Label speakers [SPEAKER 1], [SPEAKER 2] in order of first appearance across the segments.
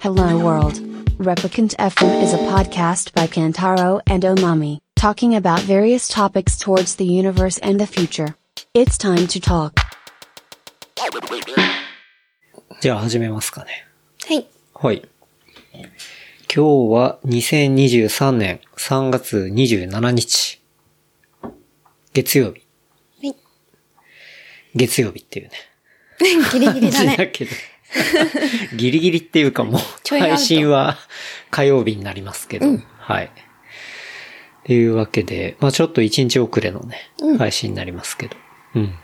[SPEAKER 1] Hello World. Replicant FM is a podcast by Kantaro and Omami, talking about various topics towards the universe and the future. It's time to talk.
[SPEAKER 2] じゃあ始めますかね。
[SPEAKER 3] はい。
[SPEAKER 2] はい。今日は2023年3月27日。月曜日。
[SPEAKER 3] はい
[SPEAKER 2] 月曜日っていうね。
[SPEAKER 3] ギリギリだ
[SPEAKER 2] 感じ
[SPEAKER 3] ね。
[SPEAKER 2] けど。 ギリギリっていうかも
[SPEAKER 3] ち
[SPEAKER 2] う、
[SPEAKER 3] ょいアウト
[SPEAKER 2] 配信は火曜日になりますけど。はい。っていうわけで、まあちょっと一日遅れのね、配信になりますけど。うん。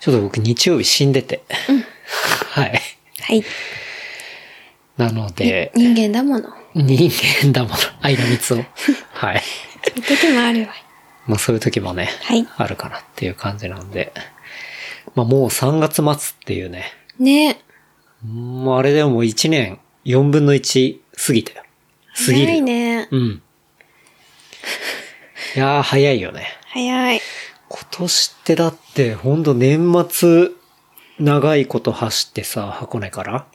[SPEAKER 2] ちょっと僕日曜日死んでて。 はい。
[SPEAKER 3] はい。
[SPEAKER 2] なの で、
[SPEAKER 3] 人間だもの。
[SPEAKER 2] 人 間だもの。愛の蜜 を。はい。
[SPEAKER 3] そういう時もあるわ。
[SPEAKER 2] まあそういう時もね、
[SPEAKER 3] はい
[SPEAKER 2] あるかなっていう感じなんで。まあもう3月末っていうね。
[SPEAKER 3] ね
[SPEAKER 2] もうあれでも1年4分の1過ぎたよ。過ぎ
[SPEAKER 3] 早い
[SPEAKER 2] る。
[SPEAKER 3] ね。
[SPEAKER 2] うん。いやー早いよね。
[SPEAKER 3] 早い。
[SPEAKER 2] 今年ってだってほんと年末長いこと走ってさ、箱根から。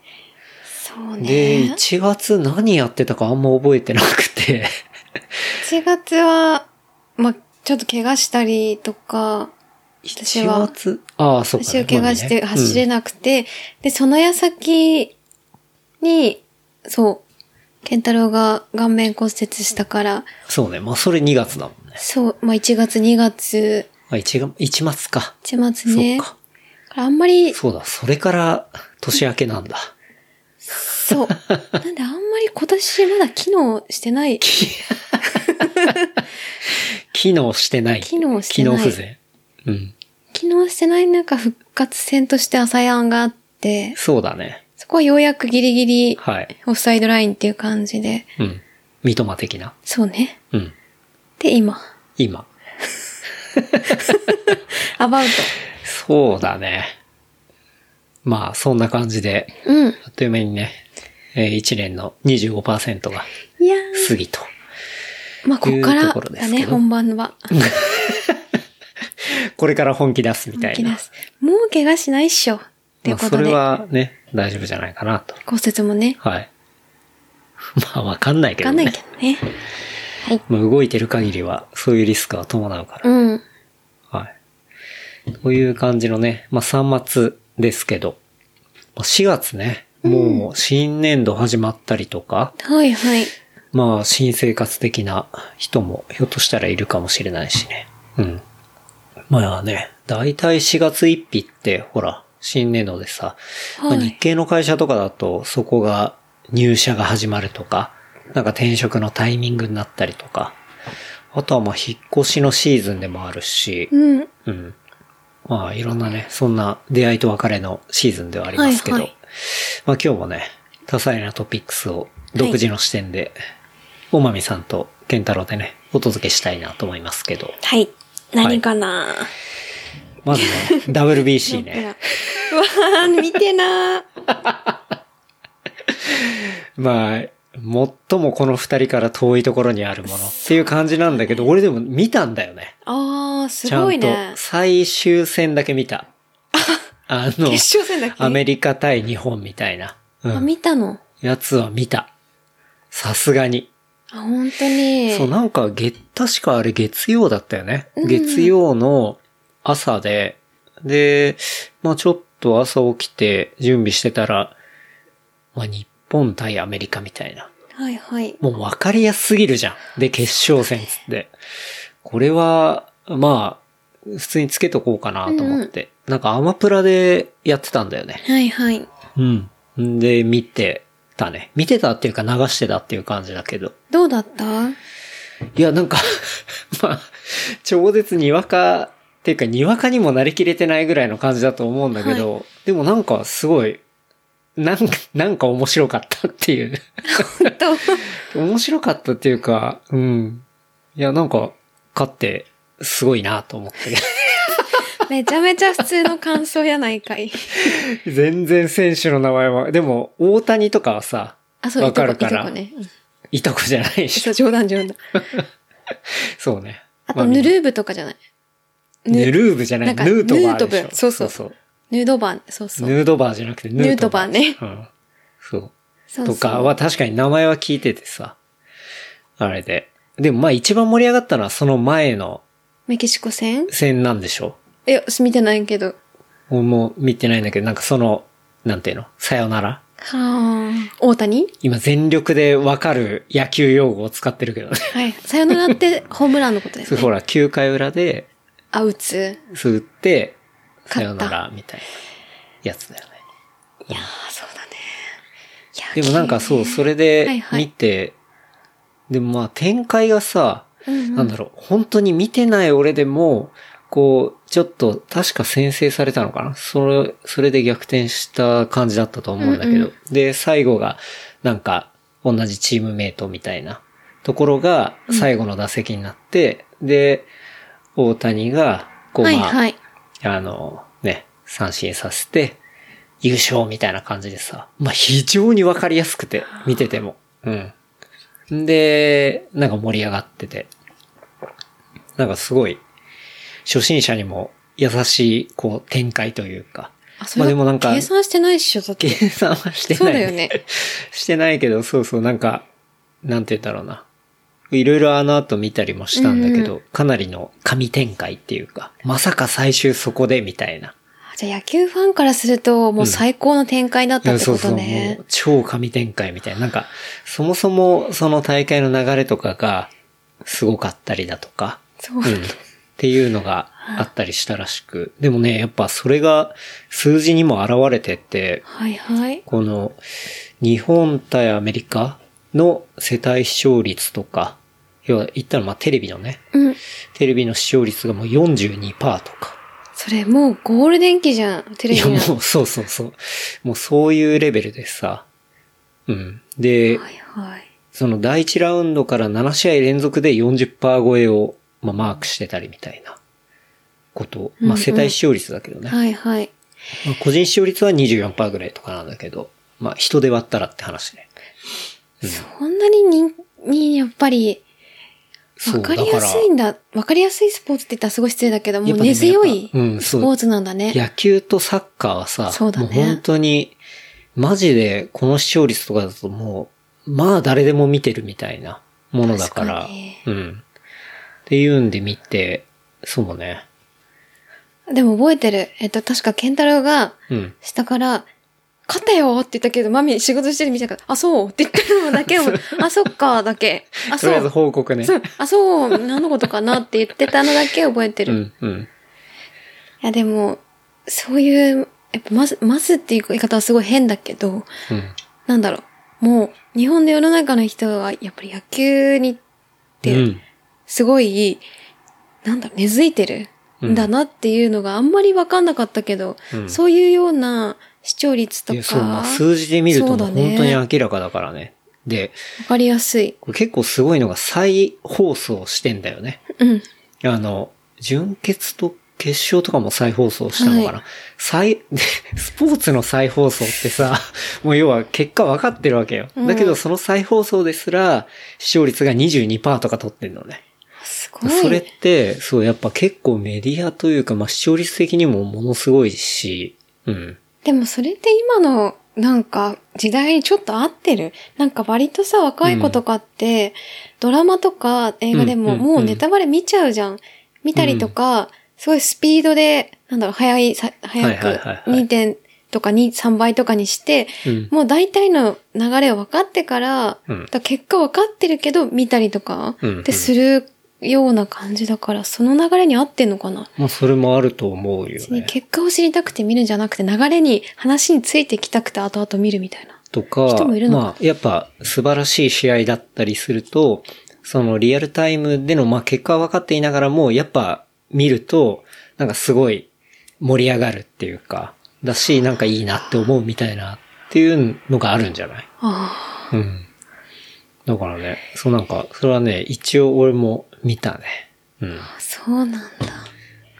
[SPEAKER 3] そう
[SPEAKER 2] で、
[SPEAKER 3] ね。
[SPEAKER 2] 1月何やってたかあんま覚えてなくて。
[SPEAKER 3] 1月は、まあ、ちょっと怪我したりとか、私
[SPEAKER 2] 1
[SPEAKER 3] は、
[SPEAKER 2] 月ああ、そっか、
[SPEAKER 3] 足を怪我して走れ
[SPEAKER 2] ない。
[SPEAKER 3] なくて、で、その矢先に、そう、ケンタロウが顔面骨折したから、
[SPEAKER 2] うんそうね。まあ、それ2月だもんね。
[SPEAKER 3] そう、まあ、1月、2月、
[SPEAKER 2] あ、1月、1末か。
[SPEAKER 3] 1月ね。
[SPEAKER 2] そっか。
[SPEAKER 3] だからあんまり、
[SPEAKER 2] そうだ、それから年明けなんだ。
[SPEAKER 3] そう。なんであんまり今年まだ機能してない。
[SPEAKER 2] 機能してない。
[SPEAKER 3] 機能してない
[SPEAKER 2] 機能不全。うん。
[SPEAKER 3] 機能してない中復活戦として朝やんがあって、
[SPEAKER 2] そうだね。
[SPEAKER 3] そこはようやくギリギリ
[SPEAKER 2] はい。
[SPEAKER 3] オフサイドラインっていう感じで、
[SPEAKER 2] うん。三笘的な。
[SPEAKER 3] そうね。
[SPEAKER 2] うん。
[SPEAKER 3] で、今、
[SPEAKER 2] 今。
[SPEAKER 3] アバウ
[SPEAKER 2] そうだね。まあ、そんな感じで、
[SPEAKER 3] ト。うん。
[SPEAKER 2] あっという間にね、えー、1年の25%が
[SPEAKER 3] いや
[SPEAKER 2] 過ぎと。
[SPEAKER 3] ー、まあ、こっか
[SPEAKER 2] いう
[SPEAKER 3] ら
[SPEAKER 2] ところで
[SPEAKER 3] だ
[SPEAKER 2] すけ
[SPEAKER 3] ね、
[SPEAKER 2] ど
[SPEAKER 3] 本番は。
[SPEAKER 2] これから本気出すみたいな。
[SPEAKER 3] もう怪我しないっしょ。ってい
[SPEAKER 2] ま
[SPEAKER 3] う
[SPEAKER 2] あ、
[SPEAKER 3] こ
[SPEAKER 2] そ
[SPEAKER 3] と
[SPEAKER 2] れ
[SPEAKER 3] で、
[SPEAKER 2] はね、大丈夫じゃないかなと。
[SPEAKER 3] 骨折もね、
[SPEAKER 2] はい。まあ、わかんないけ
[SPEAKER 3] わ
[SPEAKER 2] ど
[SPEAKER 3] かん
[SPEAKER 2] ね。
[SPEAKER 3] ないけどね。
[SPEAKER 2] まあ、動いてる限りは、そういうリスクは伴うから。
[SPEAKER 3] うん。
[SPEAKER 2] はい。という感じのね、まあ、3末ですけど、まあ、4月ね、もう新年度始まったりとか、
[SPEAKER 3] はいはい。
[SPEAKER 2] まあ、新生活的な人もひょっとしたらいるかもしれないしね。うん。まあね、だいたい4月1日って、ほら、新年度でさ、ま
[SPEAKER 3] は
[SPEAKER 2] あ、
[SPEAKER 3] い
[SPEAKER 2] 日系の会社とかだと、そこが入社が始まるとか、なんか転職のタイミングになったりとか、あとはまあ、引っ越しのシーズンでもあるし、
[SPEAKER 3] うん。
[SPEAKER 2] うん。まあ、いろんなね、そんな出会いと別れのシーズンではありますけど、
[SPEAKER 3] はいはい
[SPEAKER 2] まあ今日もね、多彩なトピックスを独自の視点で、おまみさんと健太郎でね、お届けしたいなと思いますけど、
[SPEAKER 3] はい。何かな、
[SPEAKER 2] まずね、WBC ね、
[SPEAKER 3] うわー、見てなー。
[SPEAKER 2] まあ、最もこの二人から遠いところにあるものっていう感じなんだけど、俺でも見たんだよね。
[SPEAKER 3] あー、す
[SPEAKER 2] ちゃ
[SPEAKER 3] ご
[SPEAKER 2] ん
[SPEAKER 3] い
[SPEAKER 2] と
[SPEAKER 3] ね。
[SPEAKER 2] 最終戦だけ見 た。あの、
[SPEAKER 3] 決勝戦だっけ
[SPEAKER 2] アメリカ対日本みたいな。うん
[SPEAKER 3] あ、見たの
[SPEAKER 2] やつは見た。さすがに。
[SPEAKER 3] あ、本当に。
[SPEAKER 2] そう、なんか月、確かあれ月曜だったよね。月曜の朝で、で、まあちょっと朝起きて準備してたら、まあ日本対アメリカみたいな。
[SPEAKER 3] はいはい。
[SPEAKER 2] もう分かりやすすぎるじゃん。で、決勝戦つって。これは、まあ、普通につけとこうかなと思って。なんかアマプラでやってたんだよね。
[SPEAKER 3] はいはい。
[SPEAKER 2] うん。で、見てたね。見てたっていうか流してたっていう感じだけど。
[SPEAKER 3] どうだった
[SPEAKER 2] いや、なんか、 まあ、超絶にわか、っていうか、にわかにもなりきれてないぐらいの感じだと思うんだけど、でもなんかすごい、なんか、なんか面白かったっていう。
[SPEAKER 3] と、
[SPEAKER 2] 面白かったっていうか、うん。いや、なんか、勝って、すごいなと思って。
[SPEAKER 3] めちゃめちゃ普通の感想やないかい。
[SPEAKER 2] 全然選手の名前は、でも、大谷とかはさ、
[SPEAKER 3] あ、そう、
[SPEAKER 2] わ
[SPEAKER 3] いと
[SPEAKER 2] かる
[SPEAKER 3] こ、いと
[SPEAKER 2] か
[SPEAKER 3] こ
[SPEAKER 2] ら、
[SPEAKER 3] ね。うん
[SPEAKER 2] いとこじゃない し
[SPEAKER 3] そう、。冗談冗談。
[SPEAKER 2] そうね。
[SPEAKER 3] あ
[SPEAKER 2] ま
[SPEAKER 3] と、ヌ
[SPEAKER 2] みん
[SPEAKER 3] ルーブとかじゃない。
[SPEAKER 2] なヌルーブじゃな、
[SPEAKER 3] ないんか
[SPEAKER 2] ヌートバー
[SPEAKER 3] ヌー
[SPEAKER 2] で
[SPEAKER 3] ト
[SPEAKER 2] しょ。
[SPEAKER 3] ブそうそうヌードバン、そうそう。
[SPEAKER 2] ヌードバーじゃなくてヌ
[SPEAKER 3] ヌ
[SPEAKER 2] ー
[SPEAKER 3] ート
[SPEAKER 2] トバ
[SPEAKER 3] バ
[SPEAKER 2] ー。
[SPEAKER 3] ーね。
[SPEAKER 2] うん。そう。
[SPEAKER 3] そう
[SPEAKER 2] と
[SPEAKER 3] そう
[SPEAKER 2] かは確かに名前は聞いててさ。あれで。でもまあ一番盛り上がったのはその前の
[SPEAKER 3] メキシコ戦
[SPEAKER 2] 戦なんでしょ
[SPEAKER 3] いや、私見てないけど。
[SPEAKER 2] う。俺も見てないんだけど、なんかその、なんていうのさよなら
[SPEAKER 3] はあ。大谷
[SPEAKER 2] 今全力でわかる野球用語を使ってる けどね。
[SPEAKER 3] はい。さよならってホームランのことです
[SPEAKER 2] そう
[SPEAKER 3] ね。
[SPEAKER 2] ほら、9回裏で、
[SPEAKER 3] あ、打つ。
[SPEAKER 2] そう打って、さ
[SPEAKER 3] 勝
[SPEAKER 2] よ
[SPEAKER 3] った
[SPEAKER 2] ならみたいなやつだよね。
[SPEAKER 3] あ、そうだね。
[SPEAKER 2] でもなんかそう、それ
[SPEAKER 3] はい
[SPEAKER 2] で
[SPEAKER 3] はい
[SPEAKER 2] 見て、でもまあ展開がさ、
[SPEAKER 3] うんうん
[SPEAKER 2] なんだろう、本当に見てない俺でも、こう、ちょっと、確か先制されたのかなそれ、それで逆転した感じだったと思うんだけど。
[SPEAKER 3] うんうん
[SPEAKER 2] で、最後が、なんか、同じチームメイトみたいなところが、最後の打席になって、で、大谷が、こう、ま
[SPEAKER 3] は
[SPEAKER 2] あ、
[SPEAKER 3] いはい。
[SPEAKER 2] あの、ね、三振させて、優勝みたいな感じでさ、まあ、非常にわかりやすくて、見てても。うん。で、なんか盛り上がってて、なんかすごい、初心者にも優しい、こう、展開というか、
[SPEAKER 3] あ、それ、
[SPEAKER 2] まあでもなんか
[SPEAKER 3] 計算してないっしょ、だって。
[SPEAKER 2] 計算はして
[SPEAKER 3] そう
[SPEAKER 2] ない、
[SPEAKER 3] だよね。
[SPEAKER 2] してないけど、そうそう、なんか、なんて言うんだろうな。いろいろあの後見たりもしたんだけど、かなりの神展開っていうか、まさか最終そこでみたいな。
[SPEAKER 3] じゃあ野球ファンからすると、もう最高の展開だっ
[SPEAKER 2] い
[SPEAKER 3] た
[SPEAKER 2] や
[SPEAKER 3] って
[SPEAKER 2] そう
[SPEAKER 3] こ
[SPEAKER 2] そう
[SPEAKER 3] と
[SPEAKER 2] も
[SPEAKER 3] ね。
[SPEAKER 2] う超神展開みたいな。なんか、そもそもその大会の流れとかがすごかったりだとか、
[SPEAKER 3] そう
[SPEAKER 2] うん。っていうのがあったりしたらしく。でもね、やっぱそれが数字にも現れてて、
[SPEAKER 3] はいはい。
[SPEAKER 2] この日本対アメリカの世帯視聴率とか、要は言ったらまあテレビのね、
[SPEAKER 3] うん。
[SPEAKER 2] テレビの視聴率がもう42%とか。
[SPEAKER 3] それもうゴールデン期じゃん、テレ
[SPEAKER 2] い
[SPEAKER 3] ビ
[SPEAKER 2] や
[SPEAKER 3] の。
[SPEAKER 2] もうそうそうそう。もうそういうレベルでさ。うん。で、
[SPEAKER 3] はいはい。
[SPEAKER 2] その第1ラウンドから7試合連続で40%超えを、まあ、マークしてたりみたいなことを。まあ、
[SPEAKER 3] うんうん
[SPEAKER 2] 世帯視聴率だけどね。
[SPEAKER 3] はいはい。
[SPEAKER 2] まあ、個人視聴率は24%ぐらいとかなんだけど、まあ、人で割ったらって話ね。
[SPEAKER 3] こんなに人に、やっぱり、
[SPEAKER 2] そう
[SPEAKER 3] わかりやすいんだ。わかりやすいスポーツって言ったらすごい失礼だけど、も
[SPEAKER 2] やっ
[SPEAKER 3] う
[SPEAKER 2] ぱで
[SPEAKER 3] 根
[SPEAKER 2] もやっ
[SPEAKER 3] 強
[SPEAKER 2] ぱ
[SPEAKER 3] い
[SPEAKER 2] うんそ
[SPEAKER 3] ス
[SPEAKER 2] う
[SPEAKER 3] ポーツなんだね。
[SPEAKER 2] 野球とサッカーはさ、
[SPEAKER 3] そうだ
[SPEAKER 2] も
[SPEAKER 3] ね
[SPEAKER 2] う本当に、マジでこの視聴率とかだともう、まあ誰でも見てるみたいなものだから、
[SPEAKER 3] 確かに
[SPEAKER 2] うん。っていうんで見て、そうね。
[SPEAKER 3] でも覚えてる。えっと、確か健太郎が、
[SPEAKER 2] うん。
[SPEAKER 3] 下から、勝ったよって言ったけど、マミ仕事してるみたいだから、あ、そうって言ったのだけを、あ、そっか、だけ。あ、
[SPEAKER 2] とり
[SPEAKER 3] そ
[SPEAKER 2] あえず
[SPEAKER 3] う。
[SPEAKER 2] 報告ね。
[SPEAKER 3] そう、あ、そう、何のことかなって言ってたのだけ覚えて
[SPEAKER 2] う
[SPEAKER 3] る。い
[SPEAKER 2] ん、うん。
[SPEAKER 3] や、でも、そういう、やっぱ、まず、まずっていう言い方はすごい変だけど、
[SPEAKER 2] うん。
[SPEAKER 3] なんだろう。もう、日本の世の中の人は、やっぱり野球に、って、
[SPEAKER 2] うん、
[SPEAKER 3] すごい、なんだろう、根付いてる
[SPEAKER 2] うん
[SPEAKER 3] んだなっていうのがあんまりわかんなかったけど、
[SPEAKER 2] うん
[SPEAKER 3] そういうような視聴率と
[SPEAKER 2] いや
[SPEAKER 3] か、
[SPEAKER 2] そう、まあ数字で見るともう
[SPEAKER 3] そうだね
[SPEAKER 2] 本当に明らかだからね。で、
[SPEAKER 3] わかりやすい。
[SPEAKER 2] これ結構すごいのが再放送してんだよね。
[SPEAKER 3] うん。
[SPEAKER 2] あの、準決と決勝とかも再放送したのかな、
[SPEAKER 3] は
[SPEAKER 2] 再、 でスポーツの再放送ってさ、もう要は結果分かってるわけよ。
[SPEAKER 3] うん
[SPEAKER 2] だけどその再放送ですら、視聴率が22%とか取ってんのね。
[SPEAKER 3] すごい。
[SPEAKER 2] それって、そう、やっぱ結構メディアというか、まあ視聴率的にもものすごいし、うん。
[SPEAKER 3] でもそれって今の、なんか、時代にちょっと合ってる。なんか割とさ、若い子とかって、ドラマとか映画で
[SPEAKER 2] う
[SPEAKER 3] も
[SPEAKER 2] んうん
[SPEAKER 3] もうネタバレ見ちゃうじゃん。見たりとか、すごいスピードで、なんだろう、早い、さ
[SPEAKER 2] はい
[SPEAKER 3] 早く
[SPEAKER 2] はいはいはい
[SPEAKER 3] 2点とか2、3倍とかにして、
[SPEAKER 2] うん
[SPEAKER 3] もう大体の流れを分かってから、
[SPEAKER 2] うん
[SPEAKER 3] だから結果分かってるけど見たりとか
[SPEAKER 2] うんうん
[SPEAKER 3] ってするような感じだから、その流れに合ってんのかな。
[SPEAKER 2] まあそれもあると思うよ
[SPEAKER 3] 別に
[SPEAKER 2] ね。
[SPEAKER 3] 結果を知りたくて見るんじゃなくて、流れに、話についてきたくて後々見るみたいな。
[SPEAKER 2] とか、
[SPEAKER 3] 人もいるのか
[SPEAKER 2] まあ、やっぱ素晴らしい試合だったりすると、そのリアルタイムでの、まあ結果は分かっていながらも、やっぱ見ると、なんかすごい盛り上がるっていうか、だし、なんかいいなって思うみたいなっていうのがあるんじゃない
[SPEAKER 3] あ
[SPEAKER 2] うん。だからね、そうなんか、それはね、一応俺も見たね。うん。
[SPEAKER 3] あ、そうなんだ。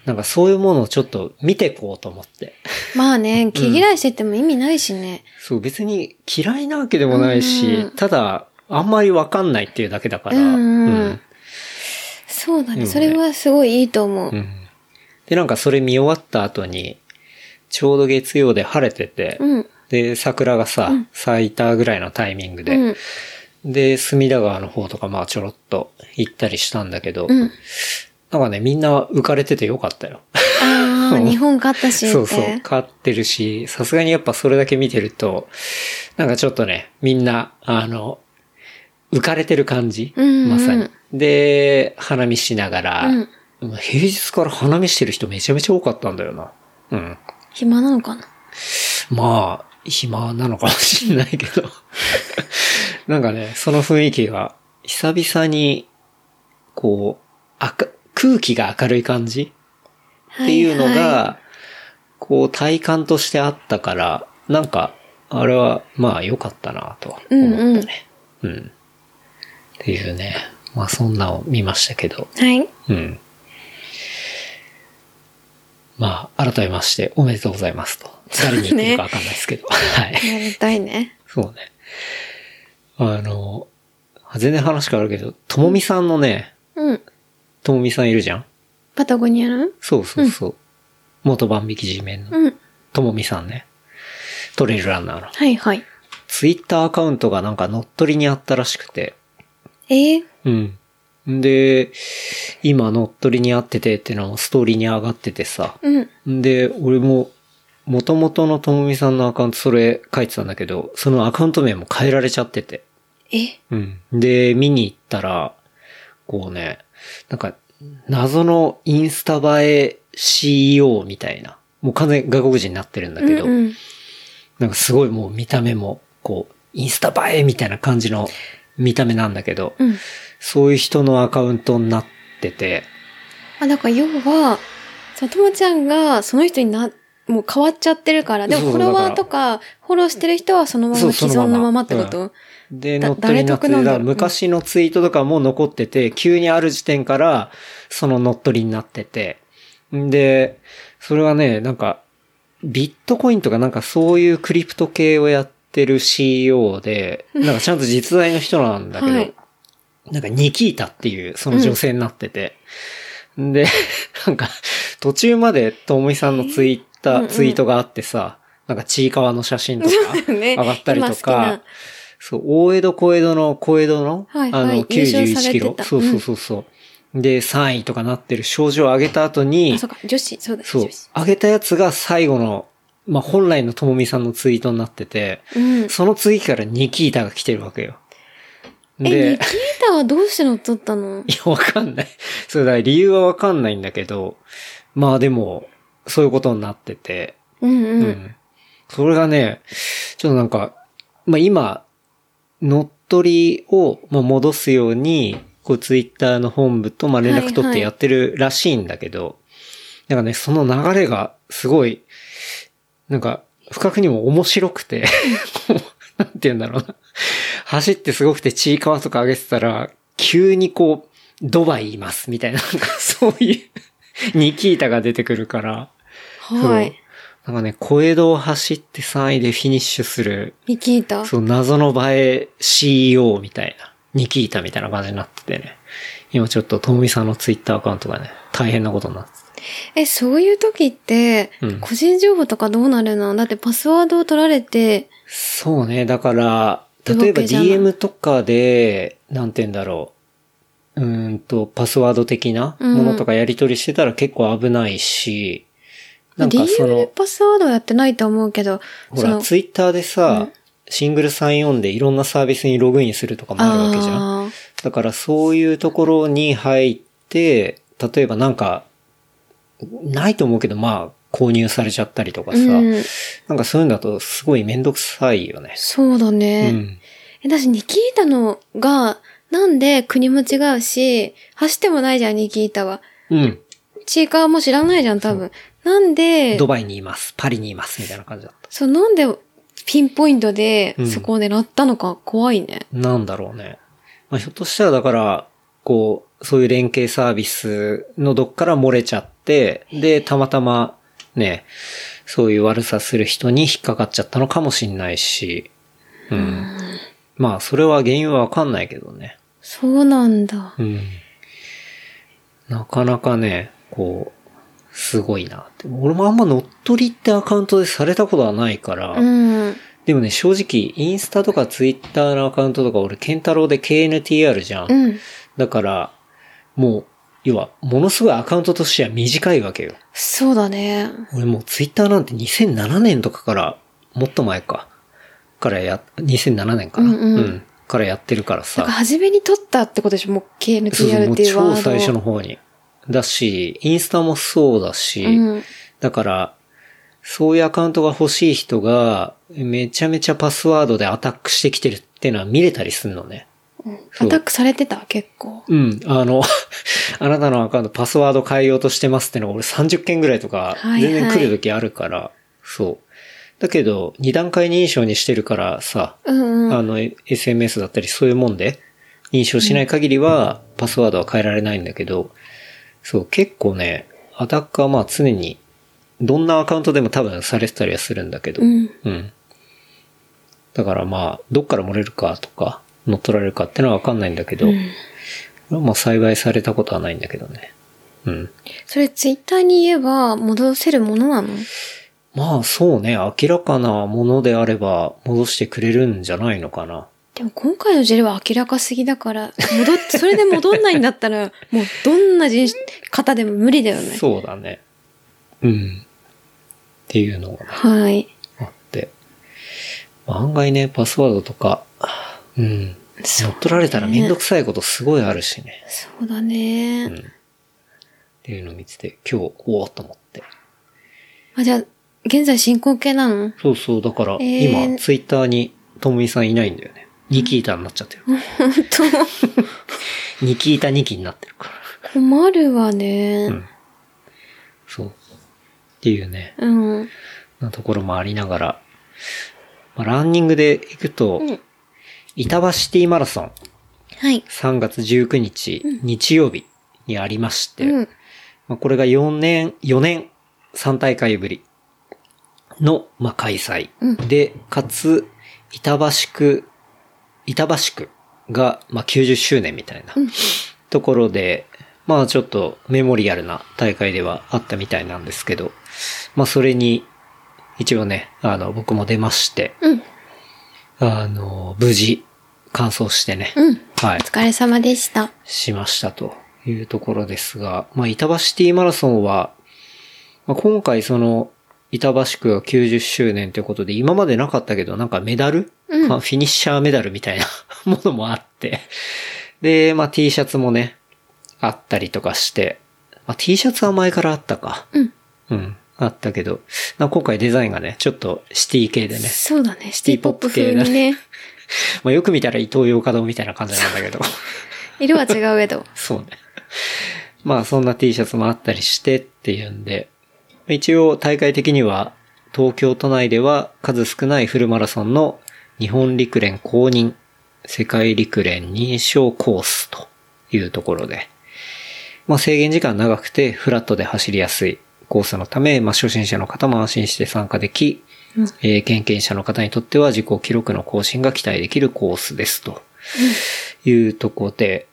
[SPEAKER 2] なんかそういうものをちょっと見てこうと思って。
[SPEAKER 3] まあね、毛嫌いしてても意味ないしね。
[SPEAKER 2] そう、別に嫌いなわけでもないし、
[SPEAKER 3] うん
[SPEAKER 2] ただ、あんまりわかんないっていうだけだから、
[SPEAKER 3] うんうん
[SPEAKER 2] うん
[SPEAKER 3] そうだ
[SPEAKER 2] う
[SPEAKER 3] ね。
[SPEAKER 2] ん
[SPEAKER 3] それはすごいいいと思う
[SPEAKER 2] う。んで、なんかそれ見終わった後に、ちょうど月曜で晴れてて、
[SPEAKER 3] うん。
[SPEAKER 2] で、桜がさ、
[SPEAKER 3] うん
[SPEAKER 2] 咲いたぐらいのタイミングで、
[SPEAKER 3] うん。
[SPEAKER 2] で、隅田川の方とかまあちょろっと行ったりしたんだけど、
[SPEAKER 3] うん。
[SPEAKER 2] なんかね、みんな浮かれててよかったよ。
[SPEAKER 3] あ
[SPEAKER 2] そう
[SPEAKER 3] あ、日本勝ったしって。
[SPEAKER 2] そうそう、勝ってるし、さすがにやっぱそれだけ見てると、なんかちょっとね、みんな、あの、浮かれてる感じ、
[SPEAKER 3] うんうんうん
[SPEAKER 2] まさに。で、花見しながら、
[SPEAKER 3] うん
[SPEAKER 2] 平日から花見してる人めちゃめちゃ多かったんだよな。うん。
[SPEAKER 3] 暇なのかな
[SPEAKER 2] まあ、暇なのかもしれないけど。 なんかね、その雰囲気が、久々に、こう、あか空気が明るい感じっていうのが、
[SPEAKER 3] はは
[SPEAKER 2] こう体感としてあったから、なんか、あれは、まあ良かったなとは思ったね。うん、っていうね。まあそんなを見ましたけど、
[SPEAKER 3] いはい。
[SPEAKER 2] うん。まあ、改めまして、おめでとうございますと。誰に言ってるかわかんないですけど。 はい。
[SPEAKER 3] やりたいね。
[SPEAKER 2] そうね。あの、全然話変わるけど、ともみさんのね、
[SPEAKER 3] うん。
[SPEAKER 2] ともみさんいるじゃん
[SPEAKER 3] パタゴニアの
[SPEAKER 2] そうそうそう。元万引き地面の、
[SPEAKER 3] うん。
[SPEAKER 2] ともみさんね。トレイルランナーの。
[SPEAKER 3] はいはい。
[SPEAKER 2] ツイッターアカウントがなんか乗っ取りにあったらしくて。
[SPEAKER 3] えー、
[SPEAKER 2] うん。で、今乗っ取りにあっててっていうのもストーリーに上がっててさ。
[SPEAKER 3] うん。
[SPEAKER 2] で、俺も、元々のともみさんのアカウントそれ書いてたんだけど、そのアカウント名も変えられちゃってて。
[SPEAKER 3] え
[SPEAKER 2] うん。で、見に行ったら、こうね、なんか、謎のインスタ映え CEO みたいな。もう完全に外国人になってるんだけど、
[SPEAKER 3] うんうん、
[SPEAKER 2] なんかすごいもう見た目も、こう、インスタ映えみたいな感じの見た目なんだけど、
[SPEAKER 3] うん。
[SPEAKER 2] そういう人のアカウントになってて、
[SPEAKER 3] あ、だから要は、そう、ともちゃんがその人にな、もう変わっちゃってるから、で
[SPEAKER 2] そう
[SPEAKER 3] もフォロワー
[SPEAKER 2] だ
[SPEAKER 3] と
[SPEAKER 2] か
[SPEAKER 3] か、フォローしてる人はそのまま
[SPEAKER 2] そう
[SPEAKER 3] 既
[SPEAKER 2] その
[SPEAKER 3] 存
[SPEAKER 2] まま
[SPEAKER 3] のままってこと
[SPEAKER 2] で、
[SPEAKER 3] だ
[SPEAKER 2] 乗っ取りになって
[SPEAKER 3] 誰
[SPEAKER 2] て、だ
[SPEAKER 3] 得なんだ
[SPEAKER 2] か
[SPEAKER 3] ろ
[SPEAKER 2] ら
[SPEAKER 3] う
[SPEAKER 2] 昔のツイートとかも残ってて、急にある時点から、その乗っ取りになってて。んで、それはね、なんか、ビットコインとかなんかそういうクリプト系をやってる CEO で、なんかちゃんと実在の人なんだけど、
[SPEAKER 3] はい
[SPEAKER 2] なんかニキータっていう、その女性になってて。で、 なんか、途中までともみさんのツイッター、
[SPEAKER 3] うんうん
[SPEAKER 2] ツイートがあってさ、なんかちいかわの写真と か、
[SPEAKER 3] だよね
[SPEAKER 2] 上がったりと
[SPEAKER 3] 今好き
[SPEAKER 2] か
[SPEAKER 3] な、
[SPEAKER 2] そう、大江戸小江戸の小江戸の、
[SPEAKER 3] はいはい
[SPEAKER 2] あの、
[SPEAKER 3] 優勝さ
[SPEAKER 2] 91キ
[SPEAKER 3] れて
[SPEAKER 2] ロ。
[SPEAKER 3] た
[SPEAKER 2] そうそうそうそう、で、3位とかなってる症状を上げた後に、
[SPEAKER 3] あ、そうか、女子、そうだ、
[SPEAKER 2] そう
[SPEAKER 3] 女子。、
[SPEAKER 2] 上げたやつが最後の、まあ、本来のともみさんのツイートになってて、
[SPEAKER 3] うん。
[SPEAKER 2] その次からニキータが来てるわけよ。
[SPEAKER 3] え、
[SPEAKER 2] で
[SPEAKER 3] ニキー、タはどうして乗っ取った の
[SPEAKER 2] いや、わかんない。そうだ、理由はわかんないんだけど、まあでも、そういうことになってて、
[SPEAKER 3] うんう。
[SPEAKER 2] うんん。それがね、ちょっとなんか、まあ今、乗っ取りを、まあ、戻すように、こうツイッターの本部とまあ連絡取っ
[SPEAKER 3] はいは
[SPEAKER 2] て
[SPEAKER 3] い
[SPEAKER 2] やってるらしいんだけど、なんかね、その流れがすごい、なんか、不覚にも面白くて、 こうなんて言うんだろうな。走ってすごくてちいかわとか上げてたら、急にこう、ドバイいますみたいな、なんかそういう、ニキータが出てくるから、
[SPEAKER 3] は
[SPEAKER 2] そ。。
[SPEAKER 3] いう
[SPEAKER 2] なんかね、小江戸を走って3位でフィニッシュする、
[SPEAKER 3] ニキータ。
[SPEAKER 2] そう、謎の映え CEO みたいな、ニキータみたいな感じになっててね。今ちょっと、ともみさんのツイッターアカウントがね、大変なことになって
[SPEAKER 3] え、そういう時って
[SPEAKER 2] うん、
[SPEAKER 3] 個人情報とかどうなるのだってパスワードを取られて、
[SPEAKER 2] そうね、だから、
[SPEAKER 3] てわ
[SPEAKER 2] 例えば
[SPEAKER 3] けじゃない
[SPEAKER 2] DM とかで、なんて言うんだろう。うーんと、パスワード的な
[SPEAKER 3] うん
[SPEAKER 2] ものとかやり取りしてたら結構危ないし、なんかそ
[SPEAKER 3] DM で
[SPEAKER 2] の、
[SPEAKER 3] パスワードはやってないと思うけど、
[SPEAKER 2] ほ
[SPEAKER 3] そ
[SPEAKER 2] ら、
[SPEAKER 3] の、
[SPEAKER 2] ツイッターでさ、シングル34でいろんなサービスにログインするとかもあるわけじゃん。
[SPEAKER 3] あー
[SPEAKER 2] だからそういうところに入って、例えばなんか、ないと思うけど、まあ、購入されちゃったりとかさ、
[SPEAKER 3] うん、
[SPEAKER 2] なんかそういうのだとすごいめんどくさいよね。
[SPEAKER 3] そうだ
[SPEAKER 2] う
[SPEAKER 3] ね。
[SPEAKER 2] ん。
[SPEAKER 3] え、だし、ニキータのが、なんで国も違うし、走ってもないじゃん、ニキータは。
[SPEAKER 2] うん。
[SPEAKER 3] チーカーも知らないじゃん、多分。なんで
[SPEAKER 2] ド、バイにいます、パリにいます、みたいな感じだった。
[SPEAKER 3] そう、なんで、ピンポイントで
[SPEAKER 2] うん、
[SPEAKER 3] そこを狙ったのか、怖いね。
[SPEAKER 2] なんだろうね。まあ、ひょっとしたらだから、こう、そういう連携サービスのどっから漏れちゃって、で、たまたまね、そういう悪さする人に引っかかっちゃったのかもしんないし、うん。まあ、それは原因はわかんないけどね。
[SPEAKER 3] そうなんだ。
[SPEAKER 2] うん。なかなかね、こう、すごいなって。俺もあんま乗っ取りってアカウントでされたことはないから、
[SPEAKER 3] うん。
[SPEAKER 2] でもね、正直、インスタとかツイッターのアカウントとか、俺、ケンタロウで KNTR じゃん。
[SPEAKER 3] うん。
[SPEAKER 2] だから、もう、要は、ものすごいアカウントとしては短いわけよ。
[SPEAKER 3] そうだね。
[SPEAKER 2] 俺もうツイッターなんて2007年とかから、もっと前か。からや、2007年かな。
[SPEAKER 3] うんうん
[SPEAKER 2] からやってるから
[SPEAKER 3] だ
[SPEAKER 2] さ
[SPEAKER 3] から。初めに撮ったってことでしょもう
[SPEAKER 2] そうそう、も
[SPEAKER 3] KNTR っ
[SPEAKER 2] う
[SPEAKER 3] ていうワード
[SPEAKER 2] 超最初の方に。だし、インスタもそうだし、
[SPEAKER 3] うん。
[SPEAKER 2] だから、そういうアカウントが欲しい人が、めちゃめちゃパスワードでアタックしてきてるっていうのは見れたりするのね。そ
[SPEAKER 3] ア
[SPEAKER 2] う
[SPEAKER 3] タックされてた結構。
[SPEAKER 2] うん。あの、 あなたのアカウントパスワード変えようとしてますってのが俺30件ぐらいとか、
[SPEAKER 3] はいはい
[SPEAKER 2] 全然来る時あるから、そう。だけど、二段階認証にしてるからさ、
[SPEAKER 3] うんうん。
[SPEAKER 2] あの、え SMS だったりそういうもんで、認証しない限りは、パスワードは変えられないんだけど、そう、結構ね、アタッカーはまあ常に、どんなアカウントでも多分されてたりはするんだけど、
[SPEAKER 3] うん。
[SPEAKER 2] うん。だからまあ、どっから漏れるかとか、乗っ取られるかってのはわかんないんだけど、まあ幸いされたことはないんだけどね。うん。
[SPEAKER 3] それツイッターに言えば戻せるものなの
[SPEAKER 2] まあそうね、明らかなものであれば戻してくれるんじゃないのかな。
[SPEAKER 3] でも今回の事例は明らかすぎだから、戻って、 それで戻んないんだったら、もうどんな人種、方でも無理だよね。
[SPEAKER 2] そうだね。うん。っていうのが
[SPEAKER 3] はい。
[SPEAKER 2] あって。まあ案外ね、パスワードとか、うん。
[SPEAKER 3] そ
[SPEAKER 2] 乗
[SPEAKER 3] う
[SPEAKER 2] っ取られたらめんどくさいことすごいあるしね。
[SPEAKER 3] そうだね。
[SPEAKER 2] うん。っていうのを見てて、今日、おおっと思って。
[SPEAKER 3] あ、じゃあ、現在進行形なの
[SPEAKER 2] そうそう、だから、
[SPEAKER 3] えー
[SPEAKER 2] 今、ツイッターに、ともみさんいないんだよね。ニキータになっちゃってる。
[SPEAKER 3] 本
[SPEAKER 2] ニキータニキになってるから。
[SPEAKER 3] 当困るわね。
[SPEAKER 2] うんそう。っていうね、
[SPEAKER 3] うん。
[SPEAKER 2] なところもありながら、まあ、ランニングで行くと、
[SPEAKER 3] うん
[SPEAKER 2] 板橋シティマラソン、
[SPEAKER 3] はい。
[SPEAKER 2] 3月19日、日曜日にありまして、
[SPEAKER 3] うん。
[SPEAKER 2] まあ、これが4年、4年、3大会ぶりの、まあ、開催。
[SPEAKER 3] うん
[SPEAKER 2] で、かつ、板橋区、板橋区が、まあ、90周年みたいなところで、まあ、ちょっとメモリアルな大会ではあったみたいなんですけど、まあ、それに、一応ね、あの、僕も出まして、
[SPEAKER 3] うん。
[SPEAKER 2] あの、無事、完走してね、
[SPEAKER 3] うん。
[SPEAKER 2] はい
[SPEAKER 3] お。疲れ様でした。
[SPEAKER 2] しましたというところですが、まあ、板橋シティマラソンは、まあ、今回その、板橋区が90周年ということで、今までなかったけど、なんかメダル、
[SPEAKER 3] うん
[SPEAKER 2] まあ、フィニッシャーメダルみたいな ものもあって、で、まあ、T シャツもね、あったりとかして、まあ、T シャツは前からあったか。
[SPEAKER 3] うん。
[SPEAKER 2] うん。あったけど、なんか今回デザインがね、ちょっとシティ系でね、
[SPEAKER 3] そうだね。シ
[SPEAKER 2] テ
[SPEAKER 3] テ
[SPEAKER 2] ィ
[SPEAKER 3] ィ
[SPEAKER 2] ポ
[SPEAKER 3] ポ
[SPEAKER 2] ップ
[SPEAKER 3] ップ
[SPEAKER 2] 系
[SPEAKER 3] 風
[SPEAKER 2] だね
[SPEAKER 3] にね。
[SPEAKER 2] まあ、よく見たら伊東洋華堂みたいな感じなんだけど。
[SPEAKER 3] 色は違うけど。
[SPEAKER 2] そうね。まあそんな T シャツもあったりしてっていうんで、一応大会的には東京都内では数少ないフルマラソンの日本陸連公認、世界陸連認証コースというところで、まあ制限時間長くてフラットで走りやすいコースのため、まあ初心者の方も安心して参加でき、えー経験者の方にとっては自己記録の更新が期待できるコースですというとこで、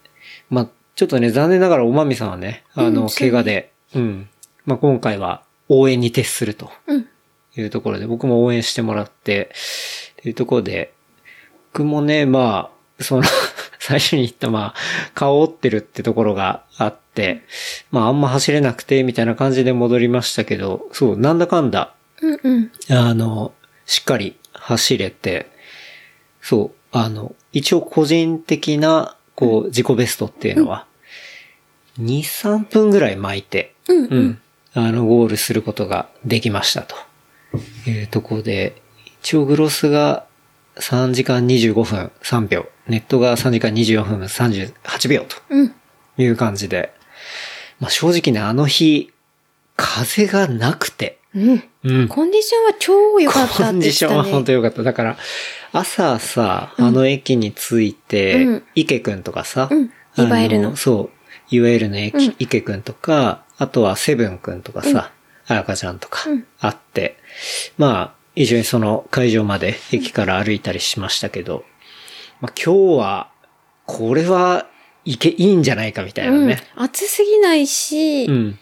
[SPEAKER 2] まあ、ちょっとね、残念ながらおまみさんはね、あの、
[SPEAKER 3] うん
[SPEAKER 2] 怪我で、うん。まあ、今回は応援に徹すると
[SPEAKER 3] うん。
[SPEAKER 2] いうところで、僕も応援してもらって、というところで、僕もね、まあ、その、 最初に言った、まあ、顔を折ってるってところがあって、まあ、あんま走れなくて、みたいな感じで戻りましたけど、そう、なんだかんだ、
[SPEAKER 3] うんうん。
[SPEAKER 2] あの、しっかり走れて、そう、あの、一応個人的な、こう、自己ベストっていうのは、2、3分ぐらい巻いて、
[SPEAKER 3] うん
[SPEAKER 2] う。ん、あの、ゴールすることができましたと。いうところで、一応グロスが3時間25分3秒、ネットが3時間24分38秒と
[SPEAKER 3] うん。
[SPEAKER 2] いう感じで、まあ正直ね、あの日、風がなくて、
[SPEAKER 3] うん。
[SPEAKER 2] うん、
[SPEAKER 3] コンディションは超良かった
[SPEAKER 2] コ
[SPEAKER 3] って
[SPEAKER 2] ンディ
[SPEAKER 3] 言って
[SPEAKER 2] シ
[SPEAKER 3] た
[SPEAKER 2] ョ
[SPEAKER 3] ね。
[SPEAKER 2] ンは本当良かった。だから、朝さ、あの駅に着いて、
[SPEAKER 3] うん
[SPEAKER 2] 池くんとかさ、
[SPEAKER 3] うん
[SPEAKER 2] あ
[SPEAKER 3] いわゆるの
[SPEAKER 2] そう、いわゆるの駅、
[SPEAKER 3] うん
[SPEAKER 2] 池くんとか、あとはセブンくんとかさ、あやかちゃんとか
[SPEAKER 3] うん、
[SPEAKER 2] あって、まあ、一緒にその会場まで駅から歩いたりしましたけど、まあ今日は、これはいけ、いいんじゃないかみたいなね。
[SPEAKER 3] うん。暑すぎないし、
[SPEAKER 2] うん。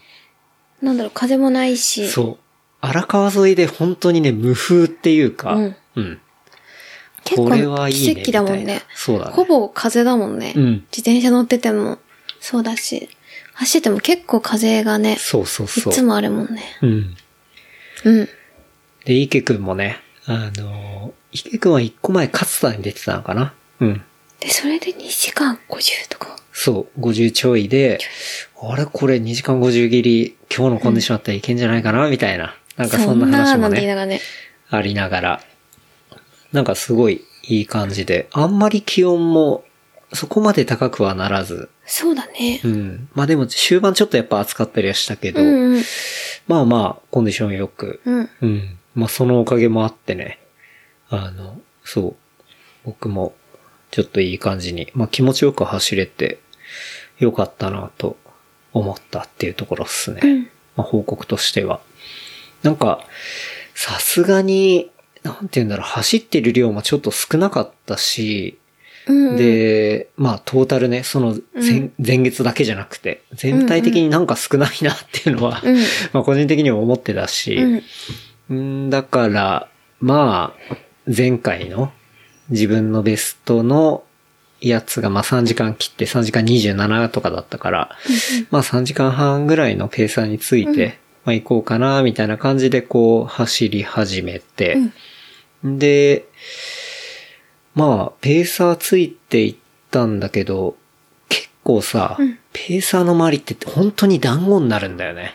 [SPEAKER 3] なんだろう、風もないし。
[SPEAKER 2] そう。荒川沿いで本当にね、無風っていうか、
[SPEAKER 3] う
[SPEAKER 2] うんん。
[SPEAKER 3] 結構
[SPEAKER 2] これはいいねみた
[SPEAKER 3] 奇
[SPEAKER 2] いな
[SPEAKER 3] 跡だもんね。
[SPEAKER 2] そうだね
[SPEAKER 3] ほぼ風だもんね。
[SPEAKER 2] うん
[SPEAKER 3] 自転車乗っててもそうだし、走ってても結構風がね、
[SPEAKER 2] そうそう
[SPEAKER 3] い
[SPEAKER 2] そう。
[SPEAKER 3] つもあるもんね。
[SPEAKER 2] うん。
[SPEAKER 3] うん。
[SPEAKER 2] で、池くんもね、あの、池くんは一個前勝田に出てたのかなうん。
[SPEAKER 3] で、それで2時間50とか。
[SPEAKER 2] そう、50ちょいで、あれこれ2時間50切り、今日のコンディションあったらいけんじゃないかな、みたいな。なんかそんな話
[SPEAKER 3] そん
[SPEAKER 2] も
[SPEAKER 3] ななんて言いな
[SPEAKER 2] ね、
[SPEAKER 3] がらね。
[SPEAKER 2] ありながら。なんかすごいいい感じで、あんまり気温もそこまで高くはならず、
[SPEAKER 3] そうだね
[SPEAKER 2] う。ん。まあでも終盤ちょっとやっぱ暑かったりはしたけど、
[SPEAKER 3] うんうん。
[SPEAKER 2] まあまあ、コンディションよく、
[SPEAKER 3] うん。
[SPEAKER 2] うん。まあ、そのおかげもあってね。あの、そう。僕も、ちょっといい感じに、まあ、気持ちよく走れて、よかったなと思ったっていうところっすね。
[SPEAKER 3] うん
[SPEAKER 2] まあ、報告としては。なんか、さすがに、なんて言うんだろう、走ってる量もちょっと少なかったし、
[SPEAKER 3] うんうん、
[SPEAKER 2] で、まあ、トータルね、その前,、
[SPEAKER 3] うん
[SPEAKER 2] 前月だけじゃなくて、全体的になんか少ないなっていうのは、
[SPEAKER 3] うん
[SPEAKER 2] まあ、個人的には思ってたし、
[SPEAKER 3] うん。
[SPEAKER 2] うんだから、まあ、前回の自分のベストのやつが、まあ3時間切って3時間27とかだったから、まあ3時間半ぐらいのペーサーについて、まあ行こうかな、みたいな感じでこう走り始めて、で、まあ、ペーサーついていったんだけど、結構さ、
[SPEAKER 3] うん
[SPEAKER 2] ペーサーの周りって本当に団子になるんだよね。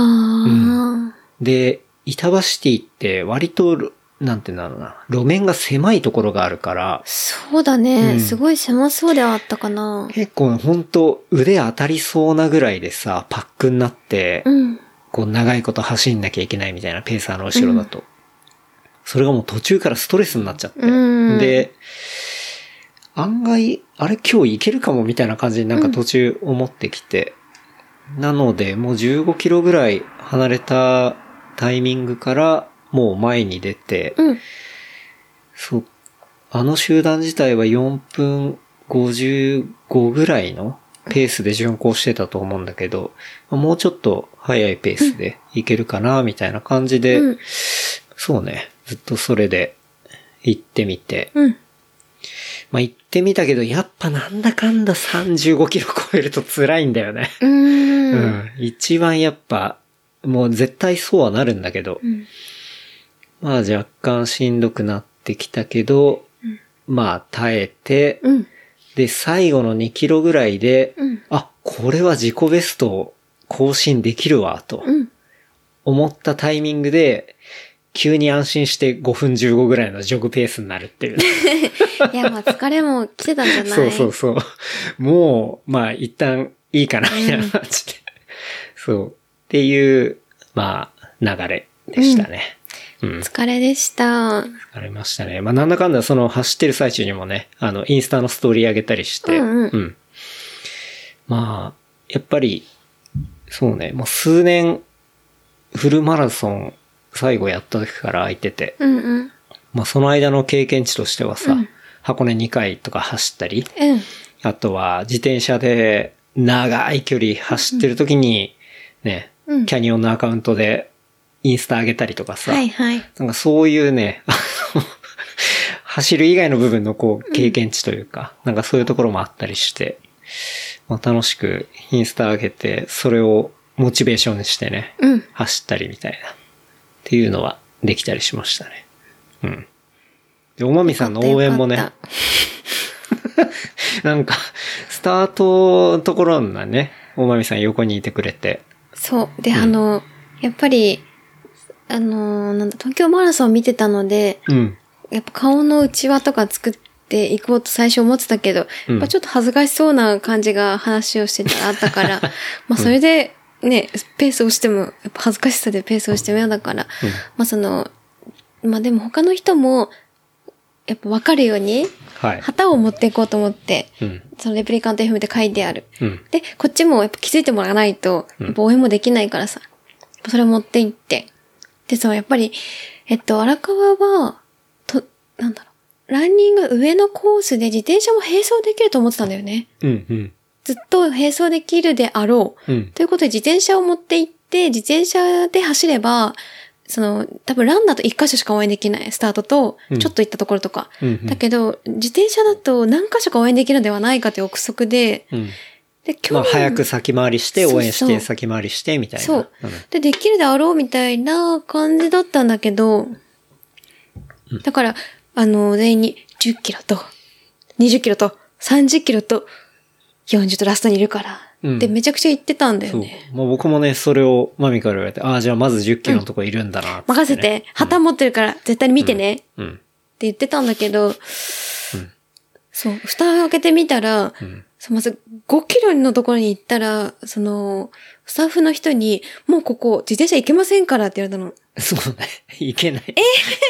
[SPEAKER 3] あ
[SPEAKER 2] で、板橋シティって割とろ、なんていうんだろうな、路面が狭いところがあるから
[SPEAKER 3] あ、、そうだ
[SPEAKER 2] う
[SPEAKER 3] ね、
[SPEAKER 2] ん
[SPEAKER 3] すごい狭そうではあったかな。
[SPEAKER 2] 結構ほんと腕当たりそうなぐらいでさ、パックになって、
[SPEAKER 3] うん。
[SPEAKER 2] こう長いこと走んなきゃいけないみたいなペーサーの後ろだと。それがもう途中からストレスになっちゃって。
[SPEAKER 3] うん
[SPEAKER 2] で、案外、あれ今日いけるかもみたいな感じになんか途中思ってきて。なので、もう15キロぐらい離れたタイミングから、もう前に出て、
[SPEAKER 3] うん。
[SPEAKER 2] そう。あの集団自体は4分55ぐらいのペースで巡航してたと思うんだけど、もうちょっと早いペースでいけるかな、みたいな感じで、
[SPEAKER 3] うん
[SPEAKER 2] そうね、ずっとそれで行ってみて。
[SPEAKER 3] うん。
[SPEAKER 2] まあ、行ってみたけど、やっぱなんだかんだ35キロ超えると辛いんだよね。
[SPEAKER 3] う。
[SPEAKER 2] うんん。一番やっぱ、もう絶対そうはなるんだけど、
[SPEAKER 3] うん。
[SPEAKER 2] まあ若干しんどくなってきたけど、まあ耐えて、
[SPEAKER 3] うん。
[SPEAKER 2] で、最後の2キロぐらいで、
[SPEAKER 3] うん
[SPEAKER 2] あ、これは自己ベストを更新できるわ、と
[SPEAKER 3] うん。
[SPEAKER 2] 思ったタイミングで、急に安心して5分15ぐらいのジョグペースになるっていう。
[SPEAKER 3] いや、まあ疲れも来てたんじゃない
[SPEAKER 2] そうそうそう。もう、まあ一旦いいかな、みたいな感じで。そう。っていう、まあ、流れでしたね。うん
[SPEAKER 3] 疲れでした。
[SPEAKER 2] ありましたね。まあ、なんだかんだその走ってる最中にもね、あの、インスタのストーリー上げたりして、
[SPEAKER 3] うんうん
[SPEAKER 2] まあ、やっぱり、そうね、もう数年、フルマラソン最後やった時から空いてて、
[SPEAKER 3] うんうん。
[SPEAKER 2] まあ、その間の経験値としてはさ、
[SPEAKER 3] うん
[SPEAKER 2] 箱根2回とか走ったり、
[SPEAKER 3] うん。
[SPEAKER 2] あとは自転車で長い距離走ってる時に、ね、
[SPEAKER 3] うん
[SPEAKER 2] キャニオンのアカウントでインスタ上げたりとかさ、
[SPEAKER 3] はいはい。
[SPEAKER 2] なんかそういうね、あの走る以外の部分のこう経験値というか、なんかそういうところもあったりして、まあ、楽しくインスタ上げて、それをモチベーションにしてね、
[SPEAKER 3] うん。
[SPEAKER 2] 走ったりみたいな、っていうのはできたりしましたね。うん。で、おまみさんの応援も
[SPEAKER 3] よ
[SPEAKER 2] ね
[SPEAKER 3] かっ、
[SPEAKER 2] なんか、スタートのところのね、おまみさん横にいてくれて、
[SPEAKER 3] そう。で、あの、やっぱり、あの、なんだ、東京マラソン見てたので、
[SPEAKER 2] うん。
[SPEAKER 3] やっぱ顔の内輪とか作っていこうと最初思ってたけど、
[SPEAKER 2] うん
[SPEAKER 3] やっぱちょっと恥ずかしそうな感じが話をしてたらあっ たから、まあそれでね、ペースをしても、やっぱ恥ずかしさでペースをしても嫌だから、まあその、まあでも他の人も、やっぱ分かるように、
[SPEAKER 2] はい。
[SPEAKER 3] 旗を持っていこうと思って、
[SPEAKER 2] うん。
[SPEAKER 3] そのレプリカント FM で書いてある。
[SPEAKER 2] うん。
[SPEAKER 3] で、こっちもやっぱ気づいてもらわないと、やっぱ応援もできないからさ、やっぱそれを持って行って。で、そう、やっぱり、えっと、荒川は、と、なんだろう、ランニング上のコースで自転車も並走できると思ってたんだよね。
[SPEAKER 2] うん。うん。
[SPEAKER 3] ずっと並走できるであろう。
[SPEAKER 2] うん。
[SPEAKER 3] ということで自転車を持って行っって、自転車で走れば、その、多分ランだと一箇所しか応援できない、スタートと
[SPEAKER 2] うん、
[SPEAKER 3] ちょっと行ったところとか。
[SPEAKER 2] うんうん
[SPEAKER 3] だけど、自転車だと何箇所か応援できるのではないかという憶測で、
[SPEAKER 2] うん。
[SPEAKER 3] で、去
[SPEAKER 2] まあ、
[SPEAKER 3] 年
[SPEAKER 2] 早く先回りして、応援し
[SPEAKER 3] そうそ
[SPEAKER 2] て、
[SPEAKER 3] う
[SPEAKER 2] 先回りして、みたいな。
[SPEAKER 3] そうで、できるであろうみたいな感じだったんだけど、だから、あの、全員に10キロと、20キロと、30キロと、40とラストにいるから、
[SPEAKER 2] うん
[SPEAKER 3] で、めちゃくちゃ言ってたんだ
[SPEAKER 2] そ
[SPEAKER 3] よ
[SPEAKER 2] う。
[SPEAKER 3] ね。
[SPEAKER 2] まあ僕もね、それをマミから言われて、ああ、じゃあまず10キロのとこいるんだな、
[SPEAKER 3] 任せて、旗持ってるから絶対に見てね、って
[SPEAKER 2] うん。
[SPEAKER 3] 言ってたんだけど、そう、蓋を開けてみたら、そうまず5キロのところに行ったら、その、スタッフの人に、もうここ自転車行けませんからって言われたの。
[SPEAKER 2] そうね。いけない。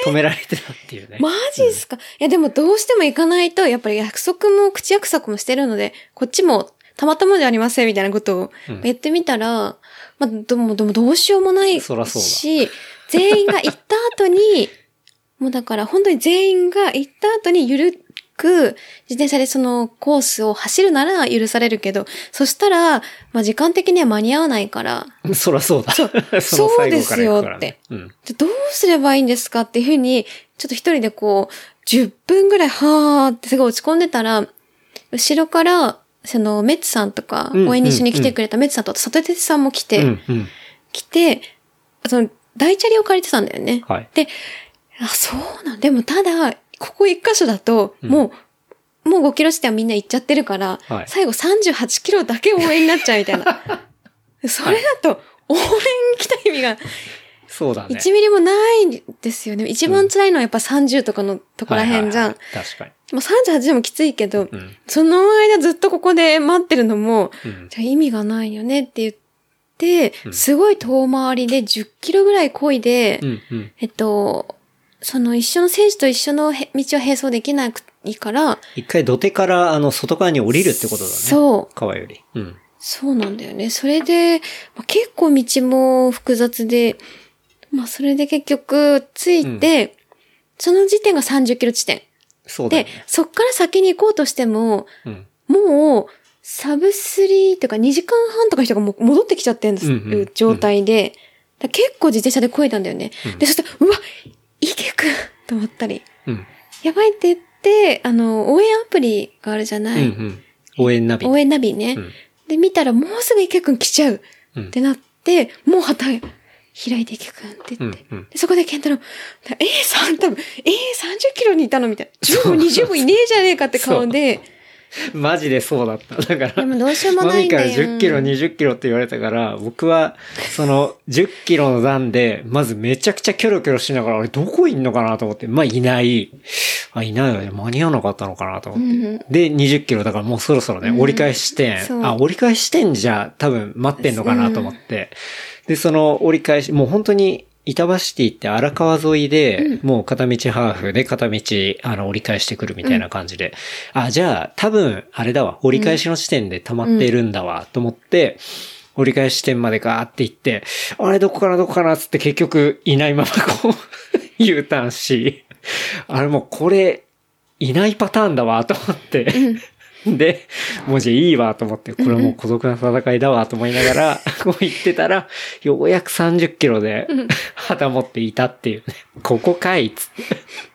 [SPEAKER 2] 止められてたっていうね。
[SPEAKER 3] マジっすか、いや、でもどうしても行かないと、やっぱり約束も口約束もしてるので、こっちもたまたまじゃありませんみたいなことを
[SPEAKER 2] うん
[SPEAKER 3] 言ってみたら、まあ、どうも、どうもどうしようもない
[SPEAKER 2] そらそうだ
[SPEAKER 3] し、全員が行った後に、 もうだから本当に全員が行った後にゆるく、自転車でそのコースを走るなら許されるけど、そしたら、まあ、時間的には間に合わないから、
[SPEAKER 2] そらそうだ。 その
[SPEAKER 3] そう
[SPEAKER 2] 最
[SPEAKER 3] で
[SPEAKER 2] 後から
[SPEAKER 3] す
[SPEAKER 2] 行
[SPEAKER 3] よ
[SPEAKER 2] くから
[SPEAKER 3] っ
[SPEAKER 2] ね
[SPEAKER 3] て。
[SPEAKER 2] うん。
[SPEAKER 3] でどうすればいいんですかっていうふうに、ちょっと一人でこう、10分ぐらい、はーってすごい落ち込んでたら、後ろから、その、メッツさんとか、
[SPEAKER 2] うん
[SPEAKER 3] 応援に一緒に来てくれたメッツさんと、サトテツさんも来て、
[SPEAKER 2] うん、うん。
[SPEAKER 3] 来て、その、大チャリを借りてたんだよね。
[SPEAKER 2] はい。
[SPEAKER 3] で、あ、そうなんでもただ、ここ一箇所だと、
[SPEAKER 2] うん
[SPEAKER 3] もう、もう5キロ地点はみんな行っちゃってるから、
[SPEAKER 2] はい
[SPEAKER 3] 最後38キロだけ応援になっちゃうみたい な。それだと、応援に来た意味が
[SPEAKER 2] そうだね。
[SPEAKER 3] 1ミリもないんですよね。一番辛いのはやっぱ30とかのとこら辺じゃん。
[SPEAKER 2] はいはいはい確か
[SPEAKER 3] でも38でもきついけど、
[SPEAKER 2] に。うん。
[SPEAKER 3] その間ずっとここで待ってるのも、
[SPEAKER 2] うん。
[SPEAKER 3] じゃあ意味がないよねって言って、
[SPEAKER 2] うん
[SPEAKER 3] すごい遠回りで10キロぐらい漕いで、
[SPEAKER 2] うん、うん。
[SPEAKER 3] えっと、その一緒の選手と一緒のへ道を並走できなくいいから、
[SPEAKER 2] 一回土手から、あの、外側に降りるってことだね。
[SPEAKER 3] そう
[SPEAKER 2] 川より。うん。
[SPEAKER 3] そうなんだよね。それで、まあ、結構道も複雑で、まあそれで結局着いて、その時点が30キロ地点。
[SPEAKER 2] そうだよ
[SPEAKER 3] で
[SPEAKER 2] ね。、
[SPEAKER 3] そっから先に行こうとしても、
[SPEAKER 2] うん。
[SPEAKER 3] もう、サブスリーとか2時間半とか人がもう戻ってきちゃってる
[SPEAKER 2] うんうん
[SPEAKER 3] 状態で、だから結構自転車で超えたんだよね。
[SPEAKER 2] うん
[SPEAKER 3] で、そしたら、うわ、池くんと思ったり、
[SPEAKER 2] うん。
[SPEAKER 3] やばいって言って、あの、応援アプリがあるじゃ
[SPEAKER 2] う、
[SPEAKER 3] な
[SPEAKER 2] う
[SPEAKER 3] んい。
[SPEAKER 2] ん。応援ナビ。
[SPEAKER 3] 応援ナビね。
[SPEAKER 2] うん
[SPEAKER 3] で、見たらもうすぐ池くん来ちゃう
[SPEAKER 2] う
[SPEAKER 3] っ
[SPEAKER 2] ん。
[SPEAKER 3] てなって、もう旗開いて池くんって言って。
[SPEAKER 2] うんうん
[SPEAKER 3] でそこで健太郎、えー、さん多分、えー、30キロにいたのみたいな。10分、20分いねえじゃねえかって顔で。
[SPEAKER 2] マジでそうだった。だから。
[SPEAKER 3] でもどうしようも
[SPEAKER 2] マ
[SPEAKER 3] ない
[SPEAKER 2] ミ
[SPEAKER 3] ん
[SPEAKER 2] か
[SPEAKER 3] だ
[SPEAKER 2] ら
[SPEAKER 3] よ。
[SPEAKER 2] 10キロ、20キロって言われたから、僕は、その、10キロの段で、まずめちゃくちゃキョロキョロしながら、あれ、どこいんのかなと思って、まあ、いない。あ、いないわね。間に合わなかったのかなと思って。
[SPEAKER 3] うんうん
[SPEAKER 2] で、20キロだからもうそろそろね、
[SPEAKER 3] うん
[SPEAKER 2] 折り返し点
[SPEAKER 3] そ。う
[SPEAKER 2] あ、折り返し点じゃ多分待ってんのかなと思って。で、その折り返し、もう本当に、板橋ティって荒川沿いで、もう片道ハーフで片道、あの、折り返してくるみたいな感じで。あ、じゃあ、多分、あれだわ、折り返しの地点で溜まってるんだわ、と思って、折り返し地点までガーって行って、あれどこかなどこかなつって結局、いないままこう、U ターンし、あれもうこれ、いないパターンだわ、と思って。 で、もうじゃあいいわと思って、これはもう孤独な戦いだわと思いながら、こう言ってたら、ようやく30キロで、旗持っていたっていうね。ここかいっつっ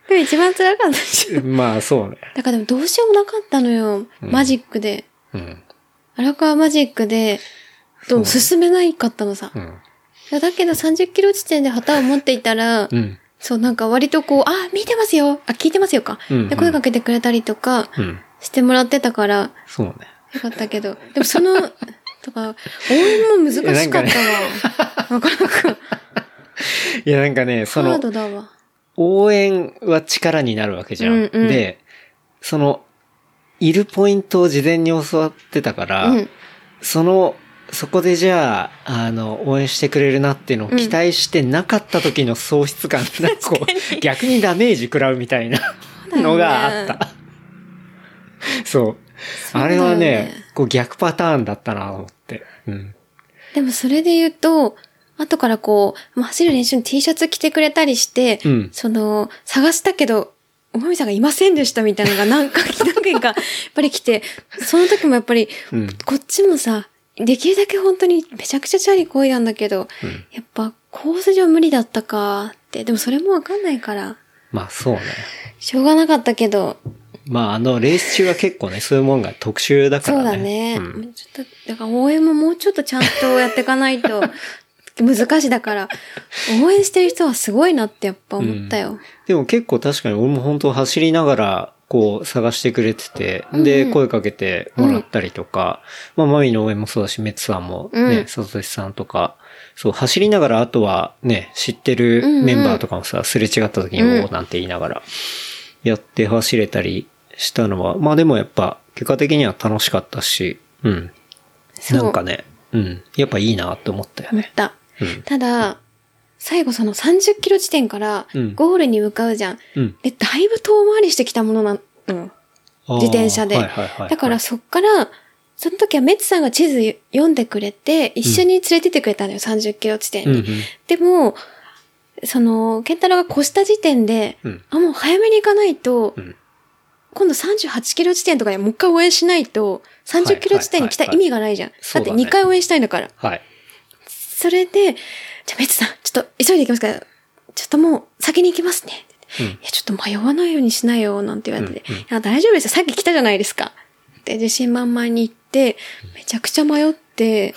[SPEAKER 3] でも一番辛かったでしょ。
[SPEAKER 2] て。まあそうね。
[SPEAKER 3] だからでもどうしようもなかったのよ。マジックで。
[SPEAKER 2] うん。
[SPEAKER 3] 荒川マジックで、どう進めないかったのさ
[SPEAKER 2] う。ん。
[SPEAKER 3] だけど30キロ地点で旗を持っていたら、
[SPEAKER 2] うん。
[SPEAKER 3] そうなんか割とこう、あ、見てますよあ、聞いてますよか。
[SPEAKER 2] うんうん
[SPEAKER 3] で声かけてくれたりとか
[SPEAKER 2] うん。
[SPEAKER 3] してもらってたから、
[SPEAKER 2] そうね。
[SPEAKER 3] よかったけ ど。でもその、とか、応援も難しかったわ。なかなか、
[SPEAKER 2] いやなんかね、そ
[SPEAKER 3] ハー
[SPEAKER 2] の、
[SPEAKER 3] ドだわ。
[SPEAKER 2] 応援は力になるわけじゃん。
[SPEAKER 3] うんうん
[SPEAKER 2] で、その、いるポイントを事前に教わってたから、
[SPEAKER 3] うん。
[SPEAKER 2] その、そこでじゃあ、あの、応援してくれるなっていうのを期待してなかった時の喪失感が、こう、逆にダメージ食らうみたいな
[SPEAKER 3] だよね
[SPEAKER 2] のがあった。そう。
[SPEAKER 3] う
[SPEAKER 2] あ
[SPEAKER 3] だ
[SPEAKER 2] れ
[SPEAKER 3] よね
[SPEAKER 2] はね、こう逆パターンだったなと思って。うん。
[SPEAKER 3] でもそれで言うと、後からこう、まあ走る練習に T シャツ着てくれたりして、
[SPEAKER 2] うん
[SPEAKER 3] その、探したけど、おまみさんがいませんでしたみたいなのが何回何回か、やっぱり来て、その時もやっぱり、
[SPEAKER 2] うん
[SPEAKER 3] こっちもさ、できるだけ本当にめちゃくちゃチャリこいだんだけど、
[SPEAKER 2] うん
[SPEAKER 3] やっぱコース上無理だったかって、でもそれもわかんないから、
[SPEAKER 2] まあそうね。
[SPEAKER 3] しょうがなかったけど、
[SPEAKER 2] まああの、レース中は結構ね、そういうもんが特殊だか
[SPEAKER 3] そう
[SPEAKER 2] らね。
[SPEAKER 3] だね。
[SPEAKER 2] ん
[SPEAKER 3] ちょっと、だから応援ももうちょっとちゃんとやっていかな いと難しいだから、応援してる人はすごいなってやっぱ思ったよ。
[SPEAKER 2] でも結構確かに俺も本当走りながら、こう探してくれてて、で、声かけてもらったりとか、まあ、マミの応援もそうだし、メッツさんもね、
[SPEAKER 3] うん
[SPEAKER 2] サトシさんとか、そう、走りながら、あとはね、知ってるメンバーとかもさ、すれ違った時に、
[SPEAKER 3] うん
[SPEAKER 2] おおなんて言いながら、やって走れたりしたのは、まあでもやっぱ、結果的には楽しかったし、うん。
[SPEAKER 3] そう
[SPEAKER 2] なんかね、うん。やっぱいいなって思ったよ
[SPEAKER 3] 思っ
[SPEAKER 2] ね。
[SPEAKER 3] た。
[SPEAKER 2] うん
[SPEAKER 3] ただ、最後その30キロ地点から
[SPEAKER 2] うん
[SPEAKER 3] ゴールに向かうじゃん。
[SPEAKER 2] うん。
[SPEAKER 3] で、だいぶ遠回りしてきたものなのよ。
[SPEAKER 2] あー
[SPEAKER 3] 自転車で。
[SPEAKER 2] はいはいはいはい
[SPEAKER 3] だからそっから、その時はメッツさんが地図読んでくれて、一緒に連れてってくれたのよ、30キロ地点
[SPEAKER 2] うんう
[SPEAKER 3] に。
[SPEAKER 2] ん。
[SPEAKER 3] でも、その、ケンタロウが越した時点で、
[SPEAKER 2] うん
[SPEAKER 3] あ、もう早めに行かないと、
[SPEAKER 2] うん
[SPEAKER 3] 今度38キロ地点とかでもう一回応援しないと、30キロ地点に来た意味がないじゃん。
[SPEAKER 2] はいはい
[SPEAKER 3] だって2回応援したいんだから。
[SPEAKER 2] はい。
[SPEAKER 3] それで、じゃあメッツさん、ちょっと急いで行きますから、ちょっともう先に行きますね。
[SPEAKER 2] うん
[SPEAKER 3] いや、ちょっと迷わないようにしないよ、なんて言われて、
[SPEAKER 2] うんうん
[SPEAKER 3] いや、大丈夫ですよ。さっき来たじゃないですか。で、自信満々に行って、めちゃくちゃ迷って、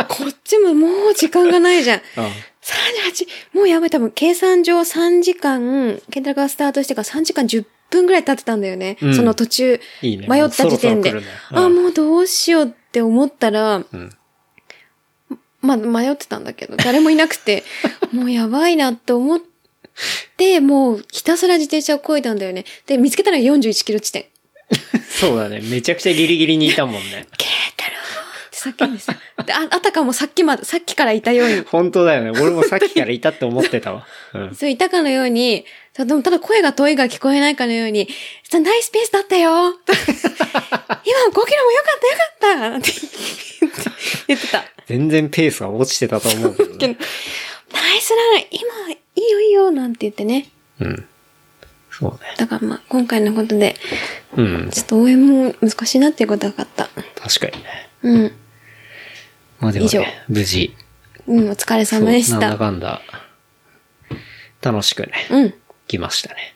[SPEAKER 3] もう、こっちももう時間がないじゃん。
[SPEAKER 2] あ
[SPEAKER 3] 38、もうやばい、多分計算上3時間、ケンタルがスタートしてから3時間10分ぐらい経ってたんだよね。
[SPEAKER 2] うん
[SPEAKER 3] その途中、
[SPEAKER 2] いいね
[SPEAKER 3] 迷った時点で。
[SPEAKER 2] もうそろそろ来るね
[SPEAKER 3] あ、
[SPEAKER 2] うん
[SPEAKER 3] もうどうしようって思ったら、
[SPEAKER 2] うん。
[SPEAKER 3] まあ迷ってたんだけど、誰もいな くて、もうやばいなって思って、もうひたすら自転車を漕いだんだよね。で、見つけたら41キロ地点。
[SPEAKER 2] そうだね。めちゃくちゃギリギリにいたもんね。
[SPEAKER 3] ケータローって叫んでさ。であ、あたかもさっきまで、さっきからいたように。
[SPEAKER 2] 本当だよね。俺もさっきからいたって思ってたわ。うん。
[SPEAKER 3] そういたかのように、そうでもただ声が遠いが聞こえないかのように、そうナイスペースだったよ 今5キロもよかったよかったって言って言ってた。
[SPEAKER 2] 全然ペースが落ちてたと思うけど、
[SPEAKER 3] けど
[SPEAKER 2] ね。
[SPEAKER 3] ナイスラン今、いいよいいよなんて言ってね。
[SPEAKER 2] うん。そうね。
[SPEAKER 3] だからまあ、今回のことで、
[SPEAKER 2] うん。
[SPEAKER 3] ちょっと応援も難しいなっていうことが分かった。
[SPEAKER 2] 確かにね。
[SPEAKER 3] うん。
[SPEAKER 2] まあでも
[SPEAKER 3] 以上
[SPEAKER 2] ね、無事。
[SPEAKER 3] うん、お疲れ様でし
[SPEAKER 2] そうなんだ
[SPEAKER 3] た。
[SPEAKER 2] かんだ。楽しくね。
[SPEAKER 3] うん。
[SPEAKER 2] 来ましたね。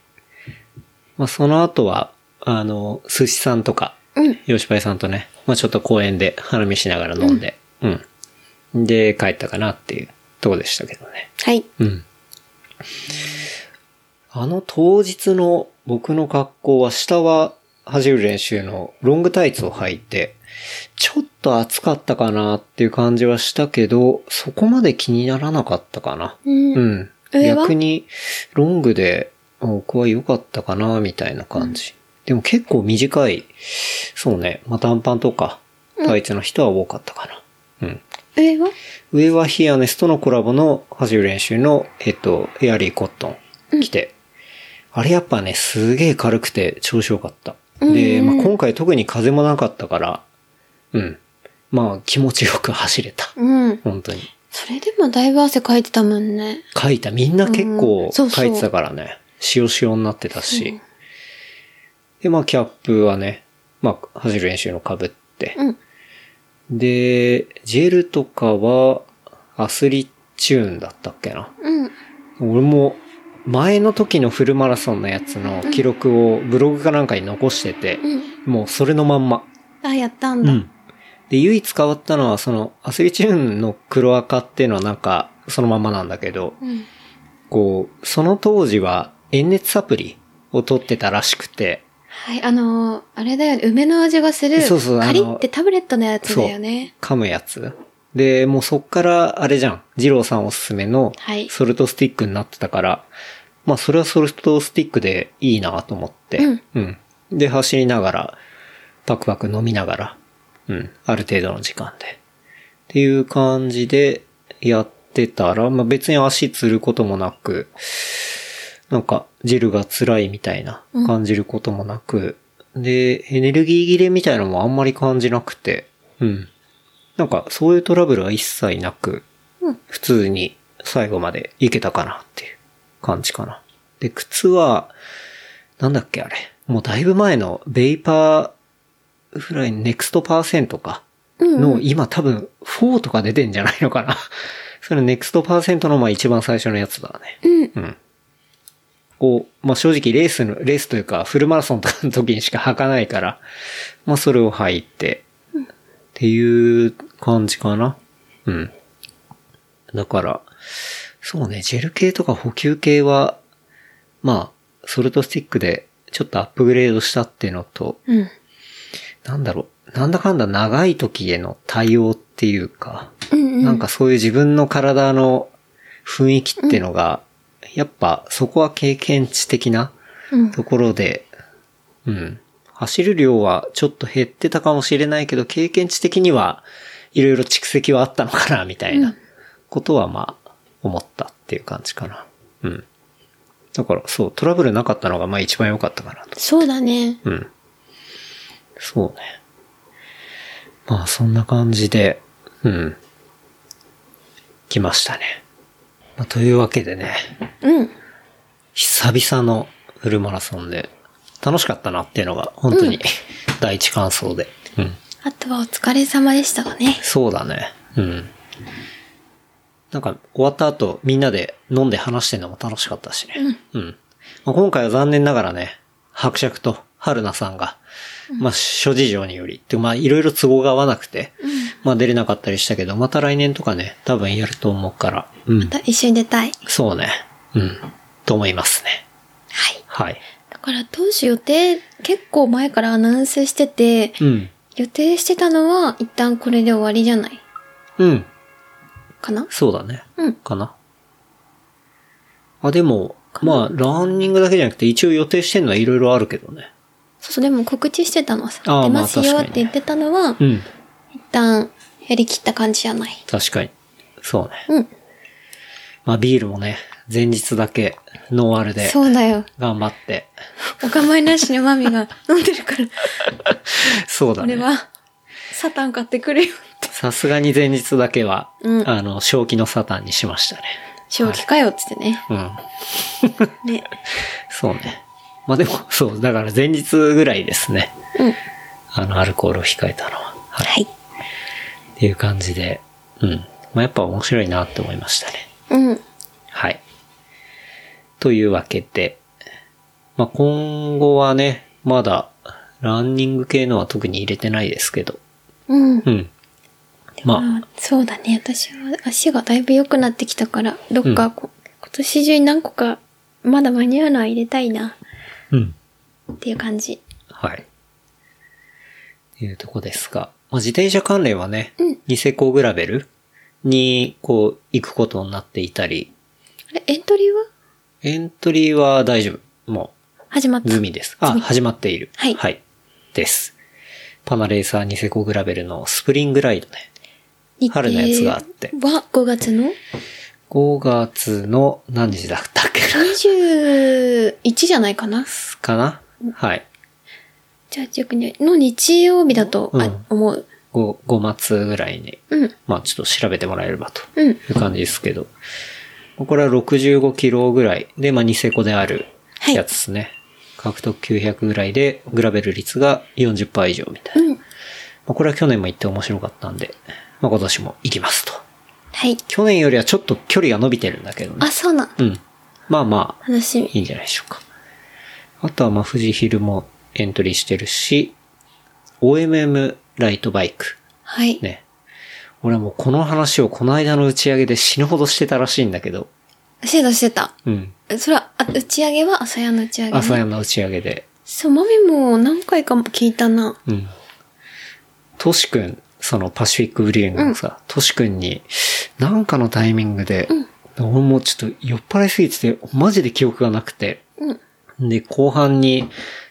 [SPEAKER 2] まあその後は、あの、寿司さんとか、
[SPEAKER 3] うん。
[SPEAKER 2] 吉林さんとね、まあちょっと公園で花見しながら飲んで、うん。で、帰ったかなっていうとこでしたけどね。
[SPEAKER 3] はい。
[SPEAKER 2] うん。あの当日の僕の格好は、下は走る練習のロングタイツを履いて、ちょっと暑かったかなっていう感じはしたけど、そこまで気にならなかったかな。
[SPEAKER 3] うん
[SPEAKER 2] うん。
[SPEAKER 3] 上は
[SPEAKER 2] 逆に、ロングで、あ僕は良かったかな、みたいな感じ。でも結構短い、そうね、まあ、短パンとか、タイツの人は多かったかな。うん。
[SPEAKER 3] 上は
[SPEAKER 2] 上はヒアネスとのコラボの走る練習の、えっと、エアリーコットン着て、あれやっぱね、すげえ軽くて調子良かった。で、まあ、今回特に風もなかったから、うん。まあ気持ちよく走れた。
[SPEAKER 3] うん。
[SPEAKER 2] 本当に。
[SPEAKER 3] それでもだいぶ汗かいてたもんね。
[SPEAKER 2] 書いた。みんな結
[SPEAKER 3] う
[SPEAKER 2] 構
[SPEAKER 3] んそうそ
[SPEAKER 2] 書
[SPEAKER 3] う
[SPEAKER 2] いてたからね。塩塩になってたし。で、まあキャップはね、まあ走る練習の被って、
[SPEAKER 3] うん。
[SPEAKER 2] で、ジェルとかは、アスリチューンだったっけな。
[SPEAKER 3] うん。
[SPEAKER 2] 俺も、前の時のフルマラソンのやつの記録をブログかなんかに残してて、
[SPEAKER 3] うん。
[SPEAKER 2] もうそれのまんま。
[SPEAKER 3] あ、やったんだ。うん。
[SPEAKER 2] で、唯一変わったのは、その、アスリチューンの黒赤っていうのはなんか、そのままなんだけど、
[SPEAKER 3] うん。
[SPEAKER 2] こう、その当時は、遠熱サプリを取ってたらしくて、
[SPEAKER 3] はい、あのーあれだよね。梅の味がする。
[SPEAKER 2] そうそうあのー
[SPEAKER 3] カリってタブレットのやつだよね。
[SPEAKER 2] 噛むやつ。で、もうそっから、あれじゃん。二郎さんおすすめの
[SPEAKER 3] はい、
[SPEAKER 2] ソルトスティックになってたから、まあそれはソルトスティックでいいなと思って、
[SPEAKER 3] うん
[SPEAKER 2] で、走りながら、パクパク飲みながら、うん、ある程度の時間で。っていう感じでやってたら、まあ別に足つることもなく、なんか、ジルが辛いみたいな、感じることもなく、で、エネルギー切れみたいなのもあんまり感じなくて、うん。なんか、そういうトラブルは一切なく、
[SPEAKER 3] うん
[SPEAKER 2] 普通に最後までいけたかなっていう感じかな。で、靴は、なんだっけあれ。もうだいぶ前の、ベイパーフライ、ネクストパーセントか。の、今多分4とか出てんじゃないのかな。 それネクストパーセントのまあ一番最初のやつだね。
[SPEAKER 3] うん。
[SPEAKER 2] うん。を、まあ正直レースの、レースというかフルマラソンとかの時にしか履かないから、まあそれを履いて、っていう感じかな。うん。だから、そうね、ジェル系とか補給系は、まあ、ソルトスティックでちょっとアップグレードしたっていうのと、
[SPEAKER 3] うん。
[SPEAKER 2] なんだろう、なんだかんだ長い時への対応っていうか、
[SPEAKER 3] うん。
[SPEAKER 2] なんかそういう自分の体の雰囲気ってのが、やっぱそこは経験値的な
[SPEAKER 3] うん。
[SPEAKER 2] ところで、うん。走る量はちょっと減ってたかもしれないけど、経験値的にはいろいろ蓄積はあったのかな、みたいなことはまあ、思ったっていう感じかな。うん。だからそう、トラブルなかったのがまあ一番良かったかなと。
[SPEAKER 3] そうだね。
[SPEAKER 2] うん。そうね。まあ、そんな感じで、うん。来ましたね。まあ、というわけでね、
[SPEAKER 3] うん。
[SPEAKER 2] 久々のフルマラソンで、楽しかったなっていうのが、本当に、 第一感想で。うん。
[SPEAKER 3] あとはお疲れ様でしたがね。
[SPEAKER 2] そうだね。うん。なんか、終わった後、みんなで飲んで話してるのも楽しかったしね。うん。まあ、今回は残念ながらね、伯爵と春菜さんが、まあ、諸事情により、ってまあ、いろいろ都合が合わなくて、まあ、出れなかったりしたけど、また来年とかね、多分やると思うから、うん。
[SPEAKER 3] 一緒に出たい。
[SPEAKER 2] そうね。うん。と思いますね。
[SPEAKER 3] はい。
[SPEAKER 2] はい。
[SPEAKER 3] だから当初予定、結構前からアナウンスしてて、
[SPEAKER 2] うん。
[SPEAKER 3] 予定してたのは一旦これで終わりじゃない
[SPEAKER 2] うん。
[SPEAKER 3] かな
[SPEAKER 2] そうだね。
[SPEAKER 3] うん
[SPEAKER 2] かな。あ、でも、まあ、ランニングだけじゃなくて、一応予定してるのはいろいろあるけどね。
[SPEAKER 3] そうそう、でも告知してたのはさ、
[SPEAKER 2] あー
[SPEAKER 3] 出ますよ
[SPEAKER 2] まあ
[SPEAKER 3] っ
[SPEAKER 2] 確
[SPEAKER 3] て
[SPEAKER 2] かにね
[SPEAKER 3] 言ってたのは、
[SPEAKER 2] うん。
[SPEAKER 3] 一旦やりきった感じじゃない。
[SPEAKER 2] 確かに。そうね。
[SPEAKER 3] うん。
[SPEAKER 2] まあ、ビールもね、前日だけ、ノンアルで、
[SPEAKER 3] そうだよ。
[SPEAKER 2] 頑張って。
[SPEAKER 3] お構いなしにマミが飲んでるから、
[SPEAKER 2] そうだ
[SPEAKER 3] 俺
[SPEAKER 2] ね。
[SPEAKER 3] は、サタン買ってくれよって。
[SPEAKER 2] さすがに前日だけは、
[SPEAKER 3] うん
[SPEAKER 2] あの、正気のサタンにしましたね。
[SPEAKER 3] 正気かよってってね。
[SPEAKER 2] うん。
[SPEAKER 3] ね。
[SPEAKER 2] そうね。まあでも、そう、だから前日ぐらいですね。
[SPEAKER 3] うん。
[SPEAKER 2] あの、アルコールを控えたのは。はい
[SPEAKER 3] はい。
[SPEAKER 2] っていう感じで、うん。まあ、やっぱ面白いなって思いましたね。
[SPEAKER 3] うん。
[SPEAKER 2] はい。というわけで、まあ、今後はね、まだ、ランニング系のは特に入れてないですけど、
[SPEAKER 3] うん。
[SPEAKER 2] うん。まあ、
[SPEAKER 3] あそうだね。私は足がだいぶ良くなってきたから、どっかこ、今年中に何個か、まだ間に合うのは入れたいな、
[SPEAKER 2] うん。
[SPEAKER 3] っていう感じ。
[SPEAKER 2] はい。っていうとこですが、まあ、自転車関連はね、ニセコグラベルに、こう、行くことになっていたり、
[SPEAKER 3] あれ、エントリーは
[SPEAKER 2] エントリーは大丈夫。もう、
[SPEAKER 3] 始まった。
[SPEAKER 2] 済みです。あ、始まっている。
[SPEAKER 3] はい
[SPEAKER 2] です。パナレーサーニセコグラベルのスプリングライドね。
[SPEAKER 3] 日程
[SPEAKER 2] 春のやつがあって
[SPEAKER 3] は、5月の
[SPEAKER 2] 5月の何時だったっけな
[SPEAKER 3] 21じゃないかな
[SPEAKER 2] かなはい。
[SPEAKER 3] じゃあ、19にの日曜日だと、
[SPEAKER 2] うん
[SPEAKER 3] あ思う。
[SPEAKER 2] 5、5末ぐらいに。
[SPEAKER 3] うん。
[SPEAKER 2] まあちょっと調べてもらえればと
[SPEAKER 3] うん。
[SPEAKER 2] いう感じですけど。これは65キロぐらいで、まあニセコである
[SPEAKER 3] はい
[SPEAKER 2] やつですね。獲得900ぐらいで、グラベル率が40%以上みたいな。
[SPEAKER 3] うん
[SPEAKER 2] まあこれは去年も行って面白かったんで、まあ今年も行きますと。
[SPEAKER 3] はい。
[SPEAKER 2] 去年よりはちょっと距離が伸びてるんだけどね
[SPEAKER 3] あ、。そうなん。
[SPEAKER 2] うん。まあまあ、
[SPEAKER 3] 楽しみ。
[SPEAKER 2] いいんじゃないでしょうか。あとはまあ、富士ヒルもエントリーしてるし、OMM ライトバイク。
[SPEAKER 3] はい。
[SPEAKER 2] ね。俺はもうこの話をこの間の打ち上げで死ぬほどしてたらしいんだけど、
[SPEAKER 3] してたしてた。
[SPEAKER 2] うん。
[SPEAKER 3] それは、あ打ち上げは朝やの打ち上げ、ね。
[SPEAKER 2] 朝山の打ち上げで、
[SPEAKER 3] そう、マミも何回かも聞いたな。
[SPEAKER 2] うん。トシ君、そのパシフィックブリューイングのさ、トシ君に、なんかのタイミングで、俺もちょっと酔っ払いすぎてて、マジで記憶がなくて、
[SPEAKER 3] うん。
[SPEAKER 2] で、後半に、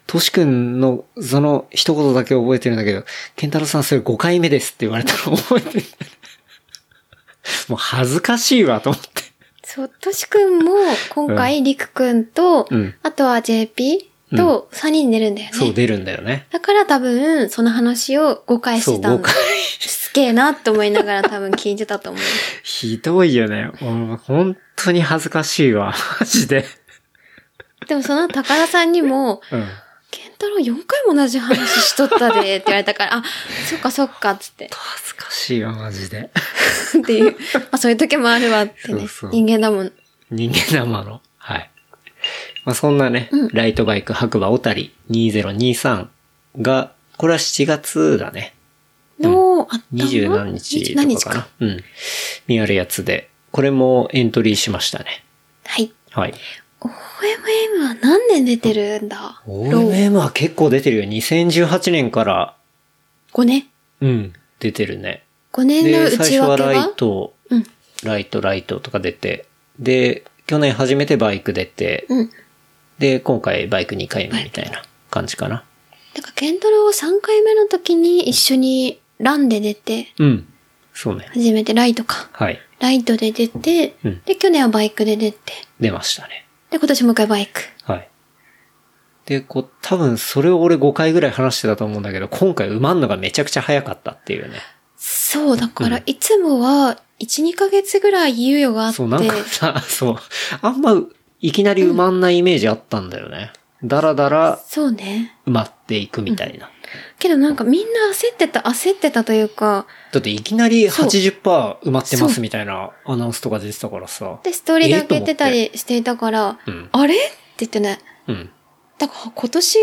[SPEAKER 2] トシ君の、その一言だけ覚えてるんだけど、ケンタロウさんそれ5回目ですって言われたの 覚えてる。もう恥ずかしいわと思って。
[SPEAKER 3] そう、としくんも、今回、りくくんと、
[SPEAKER 2] うん
[SPEAKER 3] あとは JP と3人出るんだよね。
[SPEAKER 2] そう出るんだよね。
[SPEAKER 3] だから多分、その話を誤解
[SPEAKER 2] そ
[SPEAKER 3] し
[SPEAKER 2] う、
[SPEAKER 3] てた
[SPEAKER 2] 5
[SPEAKER 3] んだ
[SPEAKER 2] 回。。
[SPEAKER 3] すげえなって思いながら多分聞いてたと思う。
[SPEAKER 2] ひどいよね。もう本当に恥ずかしいわ。マジで。
[SPEAKER 3] でもその高田さんにも、
[SPEAKER 2] うん。
[SPEAKER 3] ケン太郎4回も同じ話しとったで、って言われたから、あ、そっかそっか、つって。
[SPEAKER 2] 恥ずかしいわ、マジで。
[SPEAKER 3] っていう。まあそういう時もあるわってね。
[SPEAKER 2] そうそう
[SPEAKER 3] 人間だもん。
[SPEAKER 2] 人間生の。はい。まあ、そんなね、ライトバイク白馬小谷2023が、これは7月だね。
[SPEAKER 3] の、あった
[SPEAKER 2] 二十何日とかかな。
[SPEAKER 3] 何日か。
[SPEAKER 2] うん。見あるやつで。これもエントリーしましたね。
[SPEAKER 3] はい。
[SPEAKER 2] はい。
[SPEAKER 3] OMM は何年出てるんだロー
[SPEAKER 2] OMM は結構出てるよ。2018年から、
[SPEAKER 3] 5年
[SPEAKER 2] うん、出てるね。
[SPEAKER 3] ?5 年の
[SPEAKER 2] で、最
[SPEAKER 3] 内
[SPEAKER 2] 初は
[SPEAKER 3] 訳
[SPEAKER 2] ラ
[SPEAKER 3] は
[SPEAKER 2] イト、
[SPEAKER 3] うん。
[SPEAKER 2] ライト、ライトとか出て。で、去年初めてバイク出て、
[SPEAKER 3] うん。
[SPEAKER 2] で、今回バイク2回目みたいな感じかな。
[SPEAKER 3] だから、ケンタロウは3回目の時に一緒にランで出て、
[SPEAKER 2] うん。そうね。
[SPEAKER 3] 初めてライトか。
[SPEAKER 2] はい。
[SPEAKER 3] ライトで出て、
[SPEAKER 2] うん
[SPEAKER 3] で、去年はバイクで出て、
[SPEAKER 2] 出ましたね。
[SPEAKER 3] で、今年もう一回バイク。
[SPEAKER 2] はい。で、こう、多分それを俺5回ぐらい話してたと思うんだけど、今回埋まんのがめちゃくちゃ早かったっていうね。
[SPEAKER 3] そう、だから、いつもは、1、2ヶ月ぐらい猶予があって、
[SPEAKER 2] そう、なんかさ、 そう、あんまいきなり埋まんないイメージあったんだよね。だらだら
[SPEAKER 3] そうね。
[SPEAKER 2] 埋まっていくみたいな。
[SPEAKER 3] けどなんかみんな焦ってた、焦ってたというか、
[SPEAKER 2] だっていきなり
[SPEAKER 3] そう
[SPEAKER 2] 80%埋まってま
[SPEAKER 3] そ
[SPEAKER 2] す
[SPEAKER 3] う
[SPEAKER 2] みたいなアナウンスとか出てたからさ。
[SPEAKER 3] で、ストーリーで開けてたりしていたから、
[SPEAKER 2] うん
[SPEAKER 3] あれって言ってね。
[SPEAKER 2] うん。
[SPEAKER 3] だから今年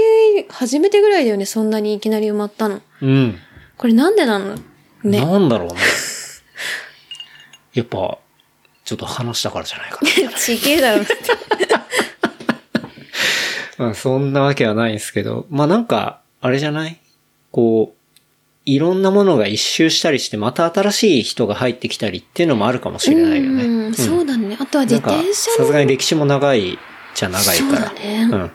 [SPEAKER 3] 初めてぐらいだよね、そんなにいきなり埋まったの。
[SPEAKER 2] うん。
[SPEAKER 3] これなんでなのね。
[SPEAKER 2] なんだろうね。やっぱ、ちょっと話したからじゃないかな。
[SPEAKER 3] ちげえだろ。
[SPEAKER 2] まあ、そんなわけはないんですけど、まあなんか、あれじゃないこう、いろんなものが一周したりして、また新しい人が入ってきたりっていうのもあるかもしれないよね。
[SPEAKER 3] うん、そうだね。あとは自
[SPEAKER 2] なんか
[SPEAKER 3] 転車
[SPEAKER 2] さ
[SPEAKER 3] の。
[SPEAKER 2] すがに歴史も長いじゃ長い
[SPEAKER 3] そう
[SPEAKER 2] か
[SPEAKER 3] だ
[SPEAKER 2] ら。
[SPEAKER 3] ね、
[SPEAKER 2] うん。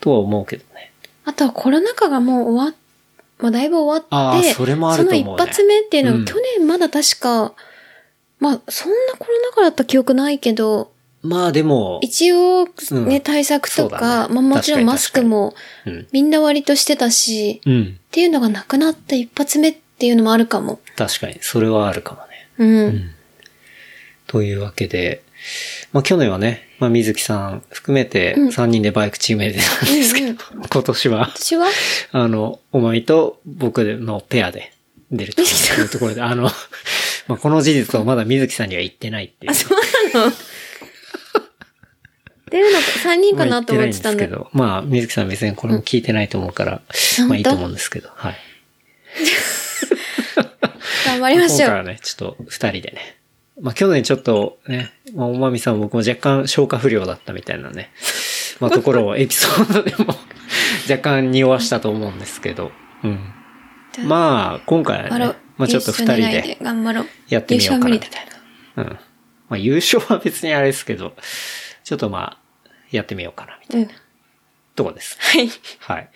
[SPEAKER 2] とは思うけどね。
[SPEAKER 3] あとはコロナ禍がもう終わっ、まあだいぶ終わっ
[SPEAKER 2] あ
[SPEAKER 3] て、
[SPEAKER 2] ーそれもあると思うね
[SPEAKER 3] その一発目っていうのは、
[SPEAKER 2] うん
[SPEAKER 3] 去年まだ確か、まあそんなコロナ禍だった記憶ないけど、
[SPEAKER 2] まあでも、
[SPEAKER 3] 一応ね、
[SPEAKER 2] うん
[SPEAKER 3] 対策とか、
[SPEAKER 2] そうだね
[SPEAKER 3] まあもちろ
[SPEAKER 2] 確か
[SPEAKER 3] ん
[SPEAKER 2] に
[SPEAKER 3] マスクも
[SPEAKER 2] うん。
[SPEAKER 3] みんな割としてたし、
[SPEAKER 2] うん。
[SPEAKER 3] っていうのがなくなった一発目っていうのもあるかも。
[SPEAKER 2] 確かに、それはあるかもね。
[SPEAKER 3] うん。
[SPEAKER 2] というわけで、まあ去年はね、まあ水木さん含めて
[SPEAKER 3] うん
[SPEAKER 2] 3人でバイクチームで出たんですけど、
[SPEAKER 3] うんうん
[SPEAKER 2] 今年は、
[SPEAKER 3] 私は
[SPEAKER 2] あの、おまみと僕のペアで出ると いうところで、あの、 まあこの事実をまだ水木さんには言ってないっていう。
[SPEAKER 3] 出るのか、3人
[SPEAKER 2] ま
[SPEAKER 3] か
[SPEAKER 2] あ
[SPEAKER 3] なと思っ
[SPEAKER 2] 言
[SPEAKER 3] てたん
[SPEAKER 2] ない
[SPEAKER 3] だ
[SPEAKER 2] んですけど。まあ、水木さん別にこれも聞いてないと思うから、
[SPEAKER 3] うん
[SPEAKER 2] まあいいと
[SPEAKER 3] 本当
[SPEAKER 2] 思うんですけど、はい。
[SPEAKER 3] 頑張りまし
[SPEAKER 2] 今回
[SPEAKER 3] ょう。
[SPEAKER 2] はね、ちょっと二人でね。まあ去年ちょっとね、まあおまみさんも僕も若干消化不良だったみたいなね、ま あところをエピソードでも 若干匂わしたと思うんですけど、うん。まあ、今回は
[SPEAKER 3] 頑張
[SPEAKER 2] ね
[SPEAKER 3] ろう、
[SPEAKER 2] まあちょっと二人
[SPEAKER 3] 優勝狙い
[SPEAKER 2] で、
[SPEAKER 3] 頑張ろう。
[SPEAKER 2] やってみようかな
[SPEAKER 3] 優勝は無
[SPEAKER 2] み
[SPEAKER 3] 理
[SPEAKER 2] た
[SPEAKER 3] だ
[SPEAKER 2] いな。うん。まあ優勝は別にあれですけど、ちょっとまあ、やってみようかなみたい
[SPEAKER 3] うん。
[SPEAKER 2] なとこです。
[SPEAKER 3] はい。
[SPEAKER 2] はい。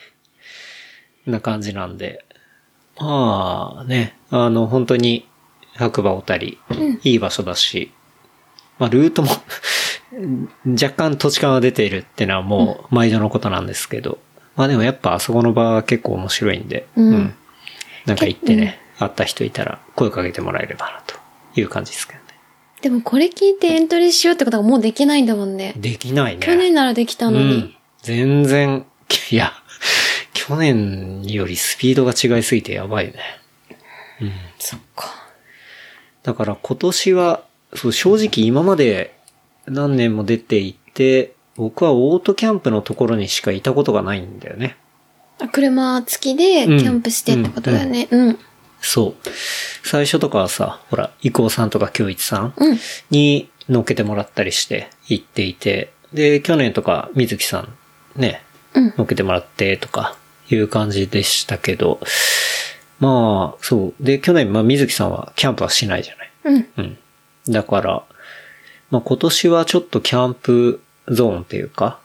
[SPEAKER 2] な感じなんで。まあね、あの、本当に白馬小谷、いい場所だし、まあルートも 若干土地感が出ているってのはもう毎度のことなんですけど、まあでもやっぱあそこの場は結構面白いんで、
[SPEAKER 3] うん
[SPEAKER 2] なんか行ってね、会った人いたら声かけてもらえればなという感じですけどね。
[SPEAKER 3] でもこれ聞いてエントリーしようってことがもうできないんだもんね。
[SPEAKER 2] できないね。
[SPEAKER 3] 去年ならできたの
[SPEAKER 2] う
[SPEAKER 3] に
[SPEAKER 2] ん。全然、いや、去年よりスピードが違いすぎてやばいよね。
[SPEAKER 3] そっか。
[SPEAKER 2] だから今年は、そう、正直今まで何年も出ていて、僕はオートキャンプのところにしかいたことがないんだよね。
[SPEAKER 3] あ車付きでキ
[SPEAKER 2] うん
[SPEAKER 3] ャンプしてってことだよね。うん。
[SPEAKER 2] そう。最初とかはさ、ほら、伊藤さんとか京一さん
[SPEAKER 3] うん。
[SPEAKER 2] に乗っけてもらったりして行っていて、で、去年とか水木さんね、
[SPEAKER 3] うん。
[SPEAKER 2] 乗っけてもらってとかいう感じでしたけど、まあ、そう。で、去年、まあ、水木さんはキャンプはしないじゃない。
[SPEAKER 3] うん。
[SPEAKER 2] うん。だから、まあ今年はちょっとキャンプゾーンっていうか、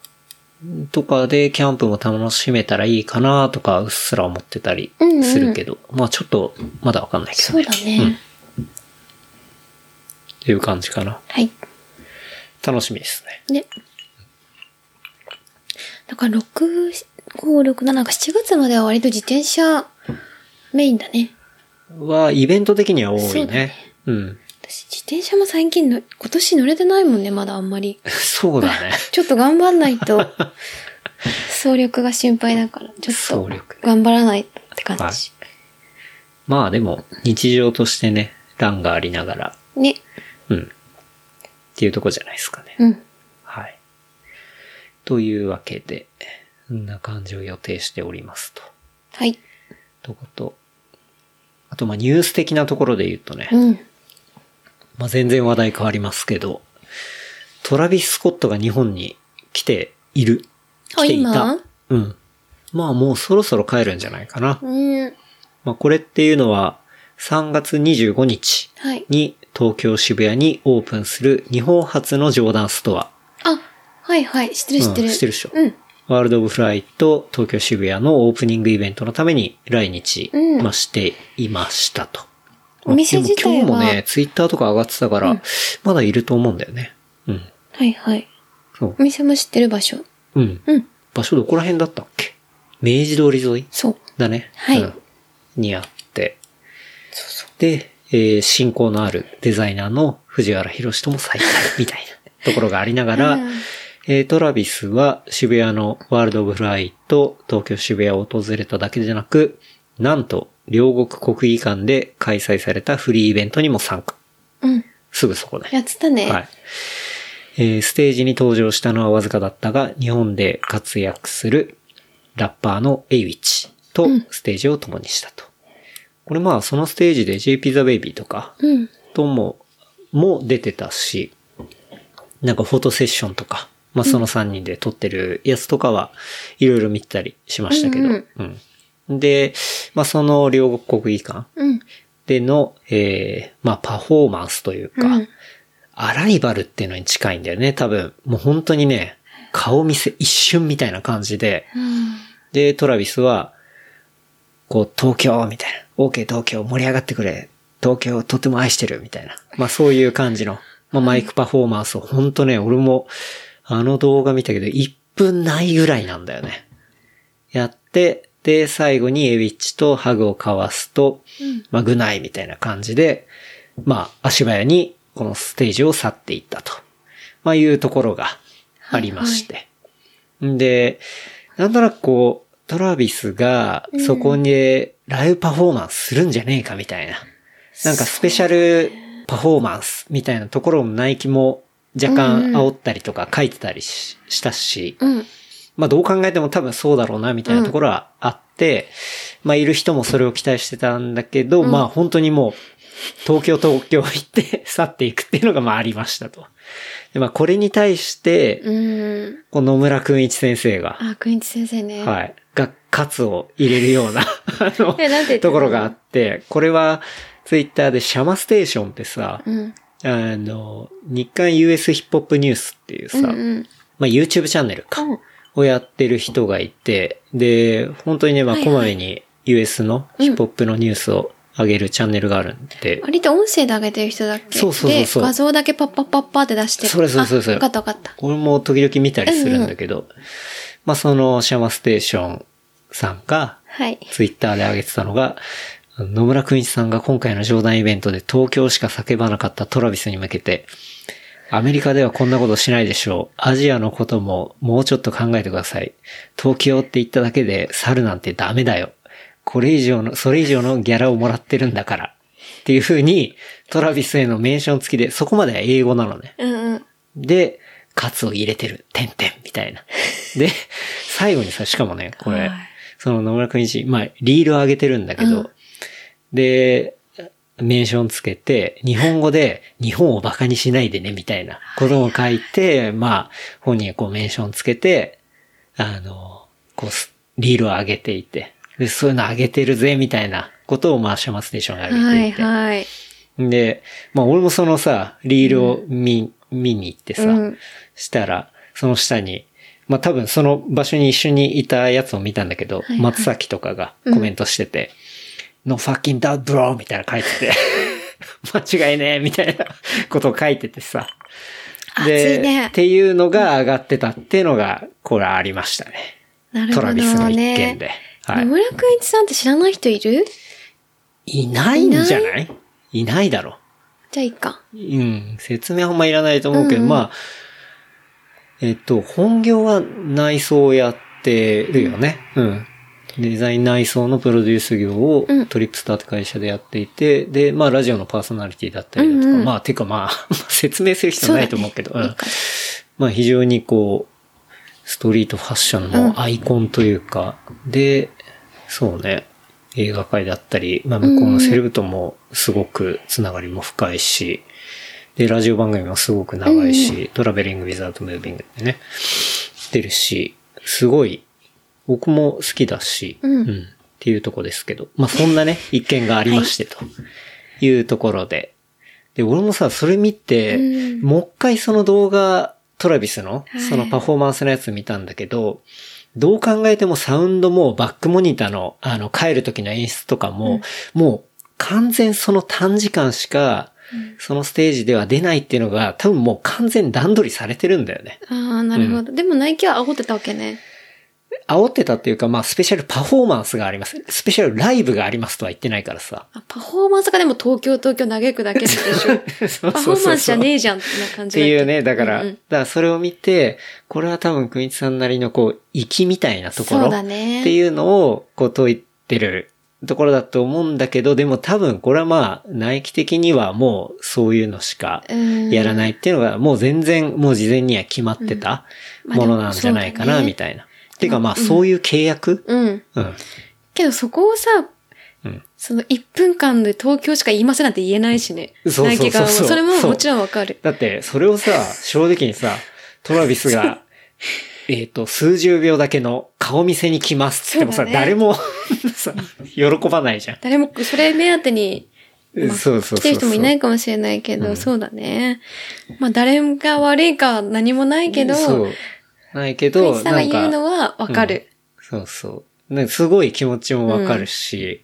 [SPEAKER 2] とかでキャンプも楽しめたらいいかなとかうっすら思ってたりするけど、まあちょっとまだわかんないけど、
[SPEAKER 3] そうだね。
[SPEAKER 2] っていう感じかな。
[SPEAKER 3] はい。
[SPEAKER 2] 楽しみですね。
[SPEAKER 3] ね。だから6、5、6、7、なんか7月までは割と自転車メインだね。
[SPEAKER 2] は、イベント的には多い
[SPEAKER 3] そうだ
[SPEAKER 2] ね
[SPEAKER 3] ね
[SPEAKER 2] うん。
[SPEAKER 3] 私自転車も最近の、今年乗れてないもんね、まだあんまり。
[SPEAKER 2] そうだね。
[SPEAKER 3] ちょっと頑張んないと。総力が心配だから、ちょ
[SPEAKER 2] 総
[SPEAKER 3] っと
[SPEAKER 2] 力。
[SPEAKER 3] 頑張らないとって感
[SPEAKER 2] はい
[SPEAKER 3] じ。
[SPEAKER 2] まあでも、日常としてね、欄がありながら、
[SPEAKER 3] ね。
[SPEAKER 2] うん。っていうとこじゃないですかね。
[SPEAKER 3] うん。
[SPEAKER 2] はい。というわけで、こんな感じを予定しておりますと。
[SPEAKER 3] はい。
[SPEAKER 2] とこと。あと、まあ、ニュース的なところで言うとね、
[SPEAKER 3] うん。
[SPEAKER 2] まあ、全然話題変わりますけど、トラビス・スコットが日本に来ている。
[SPEAKER 3] あ
[SPEAKER 2] 来ていた
[SPEAKER 3] 今。
[SPEAKER 2] うん。まあ、もうそろそろ帰るんじゃないかな。
[SPEAKER 3] うん。
[SPEAKER 2] まあ、これっていうのは、3月25日
[SPEAKER 3] はい。
[SPEAKER 2] に東京渋谷にオープンする日本初のジョーダンストア。
[SPEAKER 3] あ、はいはい。知ってる知ってる。
[SPEAKER 2] うん知ってるでしょ
[SPEAKER 3] うん。
[SPEAKER 2] ワールド・オブ・フライト東京渋谷のオープニングイベントのために来日、
[SPEAKER 3] うん
[SPEAKER 2] まあしていましたと。
[SPEAKER 3] お店自体
[SPEAKER 2] で
[SPEAKER 3] は
[SPEAKER 2] も今日もね、ツイッターとか上がってたから、まだいると思うんだよね。うん。
[SPEAKER 3] はいはい。
[SPEAKER 2] そう
[SPEAKER 3] お。店も知ってる場所。
[SPEAKER 2] うん。
[SPEAKER 3] うん。
[SPEAKER 2] 場所どこら辺だったっけ明治通り沿い
[SPEAKER 3] そう。
[SPEAKER 2] だね。
[SPEAKER 3] はい
[SPEAKER 2] うんにあって。で、えー親交のあるデザイナーの藤原博史とも再会みたいなところがありながら、
[SPEAKER 3] うん
[SPEAKER 2] えートラビスは渋谷のワールドオブフライト、東京渋谷を訪れただけじゃなく、なんと、両国国技館で開催されたフリーイベントにも参加。
[SPEAKER 3] うん。
[SPEAKER 2] すぐそこね。
[SPEAKER 3] やってたね。
[SPEAKER 2] はい。えーステージに登場したのはわずかだったが、日本で活躍するラッパーのエイウィッチとステージを共にしたと。これまあ、そのステージで JP ザ・ベイビーとか
[SPEAKER 3] うん。
[SPEAKER 2] とも、も出てたし、なんかフォトセッションとか、まあその3人で撮ってるやつとかはいろいろ見てたりしましたけど、
[SPEAKER 3] うん
[SPEAKER 2] うんで、まあその両国国技館
[SPEAKER 3] うん。
[SPEAKER 2] での、えーまあパフォーマンスというか、
[SPEAKER 3] うん。
[SPEAKER 2] アライバルっていうのに近いんだよね、多分。もう本当にね、顔見せ一瞬みたいな感じで。
[SPEAKER 3] うん
[SPEAKER 2] で、トラビスは、こう、東京みたいな。OK 東京盛り上がってくれ。東京とても愛してるみたいな。まあそういう感じの、まあ、マイクパフォーマンスを本当ね、俺もあの動画見たけど1分ないぐらいなんだよね。やって、で、最後にエビッチとハグを交わすと、まあグナイみたいな感じで、まあ足早にこのステージを去っていったと。まあいうところがありまして。んで、なんとなくこう、トラビスがそこにライブパフォーマンスするんじゃねえかみたいな。なんかスペシャルパフォーマンスみたいなところもナイキも若干煽ったりとか書いてたりししたし、
[SPEAKER 3] うん。
[SPEAKER 2] まあどう考えても多分そうだろうなみたいなところはあって、まあいる人もそれを期待してたんだけど、まあ本当にもう東京東京行って 去っていくっていうのがまあありましたと。でまあこれに対して、
[SPEAKER 3] うん。
[SPEAKER 2] こう野村くん一先生が、
[SPEAKER 3] あ、クインチ先生ね。
[SPEAKER 2] はい。が、喝を入れるような、あ の
[SPEAKER 3] えなんて言ってたの
[SPEAKER 2] ところがあって、これは、ツイッターでシャマステーションってさ、
[SPEAKER 3] うん。
[SPEAKER 2] あの、日刊 US ヒップホップニュースっていうさ、
[SPEAKER 3] うんうん。
[SPEAKER 2] まあ、YouTube チャンネルか、
[SPEAKER 3] うん
[SPEAKER 2] をやってる人がいて、で、本当にね、まあ、
[SPEAKER 3] はい
[SPEAKER 2] こ
[SPEAKER 3] はい
[SPEAKER 2] まめに US のヒップホップのニュースを上げるチャンネルがあるんで、
[SPEAKER 3] 割と音声で上げてる人だっけ
[SPEAKER 2] そうそうそうそう
[SPEAKER 3] で、画像だけパッパッパッパーって出してる。
[SPEAKER 2] それそれそれそれ
[SPEAKER 3] あわかったわかった。
[SPEAKER 2] 俺も時々見たりするんだけど、まあ、そのシャマステーションさんが、
[SPEAKER 3] はい。
[SPEAKER 2] ツイッターで上げてたのが、野村くんいちさんが今回の冗談イベントで東京しか叫ばなかったトラビスに向けて、アメリカではこんなことしないでしょう。アジアのことももうちょっと考えてください。東京って言っただけで猿なんてダメだよ。これ以上の、それ以上のギャラをもらってるんだから。っていう風に、トラビスへのメンション付きで、そこまでは英語なのね。
[SPEAKER 3] うんうん。
[SPEAKER 2] で、カツを入れてる、てんてん、みたいな。で、最後にさ、しかもね、こ
[SPEAKER 3] は
[SPEAKER 2] れ
[SPEAKER 3] い、
[SPEAKER 2] その野村くん一、まあ、リールを上げてるんだけど、で、メンションつけて、日本語で、日本をバカにしないでね、みたいなことを書いて、まあ、本人がこうメンションつけて、あの、こうす、リールを上げていて、で、そういうの上げてるぜ、みたいなことを、まあ、シャマステーションが上げていて。
[SPEAKER 3] はいはい。
[SPEAKER 2] で、まあ俺もそのさ、リールを見、見に行ってさ、
[SPEAKER 3] うん
[SPEAKER 2] したら、その下に、まあ多分その場所に一緒にいたやつを見たんだけど、
[SPEAKER 3] いはい
[SPEAKER 2] 松崎とかがコメントしてて、No fucking dad bro! みたいなの書いてて、 間違いねえみたいなことを書いててさ。
[SPEAKER 3] 熱いね
[SPEAKER 2] っていうのが上がってたっていうのが、これありましたね。
[SPEAKER 3] なる
[SPEAKER 2] ト
[SPEAKER 3] ほど
[SPEAKER 2] ラ
[SPEAKER 3] ね。
[SPEAKER 2] ビスの一件で。は
[SPEAKER 3] 野
[SPEAKER 2] い。
[SPEAKER 3] 村くんいちさんって知らない人いる
[SPEAKER 2] いないんじゃないいないだろ。
[SPEAKER 3] じゃあいいか。
[SPEAKER 2] うん、説明あんまいらないと思うけど、
[SPEAKER 3] うんうん
[SPEAKER 2] まあ、えっと、本業は内装をやっってるよね。うん。デザイン内装のプロデュース業を
[SPEAKER 3] うん
[SPEAKER 2] トリップスターって会社でやっていて、で、まあラジオのパーソナリティだったりだとか、
[SPEAKER 3] うんうん
[SPEAKER 2] まあてかまあ 説明する必要ないと思うけど、
[SPEAKER 3] そうだね
[SPEAKER 2] うんまあ非常にこう、ストリートファッションのアイコンというか、で、そうね、映画界だったり、まあ向こうのセレブともすごくつながりも深いし、で、ラジオ番組もすごく長いし、トラベリング・ウィザード・ムービングでね、出るし、すごい、僕も好きだし、
[SPEAKER 3] うん
[SPEAKER 2] っていうとこですけど、まあそんなね、一見がありまして、というところで、で、俺もさ、それ見て、
[SPEAKER 3] うん
[SPEAKER 2] もう一回その動画、トラビスの
[SPEAKER 3] はい、
[SPEAKER 2] そのパフォーマンスのやつ見たんだけど、どう考えてもサウンドもバックモニターの、あの、帰る時の演出とかも、もう完全その短時間しか、そのステージでは出ないっていうのが、多分もう完全段取りされてるんだよね。
[SPEAKER 3] ああ、なるほど。でもナイキは煽ってたわけね。
[SPEAKER 2] 煽ってたっていうか、まあ、スペシャルパフォーマンスがあります。スペシャルライブがありますとは言ってないからさ。
[SPEAKER 3] あパフォーマンスがでも東京東京嘆くだけでしょ。
[SPEAKER 2] そうそうそうそう
[SPEAKER 3] パフォーマンスじゃねえじゃんってな感
[SPEAKER 2] っ
[SPEAKER 3] じだ
[SPEAKER 2] て
[SPEAKER 3] けど
[SPEAKER 2] いうね、だから、
[SPEAKER 3] うんう
[SPEAKER 2] だ
[SPEAKER 3] ん
[SPEAKER 2] からそれを見て、これは多分、くみつさんなりの、こう、粋みたいなところ。
[SPEAKER 3] そうだね
[SPEAKER 2] っていうのを、こう、解いてるところだと思うんだけど、でも多分、これはまあ、ナイキ的にはもう、そういうのしか、
[SPEAKER 3] うん
[SPEAKER 2] やらないっていうのが、もう全然、もう事前には決まってた
[SPEAKER 3] うんまあで
[SPEAKER 2] も
[SPEAKER 3] も
[SPEAKER 2] のなんじゃないか
[SPEAKER 3] そう
[SPEAKER 2] な、
[SPEAKER 3] だね
[SPEAKER 2] みたいな。てかまあ、そういう契約
[SPEAKER 3] うん。
[SPEAKER 2] うん。
[SPEAKER 3] けどそこをさ、
[SPEAKER 2] うん
[SPEAKER 3] その1分間で東京しか言いませんなんて言えないしね。
[SPEAKER 2] そうそうそう
[SPEAKER 3] ナイキ側も。
[SPEAKER 2] そう
[SPEAKER 3] それももちろんわかる。
[SPEAKER 2] だって、それをさ、正直にさ、トラビス が、えっと、数十秒だけの顔見せに来ますってもさ、
[SPEAKER 3] そうだね
[SPEAKER 2] 誰もさ、喜ばないじゃん。
[SPEAKER 3] 誰もそれ目当てに、まあ
[SPEAKER 2] そうそうそうそう
[SPEAKER 3] 来てる人もいないかもしれないけど、そうだね。まあ誰が悪いかは何もないけど、
[SPEAKER 2] そう。ないけ
[SPEAKER 3] クリ
[SPEAKER 2] ど、
[SPEAKER 3] スさんが言
[SPEAKER 2] な
[SPEAKER 3] うの
[SPEAKER 2] んか
[SPEAKER 3] はわかる。
[SPEAKER 2] そうそう。なんかすごい気持ちもわかるし、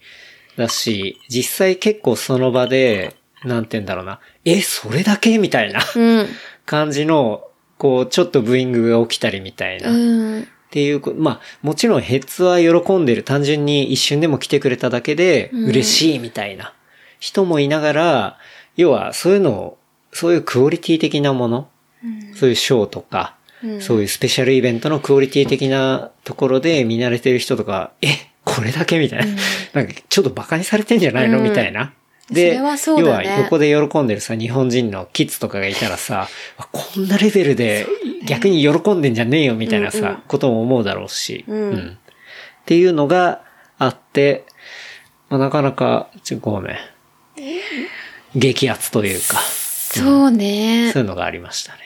[SPEAKER 2] だし、実際結構その場で、なんて言うんだろうな、え、それだけみたいな
[SPEAKER 3] うん。
[SPEAKER 2] 感じの、こう、ちょっとブーイングが起きたりみたいな。
[SPEAKER 3] うん。
[SPEAKER 2] っていうこ、まあ、もちろんヘッズは喜んでる。単純に一瞬でも来てくれただけで、
[SPEAKER 3] うん
[SPEAKER 2] 嬉しいみたいな人もいながら、要はそういうのを、そういうクオリティ的なもの、そういうショーとか、
[SPEAKER 3] うん
[SPEAKER 2] そういうスペシャルイベントのクオリティ的なところで見慣れてる人とか、え、これだけみたいな。なんかちょっと馬鹿にされてんじゃないの、
[SPEAKER 3] うん
[SPEAKER 2] みたいな。
[SPEAKER 3] それはそう
[SPEAKER 2] 要
[SPEAKER 3] だ
[SPEAKER 2] は
[SPEAKER 3] ね
[SPEAKER 2] 横で喜んでるさ、日本人のキッズとかがいたらさ、わこんなレベルで逆に喜んでんじゃねえよみたいなさ、
[SPEAKER 3] うんうん
[SPEAKER 2] ことも思うだろうし、
[SPEAKER 3] うん
[SPEAKER 2] っていうのがあって、まあ、なかなか、ちょこうね、激アツというか、
[SPEAKER 3] そうね
[SPEAKER 2] そう。いうのがありましたね。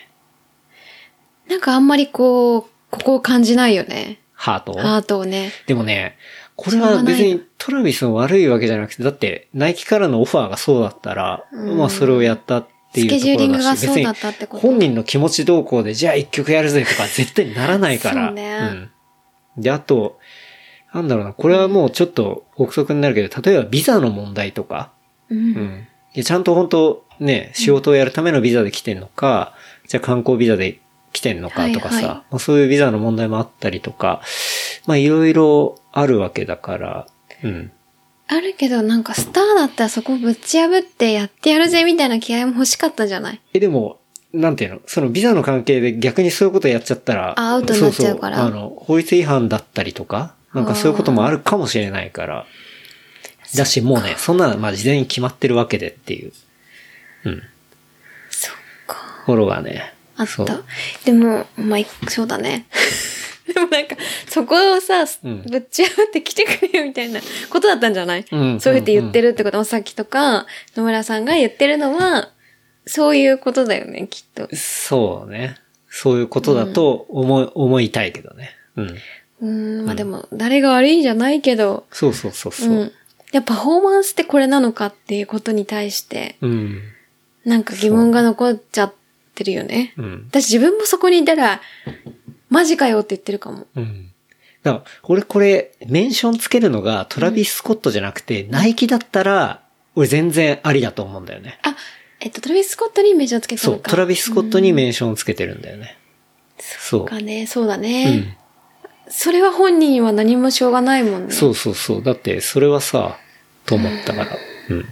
[SPEAKER 3] なんかあんまりこう、ここを感じないよね。
[SPEAKER 2] ハートを
[SPEAKER 3] ハートをね。
[SPEAKER 2] でもね、これは別
[SPEAKER 3] しょうがない
[SPEAKER 2] にトラビスの悪いわけじゃなくて、だってナイキからのオファーがそうだったら、
[SPEAKER 3] うん
[SPEAKER 2] まあそれをやったっていうところだし、
[SPEAKER 3] スケジューリングがそうだったってこと
[SPEAKER 2] 別に本人の気持ち動向で、じゃあ一曲やるぜとか絶対ならないから。
[SPEAKER 3] そうね
[SPEAKER 2] うん。で、あと、なんだろうな、これはもうちょっと憶測になるけど、例えばビザの問題とか、
[SPEAKER 3] う。
[SPEAKER 2] うんん。でちゃんと本当ね、仕事をやるためのビザで来てんのか、じゃあ観光ビザで来てんのかとかさ、
[SPEAKER 3] はいはい
[SPEAKER 2] まあ、そういうビザの問題もあったりとか、まあいろいろあるわけだから、うん。
[SPEAKER 3] あるけど、なんかスターだったらそこぶち破ってやってやるぜみたいな気合も欲しかったんじゃない
[SPEAKER 2] え、でも、なんていうのそのビザの関係で逆にそういうことやっちゃったら、
[SPEAKER 3] あアウトになっちゃうから
[SPEAKER 2] そそあの、法律違反だったりとか、なんかそういうこともあるかもしれないから、だしもうね、そんなのまあ事前に決まってるわけでっていう、うん。
[SPEAKER 3] そっか。
[SPEAKER 2] ところがね、
[SPEAKER 3] あっ
[SPEAKER 2] そう
[SPEAKER 3] た。でも、まあ、いそう だね。でもなんか、そこをさ、
[SPEAKER 2] うん
[SPEAKER 3] ぶっち破って来てくれよみたいなことだったんじゃない、
[SPEAKER 2] うん
[SPEAKER 3] そうやって言ってるってことも、さっきとか、野村さんが言ってるのは、そういうことだよね、きっと。
[SPEAKER 2] そうね。そういうことだと思い、思いたいけどね。うん。
[SPEAKER 3] うーん、まあでも、誰が悪いんじゃないけど、
[SPEAKER 2] そうそうそうそうう。
[SPEAKER 3] ん。やっぱパフォーマンスってこれなのかっていうことに対して、
[SPEAKER 2] うん。
[SPEAKER 3] なんか疑問が残っちゃってるよね。
[SPEAKER 2] うん。
[SPEAKER 3] 私自分もそこにいたら、マジかよって言ってるかも。
[SPEAKER 2] うん。だから、俺これ、メンションつけるのがトラビス・スコットじゃなくて、ナイキだったら、俺全然ありだと思うんだよね。
[SPEAKER 3] あ、えっと、トラビス・スコットにイメージをつけた
[SPEAKER 2] そ
[SPEAKER 3] の
[SPEAKER 2] う、
[SPEAKER 3] か。
[SPEAKER 2] トラビス・スコットにメンションをつけてるんだよね。そう。
[SPEAKER 3] かね、そうだ
[SPEAKER 2] う
[SPEAKER 3] ね
[SPEAKER 2] ん。。
[SPEAKER 3] それは本人は何もしょうがないもんね。
[SPEAKER 2] そうそうそう。だって、それはさ、と思ったから。うん。っ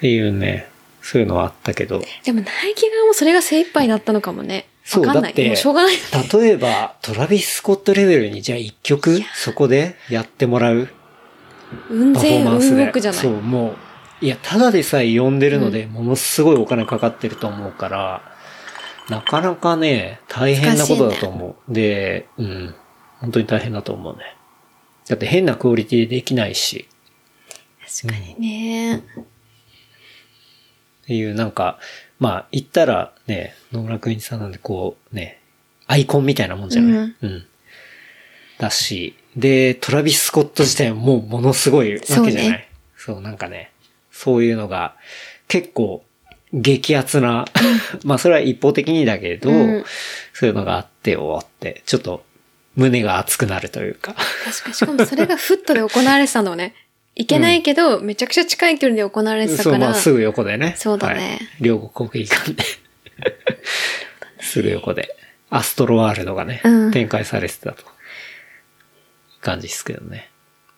[SPEAKER 2] ていうね、そういうのはあったけど。
[SPEAKER 3] でもナイキ側もそれが精一杯だったのかもね。
[SPEAKER 2] そう、
[SPEAKER 3] わか
[SPEAKER 2] だ
[SPEAKER 3] んな
[SPEAKER 2] っ
[SPEAKER 3] い。も
[SPEAKER 2] て
[SPEAKER 3] うし、ょうがない。
[SPEAKER 2] 例えば、トラビス・スコットレベルに、じゃあ一曲、そこでやってもらう
[SPEAKER 3] 運
[SPEAKER 2] パフォー
[SPEAKER 3] 勢、
[SPEAKER 2] マン
[SPEAKER 3] 運
[SPEAKER 2] スで
[SPEAKER 3] 動。くじゃない。
[SPEAKER 2] そうう、もう、いや、ただでさえ呼んでるので、ものすごいお金かかってると思うから、なかなかね、大変なことだと思う。で、うん。本当に大変だと思うね。だって変なクオリティでできないし。確かに。
[SPEAKER 3] ねえ。
[SPEAKER 2] っていう、なんか、まあ、言ったらね、野村くんさんなんでこう、ね、アイコンみたいなもんじゃない、
[SPEAKER 3] うん
[SPEAKER 2] うん。だし、で、トラビス・スコット自体もうものすごいわけじゃない
[SPEAKER 3] そうね
[SPEAKER 2] そう、なんかね、そういうのが結構激アツな、 まあそれは一方的にだけど、
[SPEAKER 3] うん
[SPEAKER 2] そういうのがあって終わって、ちょっと胸が熱くなるというか。
[SPEAKER 3] 確かに、しかもそれがフットで行われてたのね。いけないけど、めちゃくちゃ近い距離で行われてた
[SPEAKER 2] そ
[SPEAKER 3] か
[SPEAKER 2] う、ま
[SPEAKER 3] ら。
[SPEAKER 2] あすぐ横でね。
[SPEAKER 3] そうだね
[SPEAKER 2] 両国国技館 で。すぐ横で。アストロワールドがね、
[SPEAKER 3] うん
[SPEAKER 2] 展開されてたと。感じですけどね。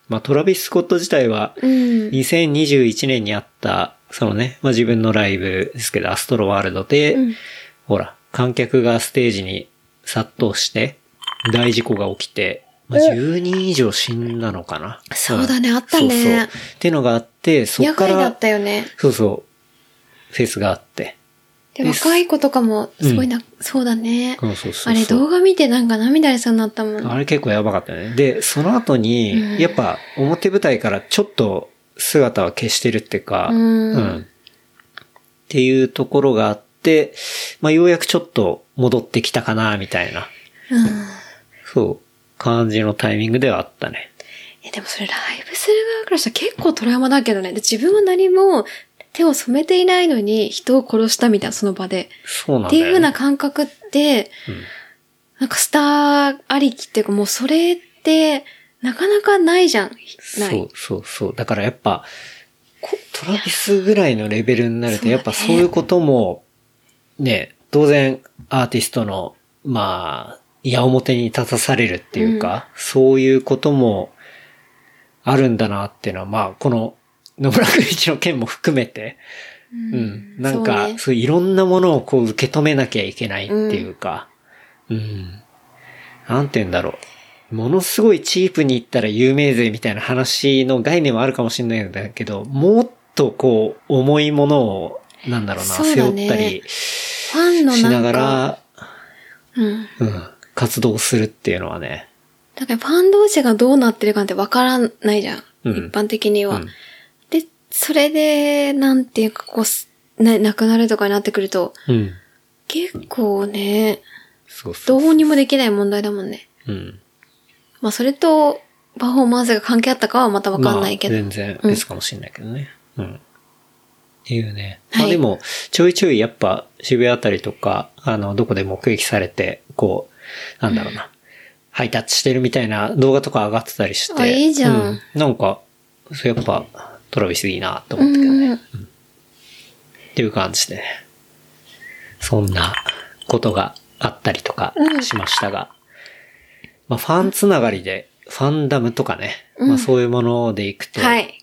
[SPEAKER 2] まあトラビス・スコット自体は、
[SPEAKER 3] うん。
[SPEAKER 2] 2021年にあった、そのね、まあ自分のライブですけど、アストロワールドで、
[SPEAKER 3] うん
[SPEAKER 2] ほら、観客がステージに殺到して、大事故が起きて、まあ、10人以上死んだのかな。
[SPEAKER 3] そうだねあったね
[SPEAKER 2] そうそうってのがあって、そ
[SPEAKER 3] 野
[SPEAKER 2] っか
[SPEAKER 3] 外
[SPEAKER 2] ら、
[SPEAKER 3] だったよね。
[SPEAKER 2] そうそう。フェスがあって。
[SPEAKER 3] で、
[SPEAKER 2] です
[SPEAKER 3] 若い子とかも、すごいな、そうだね。
[SPEAKER 2] そうそうそうそう
[SPEAKER 3] あれ動画見てなんか涙出そうになったもん。
[SPEAKER 2] あれ結構やばかったよね。で、その後に、やっぱ表舞台からちょっと姿は消してるっていうか、
[SPEAKER 3] うん
[SPEAKER 2] っていうところがあって、まあようやくちょっと戻ってきたかな、みたいな。
[SPEAKER 3] うん。
[SPEAKER 2] そう。感じのタイミングではあったね。
[SPEAKER 3] え、でもそれライブする側からしたら結構トラウマだけどね。で自分は何も手を染めていないのに人を殺したみたいな、その場で。
[SPEAKER 2] そうな
[SPEAKER 3] っ
[SPEAKER 2] んだ
[SPEAKER 3] ていう風
[SPEAKER 2] よ、
[SPEAKER 3] な
[SPEAKER 2] ね。
[SPEAKER 3] 感覚って、なんかスターありきっていうかもうそれって、なかなかないじゃん。な
[SPEAKER 2] そう
[SPEAKER 3] い。
[SPEAKER 2] そうそう。だからやっぱ、こトラビスぐらいのレベルになると、
[SPEAKER 3] いや
[SPEAKER 2] やっぱそういうことも、ね、当然アーティストの、まあ、矢面に立たされるっていうか、そういうこともあるんだなっていうのは、まあ、この野村くん一の件も含めて、
[SPEAKER 3] うん
[SPEAKER 2] うん。なんか、
[SPEAKER 3] そう
[SPEAKER 2] そう,、
[SPEAKER 3] ね
[SPEAKER 2] いろんなものをこう受け止めなきゃいけないっていうか、うん。なんて言うんだろう。ものすごいチープに行ったら有名税みたいな話の概念はあるかもしれないんだけど、もっとこう、重いものを、なんだろうな、
[SPEAKER 3] そう
[SPEAKER 2] 背
[SPEAKER 3] だ
[SPEAKER 2] 負
[SPEAKER 3] ね
[SPEAKER 2] ったり
[SPEAKER 3] ファンの
[SPEAKER 2] し
[SPEAKER 3] な
[SPEAKER 2] なんが、
[SPEAKER 3] からうん。
[SPEAKER 2] うん、活動するっていうのはね、
[SPEAKER 3] だからファン同士がどうなってるかってわからないじゃん。
[SPEAKER 2] うん
[SPEAKER 3] 一般的には。
[SPEAKER 2] うん
[SPEAKER 3] で、それで、なんていうか、こうす、な、亡くなるとかになってくると、
[SPEAKER 2] うん。
[SPEAKER 3] 結構ね、
[SPEAKER 2] そうそ
[SPEAKER 3] ど
[SPEAKER 2] う。
[SPEAKER 3] うにもできない問題だもんね。
[SPEAKER 2] うん。
[SPEAKER 3] まあ、それと、パフォーマンスが関係あったかはまたわかんないけど。
[SPEAKER 2] まあ、全然別かもしれないけどね。うん。っていうね。ま
[SPEAKER 3] は
[SPEAKER 2] あ
[SPEAKER 3] い
[SPEAKER 2] でも、ちょいちょいやっぱ渋谷あたりとか、あの、どこで目撃されて、こう、なんだろうな、ハイタッチしてるみたいな動画とか上がってたりして。
[SPEAKER 3] あいいじゃん
[SPEAKER 2] うなんか、そうやっぱ、トラビスいいなと
[SPEAKER 3] う
[SPEAKER 2] 思って、
[SPEAKER 3] ん。
[SPEAKER 2] っていう感じでね。そんなことがあったりとかしましたが。まあ、ファンつながりで、ファンダムとかね。まあ、そういうものでいくと、
[SPEAKER 3] はい。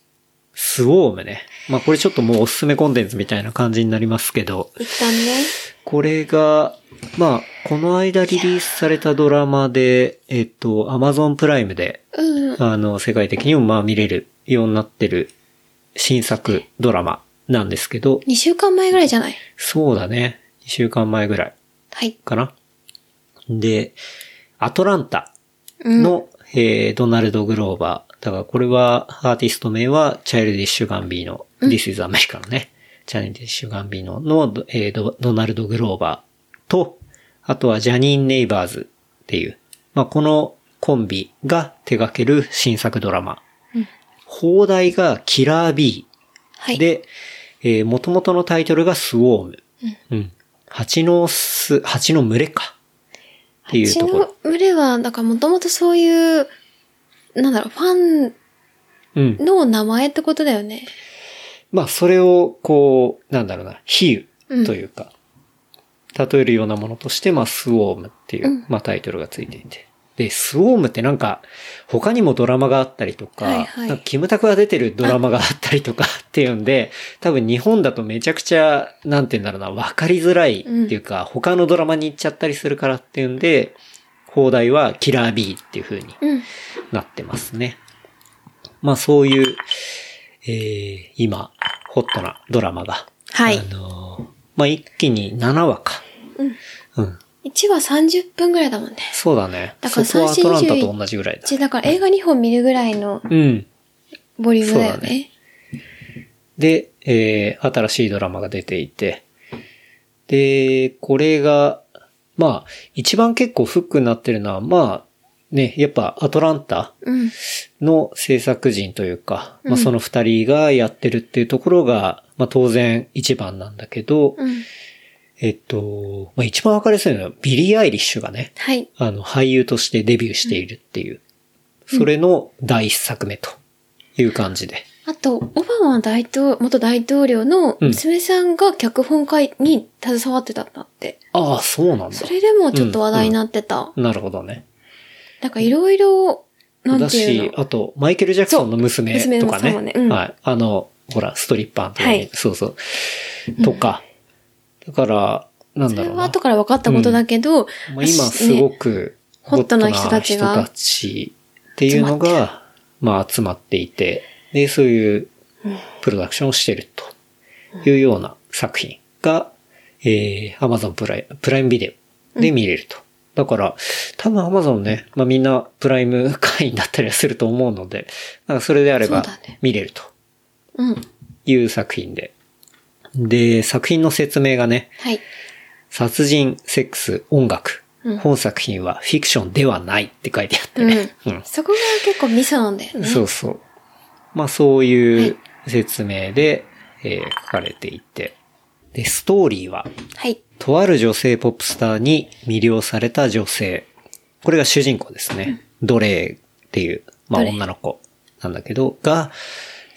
[SPEAKER 2] スウォームね。まあこれちょっともうおすすめコンテンツみたいな感じになりますけど、
[SPEAKER 3] 一旦ね。
[SPEAKER 2] これが、まあこの間リリースされたドラマで、えっと、Amazon プライムで、
[SPEAKER 3] うん。
[SPEAKER 2] あの、世界的にもまあ見れるようになってる新作ドラマなんですけど、
[SPEAKER 3] 二週間前ぐらいじゃない
[SPEAKER 2] そうだね。2週間前ぐらい
[SPEAKER 3] はい。
[SPEAKER 2] かな。で、アトランタ
[SPEAKER 3] うん。
[SPEAKER 2] の、えードナルド・グローバー。だからこれは、アーティスト名は、チャイルディッシュ・ガンビーノ、This is America のね、チャイルディッシュ・ガンビーノの、えードドナルド・グローバーと、あとはジャニーン・ネイバーズっていう、まあ、このコンビが手掛ける新作ドラマ。放題がキラー・ビー。
[SPEAKER 3] はい。
[SPEAKER 2] で、えー元々のタイトルがスウォーム。うん。蜂の巣、蜂の群れか。っていう
[SPEAKER 3] うち
[SPEAKER 2] ところ
[SPEAKER 3] の。群れは、だからもともとそういう、なんだろう、ファン
[SPEAKER 2] うん。
[SPEAKER 3] の名前ってことだよね。
[SPEAKER 2] まあ、それを、こう、なんだろうな、比喩というか、例えるようなものとして、まあ、スウォームっていう、まあ、タイトルがついていて。で、スウォームってなんか、他にもドラマがあったりとか、
[SPEAKER 3] はいはい
[SPEAKER 2] なんかキムタクが出てるドラマがあったりとかっていうんで、多分日本だとめちゃくちゃ、なんて言うんだろうな、わかりづらいっていうか、他のドラマに行っちゃったりするからっていうんで、放題はキラー B っていう風に
[SPEAKER 3] うん。
[SPEAKER 2] なってますね。まあそういう、えー、今、ホットなドラマが。
[SPEAKER 3] はい
[SPEAKER 2] あのーまあ一気に7話か。うん。
[SPEAKER 3] 1話30分ぐらいだもんね。
[SPEAKER 2] そうだね。
[SPEAKER 3] だから
[SPEAKER 2] そこはアトランタ
[SPEAKER 3] 321
[SPEAKER 2] と同じぐらいだ。
[SPEAKER 3] ちだから映画2本見るぐらいの
[SPEAKER 2] うん。
[SPEAKER 3] ボリュームだよ
[SPEAKER 2] そうだ
[SPEAKER 3] ね。
[SPEAKER 2] で、えー、新しいドラマが出ていて。で、これが、まあ、一番結構フックになってるのは、まあ、ね、やっぱアトランタ
[SPEAKER 3] うん。
[SPEAKER 2] の制作人というか、まあその二人がやってるっていうところが、まあ当然一番なんだけど、
[SPEAKER 3] うん。
[SPEAKER 2] えっと、まあ一番わかりやすいのはビリー・アイリッシュがね、
[SPEAKER 3] はい。
[SPEAKER 2] あの俳優としてデビューしているっていう、それの第一作目という感じで。
[SPEAKER 3] あと、オバマ大統元大統領の娘さんが脚本会に携わってたんだって。
[SPEAKER 2] ああ、そうなんだ。
[SPEAKER 3] それでもちょっと話題になってた。
[SPEAKER 2] なるほどね。
[SPEAKER 3] なんかいろいろ、なん
[SPEAKER 2] だ
[SPEAKER 3] ていう
[SPEAKER 2] し、
[SPEAKER 3] の。
[SPEAKER 2] あと、マイケル・ジャクソンの娘
[SPEAKER 3] そう
[SPEAKER 2] とか
[SPEAKER 3] 娘の
[SPEAKER 2] ね。
[SPEAKER 3] さんもねうん
[SPEAKER 2] はい。あの、ほら、ストリッパーとか、
[SPEAKER 3] はい
[SPEAKER 2] そうそう。とか。だから、なん
[SPEAKER 3] そ
[SPEAKER 2] だ
[SPEAKER 3] れ
[SPEAKER 2] ろう
[SPEAKER 3] は
[SPEAKER 2] な。
[SPEAKER 3] 後から分かったことだけど、
[SPEAKER 2] まあ、今すご
[SPEAKER 3] ね
[SPEAKER 2] く、
[SPEAKER 3] ホットな人たちが
[SPEAKER 2] ホットな人たちっていうのが、まあ集まっていて、で、そういうプロダクションをしてるというような作品が、えー、Amazon プライプライムビデオで見れると。だから、多分 Amazon ね、まあみんなプライム会員だったりはすると思うので、なんかそれであれば
[SPEAKER 3] そうだね
[SPEAKER 2] 見れると
[SPEAKER 3] うん。
[SPEAKER 2] いう作品で。で、作品の説明がね、
[SPEAKER 3] はい。
[SPEAKER 2] 殺人、セックス、音楽。
[SPEAKER 3] うん
[SPEAKER 2] 本作品はフィクションではないって書いてあってね。
[SPEAKER 3] うん。そこが結構ミソなんだよ
[SPEAKER 2] うん
[SPEAKER 3] ね。
[SPEAKER 2] そうそう。まあそうい
[SPEAKER 3] は
[SPEAKER 2] う説明で、えー書かれていて。で、ストーリーは、
[SPEAKER 3] はい。
[SPEAKER 2] とある女性ポップスターに魅了された女性。これが主人公ですね。奴隷っていう、まあ
[SPEAKER 3] 奴隷
[SPEAKER 2] 女の子なんだけど、が、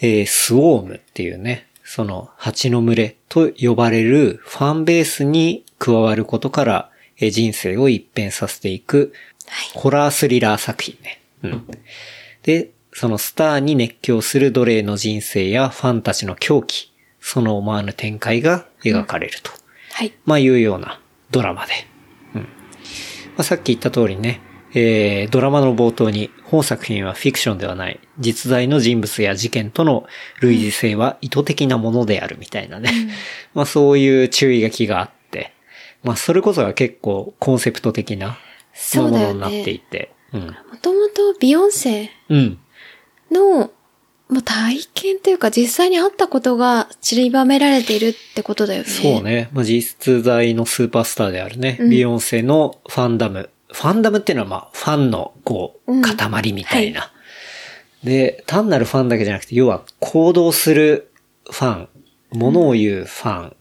[SPEAKER 2] えースウォームっていうね、その蜂の群れと呼ばれるファンベースに加わることから、えー人生を一変させていく、ホラースリラー作品ね。うん。で、そのスターに熱狂する奴隷の人生やファンたちの狂気、その思わぬ展開が描かれると。
[SPEAKER 3] はい。
[SPEAKER 2] まあいうようなドラマで。うん。まあさっき言った通りね、えー、ドラマの冒頭に本作品はフィクションではない、実在の人物や事件との類似性は意図的なものであるみたいなね。 まあそういう注意書きがあって、まあそれこそが結構コンセプト的なま
[SPEAKER 3] そ
[SPEAKER 2] あ
[SPEAKER 3] う
[SPEAKER 2] も
[SPEAKER 3] だ
[SPEAKER 2] の
[SPEAKER 3] よ
[SPEAKER 2] になってい
[SPEAKER 3] ね。
[SPEAKER 2] て。
[SPEAKER 3] もともとビヨンセ
[SPEAKER 2] うん。うん。
[SPEAKER 3] の、まあ、体験というか実際にあったことが散りばめられているってことだよね。
[SPEAKER 2] そう。ね。まあ、実在のスーパースターであるね、
[SPEAKER 3] うん
[SPEAKER 2] ビヨンセのファンダム。ファンダムっていうのはまあ、ファンのこ
[SPEAKER 3] う
[SPEAKER 2] う、
[SPEAKER 3] ん
[SPEAKER 2] 塊みたいな、で、単なるファンだけじゃなくて、要は行動するファン、ものを言うファ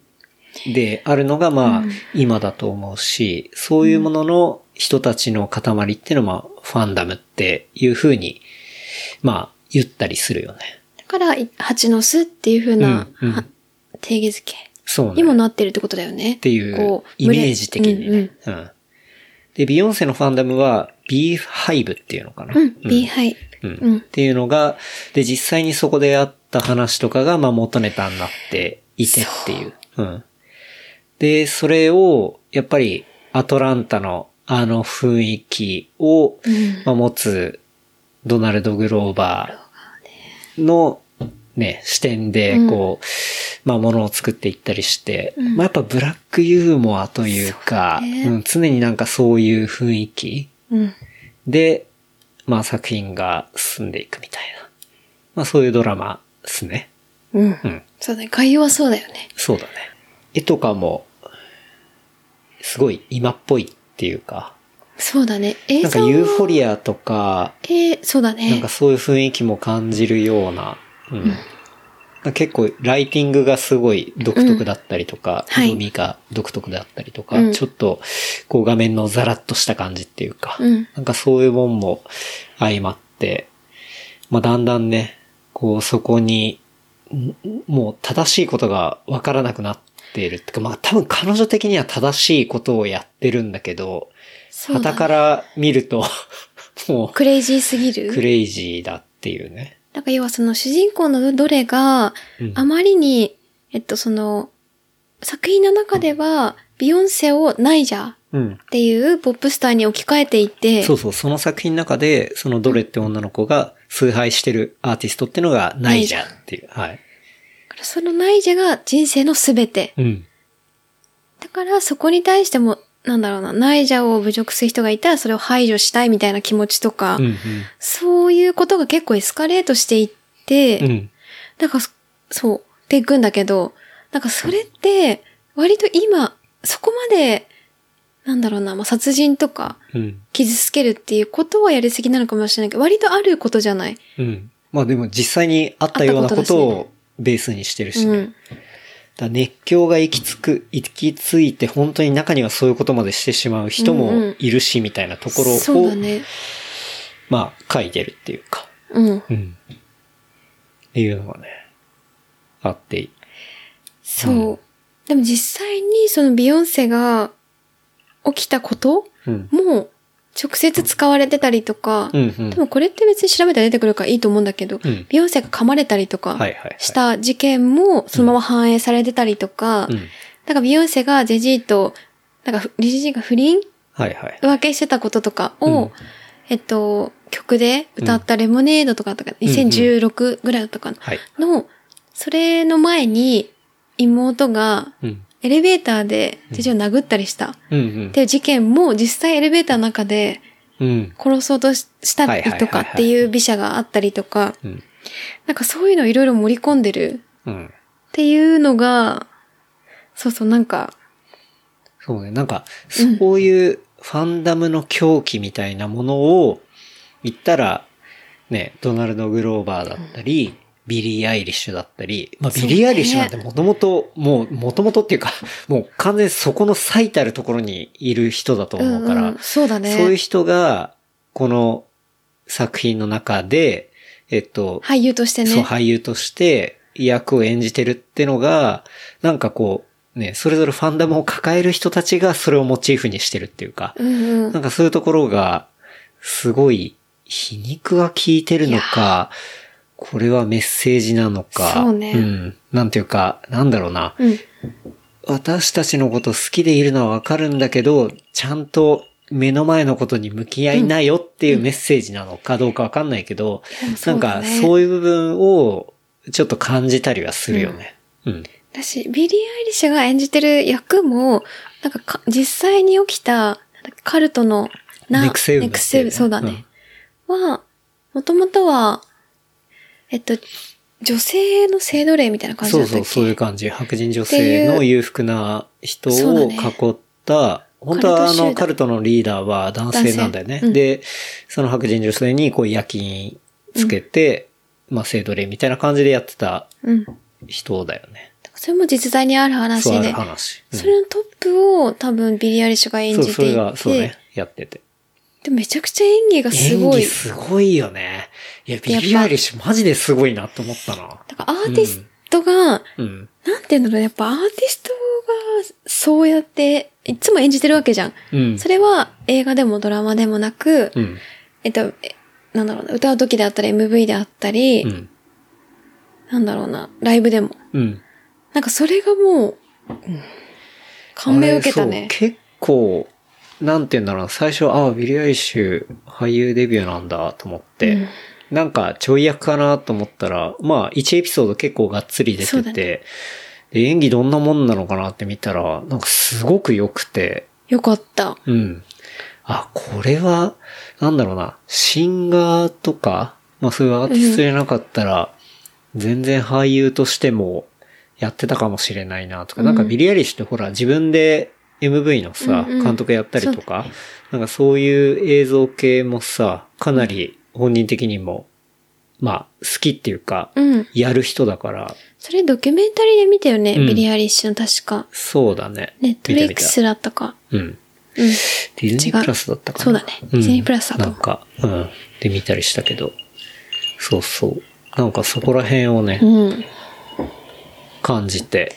[SPEAKER 2] ンであるのがまあ、今だと思うし、そういうものの人たちの塊っていうのはまあ、ファンダムっていうふうに、まあ、言ったりするよね。
[SPEAKER 3] だから、い蜂の巣っていう風な、
[SPEAKER 2] うんうん
[SPEAKER 3] は定義づけ
[SPEAKER 2] そう
[SPEAKER 3] に
[SPEAKER 2] ね。
[SPEAKER 3] もなってるってことだよね。っ
[SPEAKER 2] っていうイメージ的にね。
[SPEAKER 3] うんうん
[SPEAKER 2] うんで、ビヨンセのファンダムは B ハイブっていうのかな。
[SPEAKER 3] うん、ビーハイ。
[SPEAKER 2] うん
[SPEAKER 3] うん
[SPEAKER 2] っていうのが、で、実際にそこであった話とかが、まあ、元ネタになっていてっていう。うん。で、それを、やっぱり、アトランタのあの雰囲気を、まあ、持つ、ドナルド・グローバーの、ね、視点で、こう、まあ、ものを作っていったりして、まあ、やっぱブラックユーモアというか、
[SPEAKER 3] そうね
[SPEAKER 2] うん、常になんかそういう雰囲気
[SPEAKER 3] うん。
[SPEAKER 2] で、まあ作品が進んでいくみたいな。まあそういうドラマですね。
[SPEAKER 3] うん。
[SPEAKER 2] うん。
[SPEAKER 3] そうだね。概要はそうだよね。
[SPEAKER 2] そうだね。絵とかも、すごい今っぽいっていうか、
[SPEAKER 3] そうだね。映
[SPEAKER 2] なんか
[SPEAKER 3] 像は
[SPEAKER 2] ユーフォリアとか、
[SPEAKER 3] えーそうだね。
[SPEAKER 2] なんかそういう雰囲気も感じるような、うん。結構ライティングがすごい独特だったりとか、
[SPEAKER 3] うんはい
[SPEAKER 2] 色味が独特だったりとか、
[SPEAKER 3] うん
[SPEAKER 2] ちょっとこう画面のザラッとした感じっていうか、
[SPEAKER 3] うん
[SPEAKER 2] なんかそういうもんも相まって、まあだんだんね、こうそこに、んもう正しいことがわからなくなっているっていうか、まあ多分彼女的には正しいことをやってるんだけど、
[SPEAKER 3] そう
[SPEAKER 2] 旗
[SPEAKER 3] だね
[SPEAKER 2] から見ると、も
[SPEAKER 3] クレイジーすぎ
[SPEAKER 2] う、ク
[SPEAKER 3] る。
[SPEAKER 2] レイジーだっていうね。
[SPEAKER 3] なんか要はその主人公のどれが
[SPEAKER 2] うん、
[SPEAKER 3] あまりに、えっとその、作品の中では、ビヨンセをナイジャーっ
[SPEAKER 2] うん。
[SPEAKER 3] ていうポップスターに置き換えていて、
[SPEAKER 2] そうそう、その作品の中で、そのドレって女の子が崇拝してるアーティストってのがナイジャーっていう。はい。
[SPEAKER 3] そのナイジャが人生のすべて。
[SPEAKER 2] うん。
[SPEAKER 3] だからそこに対しても、なんだろうな、ナイジャを侮辱する人がいたらそれを排除したいみたいな気持ちとか、
[SPEAKER 2] うんうん。
[SPEAKER 3] そういうことが結構エスカレートしていって、
[SPEAKER 2] うん。
[SPEAKER 3] なんかそ、そう、っていくんだけど、なんかそれって、割と今、そこまで、なんだろうな、まあ、殺人とか、
[SPEAKER 2] うん。
[SPEAKER 3] 傷つけるっていうことはやりすぎなのかもしれないけど、割とあることじゃない。
[SPEAKER 2] うん。まあでも実際にあったようなことをベースにしてるし
[SPEAKER 3] う
[SPEAKER 2] ね。
[SPEAKER 3] ん。
[SPEAKER 2] だから熱狂が行き着く、行き着いて本当に中にはそういうことまでしてしまう人
[SPEAKER 3] うんう
[SPEAKER 2] も
[SPEAKER 3] ん
[SPEAKER 2] いるし、みたいなところを、
[SPEAKER 3] そうだね。
[SPEAKER 2] まあ書いてるっていうか。
[SPEAKER 3] うん。
[SPEAKER 2] うん。っていうのがね、あっていい。
[SPEAKER 3] そう。
[SPEAKER 2] うん
[SPEAKER 3] でも実際にそのビヨンセが起きたこと
[SPEAKER 2] うん。
[SPEAKER 3] も直接使われてたりとか、
[SPEAKER 2] うんうん
[SPEAKER 3] で。もこれって別に調べたら出てくるからいいと思うんだけど、
[SPEAKER 2] うん
[SPEAKER 3] ビヨンセが噛まれたりと
[SPEAKER 2] は
[SPEAKER 3] か
[SPEAKER 2] いはいはい
[SPEAKER 3] した事件もそのまま反映されてたりとか、
[SPEAKER 2] うん。
[SPEAKER 3] なんかビヨンセがジェジーと、なんかふジェジーが不倫
[SPEAKER 2] はいはい。
[SPEAKER 3] 浮気してたこととか
[SPEAKER 2] う
[SPEAKER 3] を、
[SPEAKER 2] ん
[SPEAKER 3] えっと、曲で歌ったレモネードとかとか、
[SPEAKER 2] んうん
[SPEAKER 3] 2016ぐらいだったかな、
[SPEAKER 2] はい。
[SPEAKER 3] の、それの前に妹が
[SPEAKER 2] うん。
[SPEAKER 3] エレベーターでジェジーを殴ったりした。
[SPEAKER 2] うん
[SPEAKER 3] っ。ていう事件も実際エレベーターの中で
[SPEAKER 2] うん。うん。
[SPEAKER 3] 殺そうとししたりとか
[SPEAKER 2] はいはいはいはい
[SPEAKER 3] っていう美写があったりとか、
[SPEAKER 2] うん。
[SPEAKER 3] なんかそういうのをいろいろ盛り込んでる
[SPEAKER 2] うん。
[SPEAKER 3] っていうのが、そうそうなんか、
[SPEAKER 2] そうね。なんか、そういうファンダムの狂気みたいなものを言ったら、ね、ドナルド・グローバーだったり、ビリー・アイリッシュだったり、まあ、
[SPEAKER 3] そう
[SPEAKER 2] ビ
[SPEAKER 3] ね
[SPEAKER 2] リー・アイリッシュなんてもともと、もう、もともとっていうか、もう完全にそこの最たるところにいる人だと思うから、
[SPEAKER 3] んん、そうだね。
[SPEAKER 2] そういう人が、この作品の中で、えっと、
[SPEAKER 3] 俳優として
[SPEAKER 2] そう、
[SPEAKER 3] ね。
[SPEAKER 2] 俳優として役を演じてるってのが、なんかこう、ね、それぞれファンダムを抱える人たちがそれをモチーフにしてるっていうか、
[SPEAKER 3] うんう。
[SPEAKER 2] なんんかそういうところが、すごい、皮肉が効いてるのか、これはメッセージなのか、
[SPEAKER 3] そうね
[SPEAKER 2] ん。なんていうか、なんだろうな。
[SPEAKER 3] うん。
[SPEAKER 2] 私たちのこと好きでいるのはわかるんだけど、ちゃんと目の前のことに向き合いなよっていうメッセージなのかどうかわかんないけど、
[SPEAKER 3] でもそ
[SPEAKER 2] な
[SPEAKER 3] うんだ
[SPEAKER 2] か
[SPEAKER 3] ね
[SPEAKER 2] そういう部分をちょっと感じたりはするよね。うん。
[SPEAKER 3] だし、ビリー・アイリッシュが演じてる役も、なんかか実際に起きた、なんだっけカルトの、な、
[SPEAKER 2] ネクセウム
[SPEAKER 3] ネクセウムそうだね。は、もともとは、えっと、女性の性奴隷みたいな感じ
[SPEAKER 2] そ
[SPEAKER 3] だ
[SPEAKER 2] う
[SPEAKER 3] っ
[SPEAKER 2] そ
[SPEAKER 3] たっけ
[SPEAKER 2] う、そういう感じ。白人女性
[SPEAKER 3] って
[SPEAKER 2] の
[SPEAKER 3] い
[SPEAKER 2] 裕福な人
[SPEAKER 3] そうだ
[SPEAKER 2] を囲
[SPEAKER 3] ね
[SPEAKER 2] った、本当はあ
[SPEAKER 3] カルト集
[SPEAKER 2] の、
[SPEAKER 3] 団
[SPEAKER 2] カルトのリーダーは男性なんだよね
[SPEAKER 3] 男性う。ん
[SPEAKER 2] で、その白人女性にこう夜勤つけて、まあ、性奴隷みたいな感じでやってた
[SPEAKER 3] うん。だか
[SPEAKER 2] 人だよね。
[SPEAKER 3] らそれも実在にある話
[SPEAKER 2] そうある
[SPEAKER 3] で。
[SPEAKER 2] 話。うん
[SPEAKER 3] それのトップを多分ビリー・アイリッシュが演
[SPEAKER 2] そう、
[SPEAKER 3] じ
[SPEAKER 2] そ
[SPEAKER 3] て
[SPEAKER 2] れ
[SPEAKER 3] い
[SPEAKER 2] が、そう
[SPEAKER 3] て
[SPEAKER 2] ね、、やってて。
[SPEAKER 3] でめちゃくちゃ演技がす
[SPEAKER 2] 演
[SPEAKER 3] ご
[SPEAKER 2] 技
[SPEAKER 3] い。
[SPEAKER 2] すごいよね。いや、ビリー・アイリッシュマジですごいなと思ったな。
[SPEAKER 3] だからアーティストが、
[SPEAKER 2] うん。
[SPEAKER 3] なんていうんだろう、やっぱアーティストがそうやって、いつも演じてるわけじゃん。
[SPEAKER 2] うん。
[SPEAKER 3] それは映画でもドラマでもなく、
[SPEAKER 2] うん。
[SPEAKER 3] えっと、えなんだろうな、歌う時であったり、MV であったり、
[SPEAKER 2] うん。
[SPEAKER 3] なんだろうな、ライブでも。
[SPEAKER 2] うん。
[SPEAKER 3] なんかそれがもう、うん感銘を受けた
[SPEAKER 2] あれ
[SPEAKER 3] ね。
[SPEAKER 2] そう結構、なんて言うんだろうな、最初、ああ、ビリー・アイリッシュ俳優デビューなんだと思って、
[SPEAKER 3] うん
[SPEAKER 2] なんかちょい役かなと思ったら、まあ、1エピソード結構がっつり出て
[SPEAKER 3] そうだ
[SPEAKER 2] て、
[SPEAKER 3] ね
[SPEAKER 2] で演技どんなもんなのかなって見たら、なんかすごく良くて、
[SPEAKER 3] よかった。
[SPEAKER 2] うん。あ、これは、なんだろうな、シンガーとか、まあそういうアーティストじゃなかったら、全然俳優としてもやってたかもしれないなとか、
[SPEAKER 3] うん
[SPEAKER 2] なんかビリーアイリッシュってほら自分で MV のさ、
[SPEAKER 3] うんうん
[SPEAKER 2] 監督やったりとか、なんかそういう映像系もさ、かなり本人的にも、まあ好きっていうか、
[SPEAKER 3] うん。
[SPEAKER 2] やる人だから、
[SPEAKER 3] それドキュメンタリーで見たよね、
[SPEAKER 2] うん
[SPEAKER 3] ビリー・アイリッシュの確か。
[SPEAKER 2] そうだね。
[SPEAKER 3] ネットフリックス
[SPEAKER 2] 見
[SPEAKER 3] だったか。
[SPEAKER 2] てみた。うん。
[SPEAKER 3] うん。
[SPEAKER 2] ディズニープラスだったかな。
[SPEAKER 3] そうだねディズニープラスだと
[SPEAKER 2] なんか、うん。で見たりしたけど。そうそう。なんかそこら辺をね、
[SPEAKER 3] うん。
[SPEAKER 2] 感じて。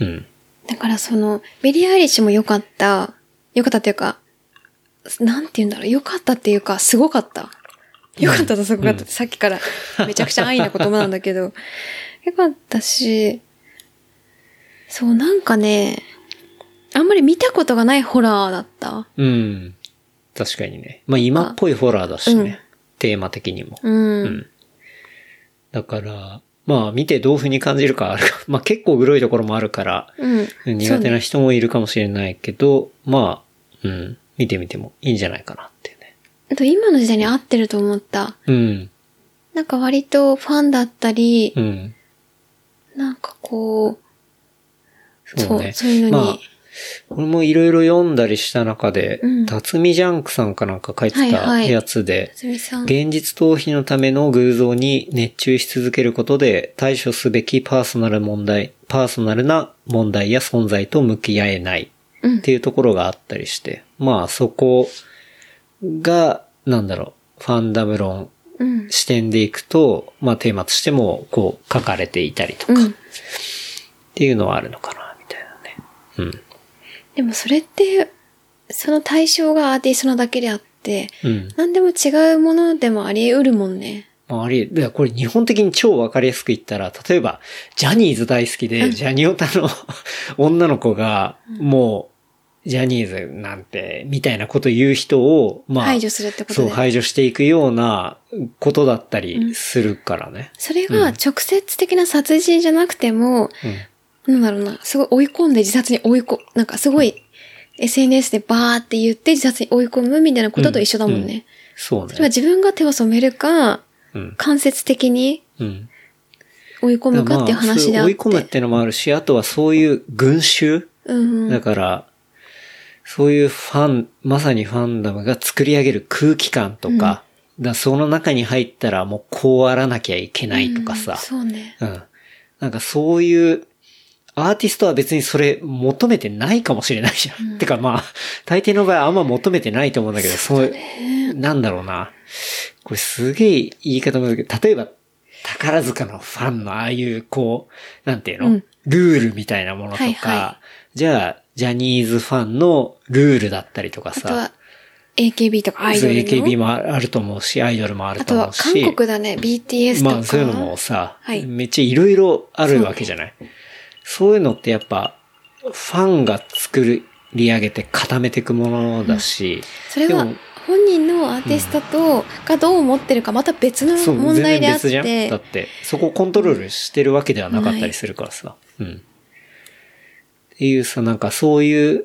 [SPEAKER 2] うん。
[SPEAKER 3] だからその、ビリー・アイリッシュも良かった。良かったというか、なんて言うんだろう、良かったっていうか、すごかった。良かったとすごかったって、さっきからめちゃくちゃ安易な言葉なんだけ ど、良かったし、そう、なんかね、あんまり見たことがないホラーだった。
[SPEAKER 2] うん。確かにね。まあ今っぽいホラーだしね。テーマ的にも。
[SPEAKER 3] うん。
[SPEAKER 2] うんだから、まあ見てどういう風に感じるかはあ るか。まあ結構グロいところもあるから、
[SPEAKER 3] うん。
[SPEAKER 2] 苦手な人もいるかもしれないけど、まあ、うん。見てみてもいいんじゃないかなっていうね。
[SPEAKER 3] あと今の時代に合ってると思った。
[SPEAKER 2] うん。
[SPEAKER 3] なんか割とファンだったり、
[SPEAKER 2] うん。
[SPEAKER 3] なんかこう、
[SPEAKER 2] そ
[SPEAKER 3] そうう、
[SPEAKER 2] ね
[SPEAKER 3] そういうのに。
[SPEAKER 2] 俺もいろいろ読んだりした中で、
[SPEAKER 3] うん
[SPEAKER 2] 辰巳ジャンクさんかなんか書いて
[SPEAKER 3] はい
[SPEAKER 2] た
[SPEAKER 3] はい
[SPEAKER 2] やつで、
[SPEAKER 3] すみさん。
[SPEAKER 2] 現実逃避のための偶像に熱中し続けることで対処すべきパーソナル問題、パーソナルな問題や存在と向き合えない
[SPEAKER 3] うん
[SPEAKER 2] っていうところがあったりして、まあそこが、なんだろう、ファンダム論
[SPEAKER 3] うん。
[SPEAKER 2] 視点でいくと、まあテーマとしてもこう書かれていたりとかっ
[SPEAKER 3] うん。
[SPEAKER 2] ていうのはあるのかな、みたいなね。
[SPEAKER 3] でもそれって、その対象がアーティストなだけであって、
[SPEAKER 2] うん。うん。
[SPEAKER 3] 何でも違うものでもあり得るもんね。
[SPEAKER 2] まあ、あり、だからこれ日本的に超わかりやすく言ったら、例えば、ジャニーズ大好きで、ジャニオタの 女の子が、もう、ジャニーズなんて、みたいなこと言う人を、まあ、
[SPEAKER 3] 排除するってこと
[SPEAKER 2] そ
[SPEAKER 3] で。
[SPEAKER 2] う、排除していくようなことだったりするからね。
[SPEAKER 3] それが直接的な殺人じゃなくても、
[SPEAKER 2] うん。
[SPEAKER 3] なんだろうな、すごい追い込んで自殺に追い込、なんかすごい SNS でバーって言って自殺に追い込むみたいなことと一緒だもん
[SPEAKER 2] うんうん
[SPEAKER 3] ね。
[SPEAKER 2] そう
[SPEAKER 3] それは
[SPEAKER 2] ね。
[SPEAKER 3] 自分が手を染めるか、
[SPEAKER 2] うん。
[SPEAKER 3] 間接的に
[SPEAKER 2] うん。
[SPEAKER 3] 追い込むかっていう話で
[SPEAKER 2] ま
[SPEAKER 3] あ
[SPEAKER 2] あ
[SPEAKER 3] っ
[SPEAKER 2] 追
[SPEAKER 3] て。
[SPEAKER 2] い込むってのもあるし、あとはそういう群衆
[SPEAKER 3] うんうん
[SPEAKER 2] だ。から、そういうファン、まさにファンダムが作り上げる空気感とか、だその中に入ったらもうこうあらなきゃいけないとか
[SPEAKER 3] う
[SPEAKER 2] さ
[SPEAKER 3] ん、そうね。
[SPEAKER 2] うん、なんかそういう、アーティストは別にそれ求めてないかもしれないじゃん。てかまあ、大抵の場合あんま求めてないと思うんだけど、そういう、なんだろうな。これすげえ言い方もだけど、例えば、宝塚のファンのああいう、こう、なんていうの、
[SPEAKER 3] うん
[SPEAKER 2] ルールみたいなものとか、
[SPEAKER 3] はいは
[SPEAKER 2] じゃあ、ジャニーズファンのルールだったりとか
[SPEAKER 3] あ
[SPEAKER 2] さ、
[SPEAKER 3] とは、AKB とかアイド
[SPEAKER 2] そう
[SPEAKER 3] ル
[SPEAKER 2] い
[SPEAKER 3] の。
[SPEAKER 2] う AKB もあると思うし、アイドルもある
[SPEAKER 3] あ
[SPEAKER 2] と
[SPEAKER 3] と
[SPEAKER 2] 思
[SPEAKER 3] は
[SPEAKER 2] うし。
[SPEAKER 3] 韓国だね、BTS とか。
[SPEAKER 2] まあそういうのもさ、
[SPEAKER 3] はい
[SPEAKER 2] めっちゃいろいろあるわけじゃないそういうのってやっぱ、ファンが作り上げて固めていくものだし、
[SPEAKER 3] それ
[SPEAKER 2] で
[SPEAKER 3] は
[SPEAKER 2] も
[SPEAKER 3] 本人のアーティストと、がどう思ってるかまた別の
[SPEAKER 2] そう、
[SPEAKER 3] 問
[SPEAKER 2] 全
[SPEAKER 3] 題で
[SPEAKER 2] 然
[SPEAKER 3] あっ、
[SPEAKER 2] 別じゃんだってて、そこをコントロールしてるわけではなかったりするからさ。うん。っていうさ、なんかそういう、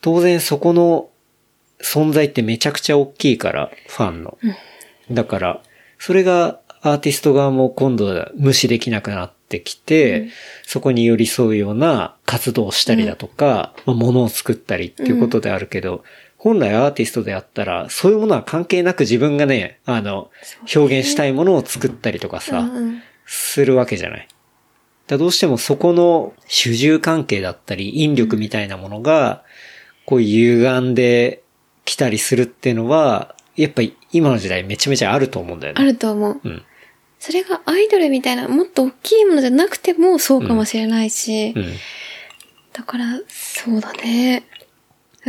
[SPEAKER 2] 当然そこの存在ってめちゃくちゃ大きいから、ファンの。だから、それがアーティスト側も今度は無視できなくなってきて、そこに寄り添うような活動をしたりだとか、まあ物を作ったりっていうことであるけど、本来アーティストであったら、そういうものは関係なく自分がね、あの、表現したいものを作ったりとかさ、
[SPEAKER 3] うんうん
[SPEAKER 2] するわけじゃない。だからどうしてもそこの主従関係だったり、引力みたいなものが、こう歪んできたりするっていうのは、やっぱり今の時代めちゃめちゃあると思うんだよね。
[SPEAKER 3] あると思う。
[SPEAKER 2] うん。
[SPEAKER 3] それがアイドルみたいな、もっと大きいものじゃなくてもそうかもしれないし、
[SPEAKER 2] うん。
[SPEAKER 3] だから、そうだね。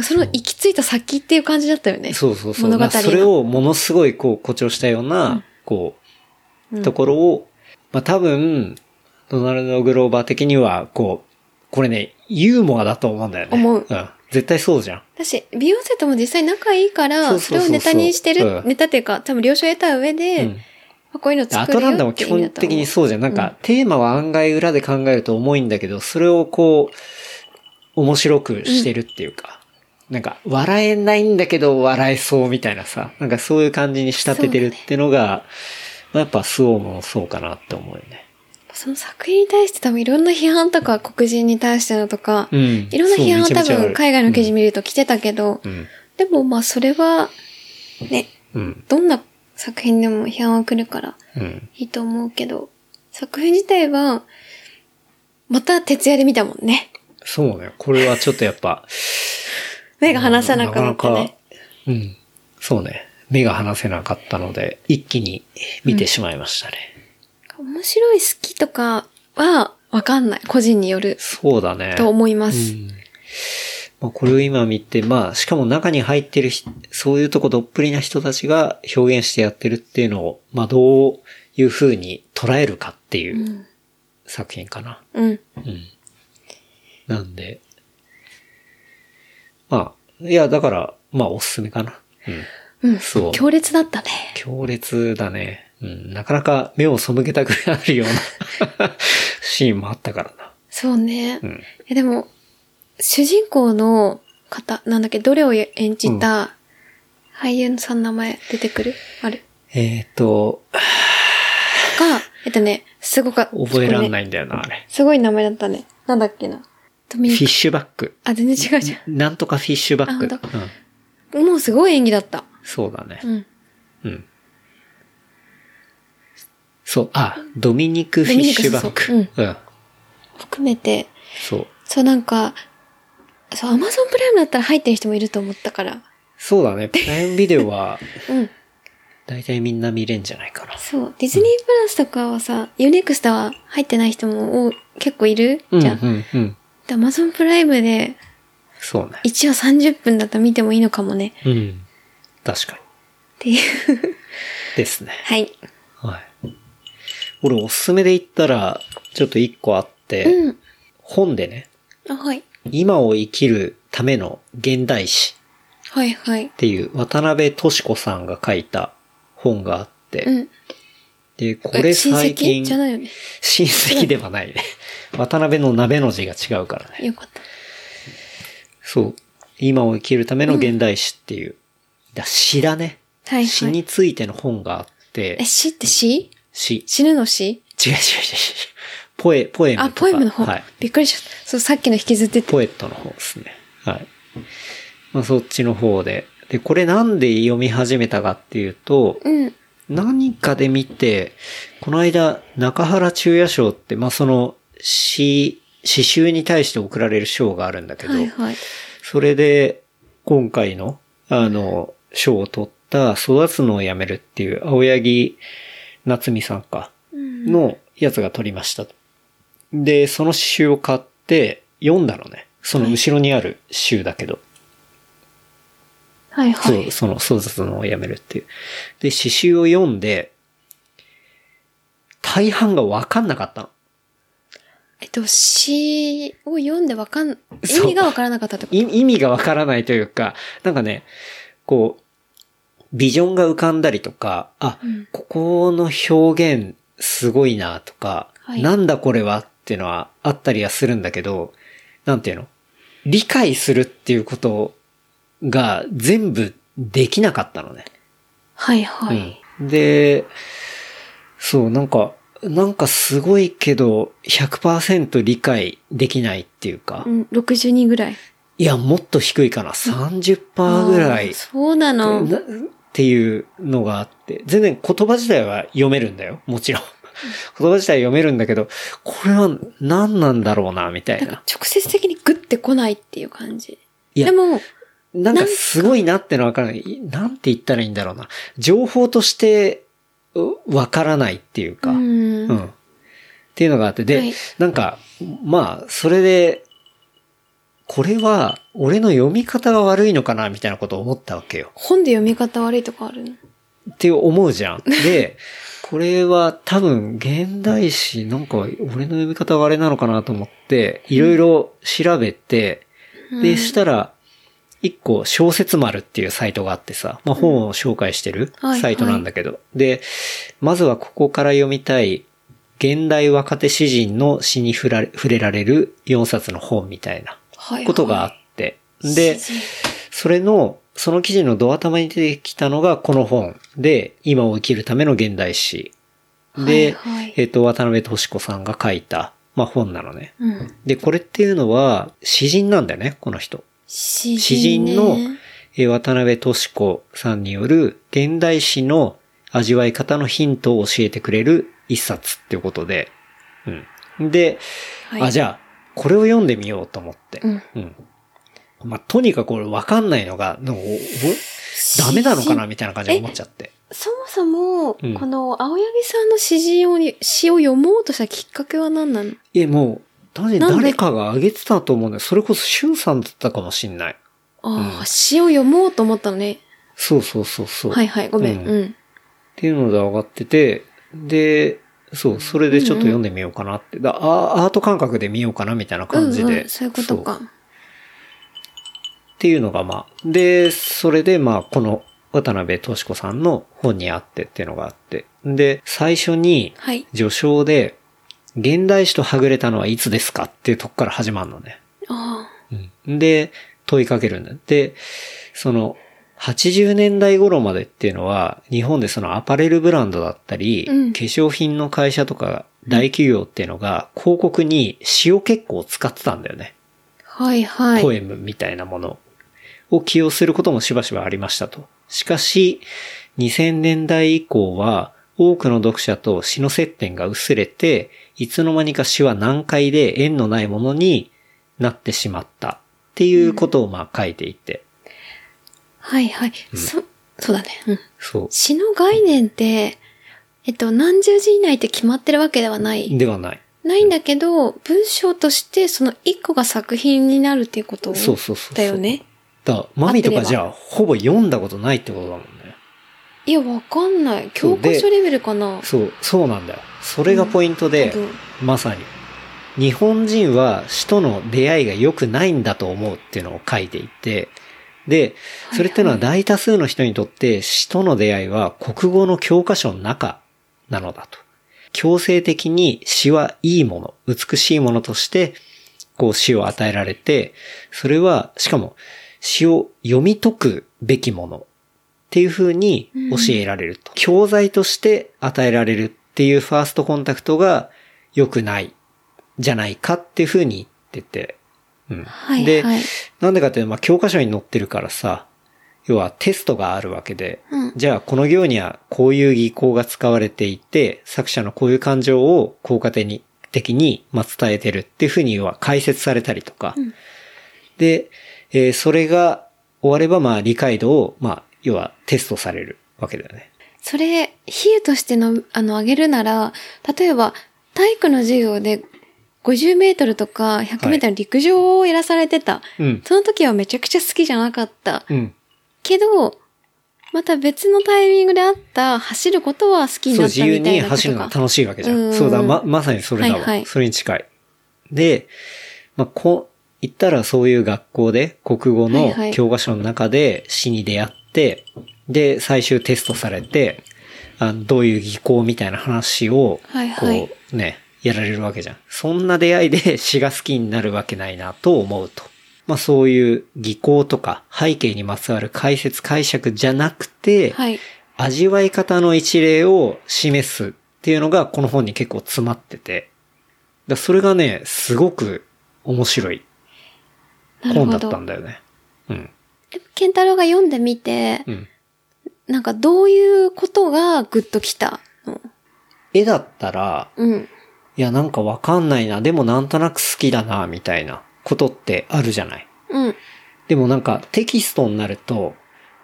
[SPEAKER 3] その行き着いた先っていう感じだったよね。
[SPEAKER 2] そうそうそう。
[SPEAKER 3] 物語
[SPEAKER 2] まあ
[SPEAKER 3] が
[SPEAKER 2] それをものすごいこう誇張したような、こう、ところを、まあ多分、ドナルド・グローバー的には、こう、これね、ユーモアだと思うんだよね。。
[SPEAKER 3] 思うん
[SPEAKER 2] 絶対そうじゃん。
[SPEAKER 3] だし、ビヨンセとも実際仲いいか
[SPEAKER 2] そ
[SPEAKER 3] ら、
[SPEAKER 2] う
[SPEAKER 3] そ
[SPEAKER 2] そうそう
[SPEAKER 3] れ
[SPEAKER 2] そう
[SPEAKER 3] をネタにして
[SPEAKER 2] う
[SPEAKER 3] る、
[SPEAKER 2] ん
[SPEAKER 3] ネタっていうか、多分了承得た上で、
[SPEAKER 2] うん
[SPEAKER 3] まあこういうのを
[SPEAKER 2] ア
[SPEAKER 3] 作
[SPEAKER 2] ト
[SPEAKER 3] るよ
[SPEAKER 2] ランダも
[SPEAKER 3] って
[SPEAKER 2] 基
[SPEAKER 3] いう意
[SPEAKER 2] 本
[SPEAKER 3] 味だと思う
[SPEAKER 2] 的にそうじゃん。なんか、テーマは案外裏で考えると重いんだけど、それをこう、面白くしてるっていうか、なんか、笑えないんだけど笑えそうみたいなさ、なんかそういう感じに仕立ててるってのが、まあやっぱスオーもそうかなって思うよね。
[SPEAKER 3] その作品に対して多分いろんな批判とか、黒人に対してのとか、
[SPEAKER 2] うん
[SPEAKER 3] いろんな批判は
[SPEAKER 2] そうめちゃめち
[SPEAKER 3] 多
[SPEAKER 2] ゃある
[SPEAKER 3] 分海外の記事見ると来てたけど、
[SPEAKER 2] うん。
[SPEAKER 3] でもまあそれは、ね、
[SPEAKER 2] うん。
[SPEAKER 3] どんな作品でも批判は来るから
[SPEAKER 2] うん。
[SPEAKER 3] いいと思うけど、作品自体は、また徹夜で見たもんね。
[SPEAKER 2] そうね。これはちょっとやっぱ、
[SPEAKER 3] 目が離せなくな
[SPEAKER 2] な
[SPEAKER 3] って
[SPEAKER 2] かなか
[SPEAKER 3] ね。、
[SPEAKER 2] うん。そうね。目が離せなかったので、一気に見てしまいましたね。
[SPEAKER 3] 面白い好きとかはわかんない。個人による
[SPEAKER 2] そうだね。
[SPEAKER 3] と思います。
[SPEAKER 2] うんまあ、これを今見て、まあ、しかも中に入ってるひ、そういうとこどっぷりな人たちが表現してやってるっていうのを、まあ、どういう風に捉えるかっていう作品かな。
[SPEAKER 3] うん。
[SPEAKER 2] なんで、まあ、いや、だから、まあ、おすすめかな。うん。
[SPEAKER 3] うん
[SPEAKER 2] そう。
[SPEAKER 3] 強烈だったね。
[SPEAKER 2] 強烈だね。うん。なかなか目を背けたくなるよう なシーンもあったからな。
[SPEAKER 3] そうね。
[SPEAKER 2] うん。
[SPEAKER 3] え、でも、主人公の方、なんだっけ、どれを演じた俳優さんの名前出てくるある
[SPEAKER 2] えっ、ー、と、
[SPEAKER 3] が、えっとね、すごかった。。
[SPEAKER 2] 覚えらんないいんだよな、あれ。
[SPEAKER 3] すごい名前だったね。なんだっけな。ドミ
[SPEAKER 2] フィッ
[SPEAKER 3] ニク。
[SPEAKER 2] シュバック。
[SPEAKER 3] あ、全然違うじ
[SPEAKER 2] なんとかフィッシュバック。
[SPEAKER 3] あ本当
[SPEAKER 2] うん。
[SPEAKER 3] ゃん。もうすごい演技だった。
[SPEAKER 2] そうだね
[SPEAKER 3] う。ん。
[SPEAKER 2] うん。そう、あ、ドミニク・フィッシュバック。
[SPEAKER 3] ドミニク
[SPEAKER 2] うん。
[SPEAKER 3] 含めて、
[SPEAKER 2] そう。
[SPEAKER 3] そうなんか、そう、アマゾンプライムだったら入ってる人もいると思ったから。
[SPEAKER 2] そうだね。プライムビデオは、
[SPEAKER 3] うん。
[SPEAKER 2] 大体みんな見れんじゃないかな。
[SPEAKER 3] そう。ディズニープラスとかはさ、ユネクスタは入ってない人も多い結構いるじゃん。
[SPEAKER 2] うん、うん、うん。
[SPEAKER 3] アマゾンプライムで
[SPEAKER 2] そうね。
[SPEAKER 3] 一応30分だったら見てもいいのかもね。
[SPEAKER 2] うん。確かに。
[SPEAKER 3] っていう。
[SPEAKER 2] ですね。
[SPEAKER 3] はい。
[SPEAKER 2] はい。俺、おすすめで言ったら、ちょっと一個あって、
[SPEAKER 3] うん。
[SPEAKER 2] 本でね、
[SPEAKER 3] あ、はい。
[SPEAKER 2] 今を生きるための現代史
[SPEAKER 3] はいはい
[SPEAKER 2] っ。ていう渡辺敏子さんが書いた本があって、
[SPEAKER 3] うん。
[SPEAKER 2] で、これ最
[SPEAKER 3] 親
[SPEAKER 2] 近
[SPEAKER 3] 戚、じゃないよね。
[SPEAKER 2] 親戚ではない ね。渡辺の鍋の字が違うからね。
[SPEAKER 3] よかった。
[SPEAKER 2] そう。今を生きるための現代史っていう、だ詩だね。
[SPEAKER 3] はい
[SPEAKER 2] 詩
[SPEAKER 3] はい。
[SPEAKER 2] についての本があって
[SPEAKER 3] え、、死って死
[SPEAKER 2] 詩、
[SPEAKER 3] 死ぬの死
[SPEAKER 2] 違う違う違う違う。ポエ、ポエムとか。
[SPEAKER 3] あ、ポエムの方、
[SPEAKER 2] はい。
[SPEAKER 3] びっくりしちゃった。そう、さっきの引きずってて。
[SPEAKER 2] ポエットの方ですね。はい。まあそっちの方で。で、これなんで読み始めたかっていうと、
[SPEAKER 3] うん。
[SPEAKER 2] 何かで見て、この間、中原中也賞って、まあその、詩、詩集に対して贈られる賞があるんだけど、
[SPEAKER 3] はいはい。
[SPEAKER 2] それで、今回の、あの、賞を取った、育つのをやめるっていう、青柳夏美さんか、
[SPEAKER 3] うん。
[SPEAKER 2] のやつが取りましたと。で、その詩集を買って、読んだのね。その後ろにある詩集だけど。
[SPEAKER 3] はいは
[SPEAKER 2] そ、。
[SPEAKER 3] いう
[SPEAKER 2] その、そうそうのをやめるっていう。で、詩集を読んで、大半がわかんなかったの。
[SPEAKER 3] えっと、詩を読んでわかん、意
[SPEAKER 2] そう
[SPEAKER 3] 味がわからなかったってこと
[SPEAKER 2] い意味がわからないというか、なんかね、こう、ビジョンが浮かんだりとか、あ、
[SPEAKER 3] うん
[SPEAKER 2] ここの表現すごいなとか、
[SPEAKER 3] はい
[SPEAKER 2] なんだこれはっていうのはあったりはするんだけど、なんていうの理解するっていうことが全部できなかったのね。
[SPEAKER 3] はいはい。
[SPEAKER 2] うんで、そう、なんか、なんかすごいけど、100%理解できないっていうか、
[SPEAKER 3] うん、60人ぐらい。
[SPEAKER 2] いや、もっと低いかな。30%ぐら
[SPEAKER 3] あー
[SPEAKER 2] い。
[SPEAKER 3] そうなの。
[SPEAKER 2] なっていうのがあって。全然言葉自体は読めるんだよ。もちろん。言葉自体読めるんだけど、これは何なんだろうな、みたい
[SPEAKER 3] なんか
[SPEAKER 2] な。
[SPEAKER 3] 直接的にグッて来ないっていう感じ。
[SPEAKER 2] いや
[SPEAKER 3] でも、
[SPEAKER 2] なんかすごいなってのはわからない。なんて言ったらいいんだろうな。情報として、うわからないっていうか。
[SPEAKER 3] うん
[SPEAKER 2] うん。っていうのがあって、で、
[SPEAKER 3] はい
[SPEAKER 2] なんか、まあ、それで、これは、俺の読み方が悪いのかな、みたいなことを思ったわけよ。
[SPEAKER 3] 本で読み方悪いとかあるの
[SPEAKER 2] って思うじゃん。 で、これは多分現代史なんか俺の読み方があれなのかなと思って、いろいろ調べて、
[SPEAKER 3] う
[SPEAKER 2] で、
[SPEAKER 3] ん
[SPEAKER 2] したら、一個小説丸っていうサイトがあってさ、まあ本を紹介してる
[SPEAKER 3] はい
[SPEAKER 2] サイトなんだけど、で、まずはここから読みたい現代若手詩人の詩に触られ触れられる4冊の本みたいな
[SPEAKER 3] はいはい
[SPEAKER 2] ことがあって、で、
[SPEAKER 3] 詩人
[SPEAKER 2] それの、その記事のドア玉に出てきたのがこの本で、今を生きるための現代史。で、
[SPEAKER 3] はいはい
[SPEAKER 2] えっ、と、渡辺敏子さんが書いた、まあ本なのね。
[SPEAKER 3] うん。
[SPEAKER 2] で、これっていうのは、詩人なんだよね、この人。
[SPEAKER 3] 詩
[SPEAKER 2] 詩
[SPEAKER 3] 人ね
[SPEAKER 2] 人の、えー渡辺敏子さんによる、現代史の味わい方のヒントを教えてくれる一冊っていうことで。うん。で、
[SPEAKER 3] はい、
[SPEAKER 2] あ、じゃあ、これを読んでみようと思って。
[SPEAKER 3] うん
[SPEAKER 2] うん。まあ、とにかく俺わかんないのが、なんかおおダメなのかなみたいな感じで思っちゃって。
[SPEAKER 3] そもそも、
[SPEAKER 2] うん
[SPEAKER 3] この青柳さんの詩人を、詩を読もうとしたきっかけは何なの
[SPEAKER 2] いや、もう、確かに
[SPEAKER 3] なんで
[SPEAKER 2] 誰かが上げてたと思うんだよ。それこそ、シュンさんだったかもしんない。
[SPEAKER 3] ああ、詩を読もうと思ったのね。
[SPEAKER 2] そうそうそうそう。
[SPEAKER 3] はいはい、ごめ
[SPEAKER 2] う
[SPEAKER 3] ん。うんん。
[SPEAKER 2] っていうので上がってて、で、そう、それでちょっと読んでみようかなって。だあアート感覚で見ようかなみたいな感じで。
[SPEAKER 3] うんうん、そういうことか
[SPEAKER 2] そ。っていうのがまあ。で、それでまあ、この渡辺敏子さんの本にあってっていうのがあって。で、最初に、
[SPEAKER 3] はい。
[SPEAKER 2] 序章で、現代史とはぐれたのはいつですかっていうとこから始まるのね。
[SPEAKER 3] あ
[SPEAKER 2] で、問いかけるんだ。で、その、80年代頃までっていうのは、日本でそのアパレルブランドだったり、
[SPEAKER 3] うん
[SPEAKER 2] 化粧品の会社とか大企業っていうのが、広告に詩を結構使ってたんだよね。
[SPEAKER 3] あ、はいはい。
[SPEAKER 2] ポエムみたいなものを起用することもしばしばありましたと。しかし、2000年代以降は、多くの読者と詩の接点が薄れて、いつの間にか詩は難解で縁のないものになってしまったっていうことをまあ書いていて。
[SPEAKER 3] はいはい。そ、そうだね。うん。
[SPEAKER 2] そ
[SPEAKER 3] 詩の概念って、えっと、何十字以内って決まってるわけではな
[SPEAKER 2] う。
[SPEAKER 3] い。
[SPEAKER 2] ではない。
[SPEAKER 3] ないんだけど、文章としてその一個が作品になるっていうこと
[SPEAKER 2] そうそうそうそう
[SPEAKER 3] だよね。
[SPEAKER 2] だからマミと
[SPEAKER 3] 合
[SPEAKER 2] か
[SPEAKER 3] って
[SPEAKER 2] じ
[SPEAKER 3] れ
[SPEAKER 2] ゃ
[SPEAKER 3] ば
[SPEAKER 2] あ、ほぼ読んだことないってことだもんね。
[SPEAKER 3] いや、わかんない。
[SPEAKER 2] そ
[SPEAKER 3] 教
[SPEAKER 2] うで
[SPEAKER 3] 科書レベルかな。
[SPEAKER 2] そう、そうなんだよ。それがポイントで、
[SPEAKER 3] うん多分
[SPEAKER 2] まさに。日本人は死との出会いが良くないんだと思うっていうのを書いていて、で、それってのは大多数の人にとって死との出会いは国語の教科書の中なのだと。強制的に死はいいもの、美しいものとして、こう死を与えられて、それは、しかも死を読み解くべきものっていう風に教えられると。教材として与えられるっていうファーストコンタクトが良くない、じゃないかっていう風に言ってて。うん。
[SPEAKER 3] はい
[SPEAKER 2] で
[SPEAKER 3] はい、
[SPEAKER 2] なんでかっていうと、まあ、教科書に載ってるからさ、要はテストがあるわけで、
[SPEAKER 3] うん
[SPEAKER 2] じゃあこの行にはこういう技巧が使われていて、作者のこういう感情を効果的に、的にまあ伝えてるっていうふうに要は解説されたりとか、
[SPEAKER 3] ん
[SPEAKER 2] で、えーそれが終わればまあ理解度を、まあ、要はテストされるわけだよね。
[SPEAKER 3] それ、比喩としての、あの、あげるなら、例えば、体育の授業で、50メートルとか100メートルの陸上をやらされてた。
[SPEAKER 2] うん。
[SPEAKER 3] その時はめちゃくちゃ好きじゃなかった。
[SPEAKER 2] うん。
[SPEAKER 3] けど、また別のタイミングであった、走ることは好きに
[SPEAKER 2] そう、
[SPEAKER 3] なっ
[SPEAKER 2] 自
[SPEAKER 3] た
[SPEAKER 2] 由
[SPEAKER 3] みたい
[SPEAKER 2] に
[SPEAKER 3] なことか。
[SPEAKER 2] 走るのが楽しいわけじゃ
[SPEAKER 3] うん
[SPEAKER 2] ん。
[SPEAKER 3] うん
[SPEAKER 2] そうだ、ま、まさにそれだわ。
[SPEAKER 3] はいはい
[SPEAKER 2] それに近い。で、まあ、こう、言ったらそういう学校で、国語
[SPEAKER 3] は
[SPEAKER 2] の
[SPEAKER 3] いはい
[SPEAKER 2] 教科書の中で詩に出会って、で、最終テストされて、あどういう技巧みたいな話を、
[SPEAKER 3] はいはい
[SPEAKER 2] こう、ね、やられるわけじゃん。そんな出会いで 詩が好きになるわけないなと思うと。まあそういう技巧とか背景にまつわる解説解釈じゃなくて、
[SPEAKER 3] はい。
[SPEAKER 2] 味わい方の一例を示すっていうのがこの本に結構詰まってて。だそれがね、すごく面白い
[SPEAKER 3] なる
[SPEAKER 2] 本だ
[SPEAKER 3] ほ
[SPEAKER 2] ったん
[SPEAKER 3] ど。
[SPEAKER 2] だよね。うん。
[SPEAKER 3] でもケンタロウが読んでみて、
[SPEAKER 2] うん。
[SPEAKER 3] なんかどういうことがグッときたの
[SPEAKER 2] 絵だったら、
[SPEAKER 3] うん。
[SPEAKER 2] いやなんかわかんないな、でもなんとなく好きだな、みたいなことってあるじゃない。
[SPEAKER 3] うん。
[SPEAKER 2] でもなんかテキストになると、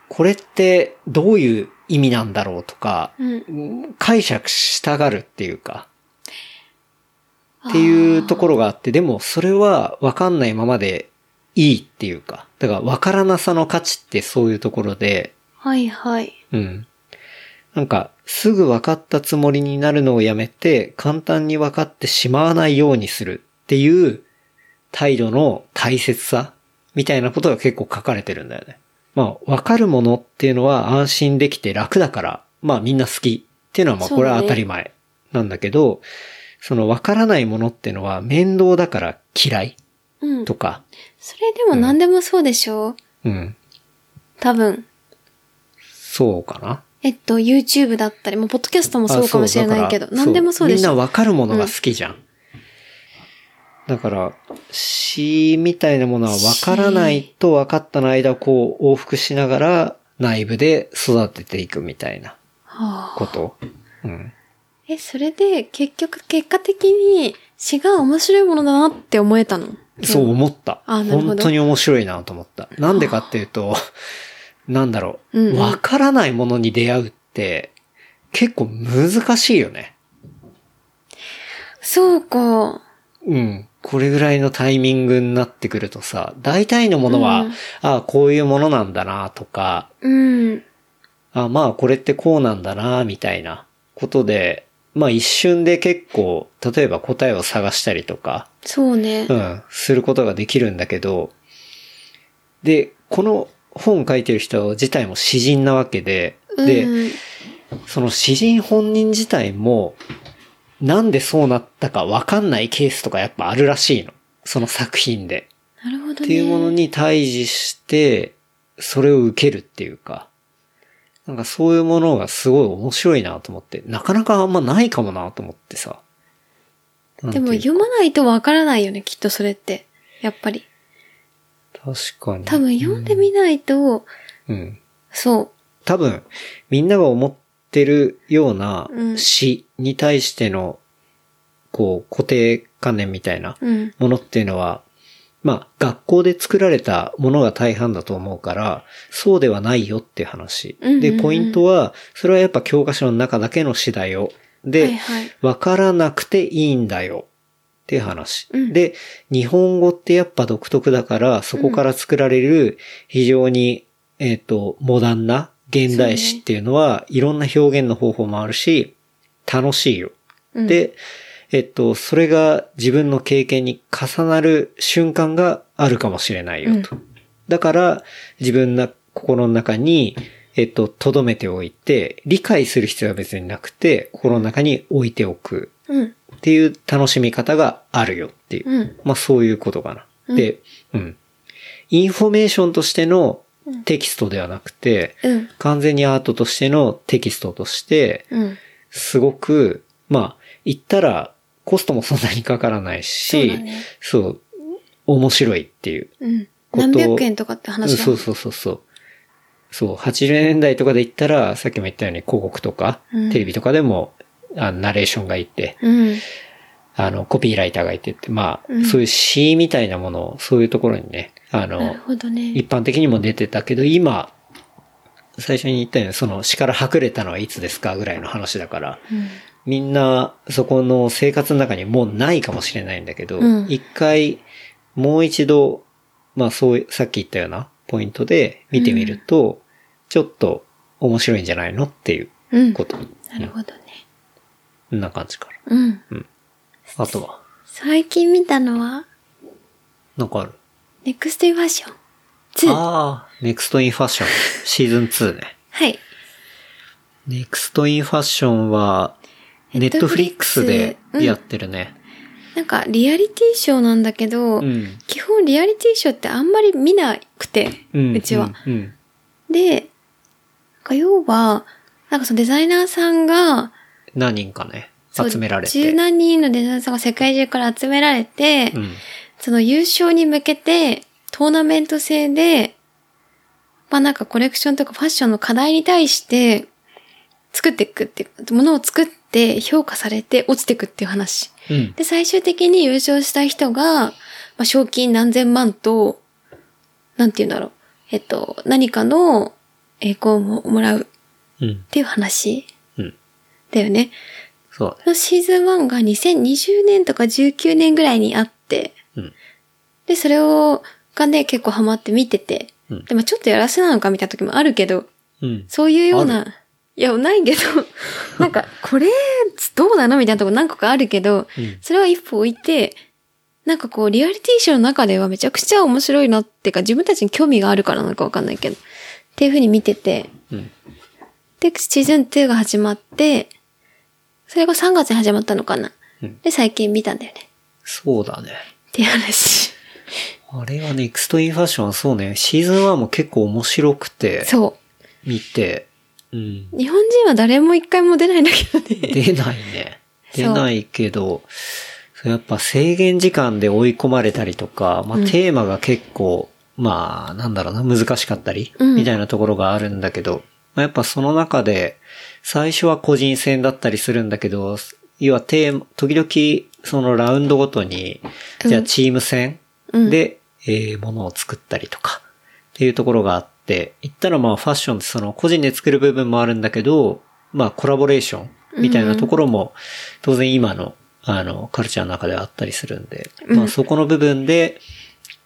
[SPEAKER 2] これってどういう意味なんだろうとか、
[SPEAKER 3] うん。
[SPEAKER 2] 解釈したがるっていうか、っていうところがあって、でもそれは分かんないままでいいっていうか、だから分からなさの価値ってそういうところで、
[SPEAKER 3] はいはい。
[SPEAKER 2] うん。なんか、すぐ分かったつもりになるのをやめて、簡単に分かってしまわないようにするっていう態度の大切さみたいなことが結構書かれてるんだよね。まあ、分かるものっていうのは安心できて楽だから、まあみんな好きっていうのはまあ
[SPEAKER 3] そう
[SPEAKER 2] こ
[SPEAKER 3] ね
[SPEAKER 2] れは当たり前なんだけど、その分からないものっていうのは面倒だから嫌い
[SPEAKER 3] うん。
[SPEAKER 2] とか、
[SPEAKER 3] それでも何でもそうでしょ
[SPEAKER 2] う
[SPEAKER 3] う、
[SPEAKER 2] ん、
[SPEAKER 3] 多分。
[SPEAKER 2] そうかな。
[SPEAKER 3] えっと、YouTube だったり、まあ、ポッドキャストもそうかもしれないけど
[SPEAKER 2] あ、そうだから
[SPEAKER 3] 何でもそうでし
[SPEAKER 2] みん
[SPEAKER 3] ょ
[SPEAKER 2] なわかるものが好きじゃん。だから、詩みたいなものはわからないと分かったの間をこう往復しながら内部で育てていくみたいな
[SPEAKER 3] はあ
[SPEAKER 2] こと。うん。
[SPEAKER 3] え、それで、結局、結果的に、詩が面白いものだなって思えたの。
[SPEAKER 2] そう思った。
[SPEAKER 3] あなるほど
[SPEAKER 2] 本当に面白いなと思った。なんでかっていうと、なんだろ
[SPEAKER 3] うんう
[SPEAKER 2] う。
[SPEAKER 3] ん
[SPEAKER 2] わからないものに出会うって結構難しいよね。
[SPEAKER 3] そうか。
[SPEAKER 2] うん、これぐらいのタイミングになってくるとさ、大体のものは、
[SPEAKER 3] うん
[SPEAKER 2] ああ、こういうものなんだなとか、
[SPEAKER 3] うん。
[SPEAKER 2] あ、まあこれってこうなんだな、みたいなことで、まあ一瞬で結構、例えば答えを探したりとか、
[SPEAKER 3] そうね
[SPEAKER 2] う。ん、することができるんだけど、で、この本書いてる人自体も詩人なわけで、で、
[SPEAKER 3] うん、
[SPEAKER 2] その詩人本人自体も、なんでそうなったかわかんないケースとかやっぱあるらしいの。その作品で。
[SPEAKER 3] なるほどね。
[SPEAKER 2] っていうものに対峙して、それを受けるっていうか、なんかそういうものがすごい面白いなと思って、なかなかあんまないかもなと思ってさ。なんて
[SPEAKER 3] で
[SPEAKER 2] いう
[SPEAKER 3] も読まないとわからないよね、きっとそれって。やっぱり。
[SPEAKER 2] 確かに。
[SPEAKER 3] 多分読んでみないと、
[SPEAKER 2] うん。
[SPEAKER 3] そ
[SPEAKER 2] 多分、みんなが思ってるような
[SPEAKER 3] うん
[SPEAKER 2] 詩に対しての、こう、固定観念みたいな
[SPEAKER 3] う。うん。
[SPEAKER 2] ものっていうのは、まあ、学校で作られたものが大半だと思うから、そうではないよっていう話。
[SPEAKER 3] うんうんうん
[SPEAKER 2] で、ポイントは、それはやっぱ教科書の中だけの詩だよ。
[SPEAKER 3] はい
[SPEAKER 2] で、
[SPEAKER 3] はい。
[SPEAKER 2] わ、からなくていいんだよ。っていう話、
[SPEAKER 3] うん
[SPEAKER 2] で、日本語ってやっぱ独特だから、そこから作られる非常に、えっ、と、モダンな現代詩っていうのは、いろんな表現の方法もあるし、楽しいよ。
[SPEAKER 3] うん、
[SPEAKER 2] で、えっと、それが自分の経験に重なる瞬間があるかもしれないよと。だから、自分の心の中に、えっと、留めておいて、理解する必要は別になくて、心の中に置いておく
[SPEAKER 3] うん。
[SPEAKER 2] っていう楽しみ方があるよっていう。
[SPEAKER 3] うん。
[SPEAKER 2] まあ、そういうことか
[SPEAKER 3] う
[SPEAKER 2] な。
[SPEAKER 3] ん
[SPEAKER 2] で、うん。インフォメーションとしてのテキストではなくて、
[SPEAKER 3] うん。
[SPEAKER 2] 完全にアートとしてのテキストとして、
[SPEAKER 3] うん。
[SPEAKER 2] すごく、まあ、言ったらコストもそんなにかからない
[SPEAKER 3] そう
[SPEAKER 2] し、
[SPEAKER 3] だね。
[SPEAKER 2] そう面白いっていう。
[SPEAKER 3] うん。
[SPEAKER 2] こと
[SPEAKER 3] 何百円とかって話だ。
[SPEAKER 2] そうそうそうそう。そう、80年代とかで言ったら、さっきも言ったように広告とか、
[SPEAKER 3] うん
[SPEAKER 2] テレビとかでも、あナレーションがいて、
[SPEAKER 3] うん。
[SPEAKER 2] あの、コピーライターがいてって、まあ、
[SPEAKER 3] うん
[SPEAKER 2] そういう詩みたいなものを、そういうところにね、あ
[SPEAKER 3] な
[SPEAKER 2] の
[SPEAKER 3] る、ほどね。
[SPEAKER 2] 一般的にも出てたけど、今、最初に言ったように、その詩からはくれたのはいつですかぐらいの話だから、
[SPEAKER 3] うん。
[SPEAKER 2] みんな、そこの生活の中にもうないかもしれないんだけど、
[SPEAKER 3] うん
[SPEAKER 2] 一回、もう一度、まあそういう、さっき言ったようなポイントで見てみると、ちょっと面白いんじゃないのっていう
[SPEAKER 3] うん。
[SPEAKER 2] こと。
[SPEAKER 3] なるほどね。
[SPEAKER 2] こんな感じから。
[SPEAKER 3] うん。
[SPEAKER 2] あとは、
[SPEAKER 3] 最近見たのは、
[SPEAKER 2] なんかある
[SPEAKER 3] ネクストイファッション2。
[SPEAKER 2] ああ、ネクストインファッション、シーズン2ね。
[SPEAKER 3] はい。
[SPEAKER 2] ネクストインファッションは、ネットフリックスで
[SPEAKER 3] Netflix うん
[SPEAKER 2] やってるね。
[SPEAKER 3] なんか、リアリティショーなんだけど、
[SPEAKER 2] うん。
[SPEAKER 3] 基本リアリティショーってあんまり見なくて、
[SPEAKER 2] う。
[SPEAKER 3] うんちは。
[SPEAKER 2] うん。うん。
[SPEAKER 3] で、なんか要は、なんかそのデザイナーさんが、
[SPEAKER 2] 何人かね、
[SPEAKER 3] そう
[SPEAKER 2] 集められ
[SPEAKER 3] 十
[SPEAKER 2] て。
[SPEAKER 3] 何人のデザイナーさんが世界中から集められて、
[SPEAKER 2] うん。
[SPEAKER 3] その優勝に向けて、トーナメント制で、まあなんかコレクションとかファッションの課題に対して、作っていくっていう、ものを作って評価されて落ちていくっていう話。
[SPEAKER 2] うん。
[SPEAKER 3] で、最終的に優勝した人が、まあ、賞金何千万と、なんて言うんだろう。えっと、何かの栄光をももらうっ
[SPEAKER 2] うん。
[SPEAKER 3] ていう話
[SPEAKER 2] うん。
[SPEAKER 3] だよね。
[SPEAKER 2] そう
[SPEAKER 3] そのシーズン1が2020年とか19年ぐらいにあって、
[SPEAKER 2] だね。
[SPEAKER 3] で、それを、がね、結構ハマって見てて、
[SPEAKER 2] うん
[SPEAKER 3] でもちょっとやらせなのかみたいな時もあるけど、
[SPEAKER 2] うん。うん。
[SPEAKER 3] そういうよう
[SPEAKER 2] あ
[SPEAKER 3] な、いや、ない けど、なんか、これ、どうなのみたいなとこ何個かあるけど、
[SPEAKER 2] うん
[SPEAKER 3] それは一歩置いて、なんかこう、リアリティショーの中ではめちゃくちゃ面白いなっていうか、自分たちに興味があるからなのかわかんないけど、っていうふうに見てて、
[SPEAKER 2] うん。
[SPEAKER 3] で、シーズン2が始まって、それが3月に始まったのかな。
[SPEAKER 2] うん
[SPEAKER 3] で、最近見たんだよね。
[SPEAKER 2] そうだね。
[SPEAKER 3] っていう話。
[SPEAKER 2] あれはネクストインファッション、そうね。シーズン1も結構面白くて、
[SPEAKER 3] そ
[SPEAKER 2] 見て、うん。
[SPEAKER 3] う。日本人は誰も一回も出ないんだけど ね。
[SPEAKER 2] 出ないね。
[SPEAKER 3] そ
[SPEAKER 2] 出
[SPEAKER 3] う
[SPEAKER 2] ないけど、そうやっぱ制限時間で追い込まれたりとか、まあ
[SPEAKER 3] うん
[SPEAKER 2] テーマが結構、まあなんだろうな、難しかったり、
[SPEAKER 3] うん
[SPEAKER 2] みたいなところがあるんだけど、まあやっぱその中で、最初は個人戦だったりするんだけど、要はテーマ、時々そのラウンドごとに、
[SPEAKER 3] うん
[SPEAKER 2] じゃあチーム戦
[SPEAKER 3] うん
[SPEAKER 2] で、えー、ものを作ったりとか、っていうところがあって、言ったらまあファッションってその個人で作る部分もあるんだけど、まあコラボレーションみたいなところも、当然今のあの、カルチャーの中ではあったりするんで、まあそこの部分で、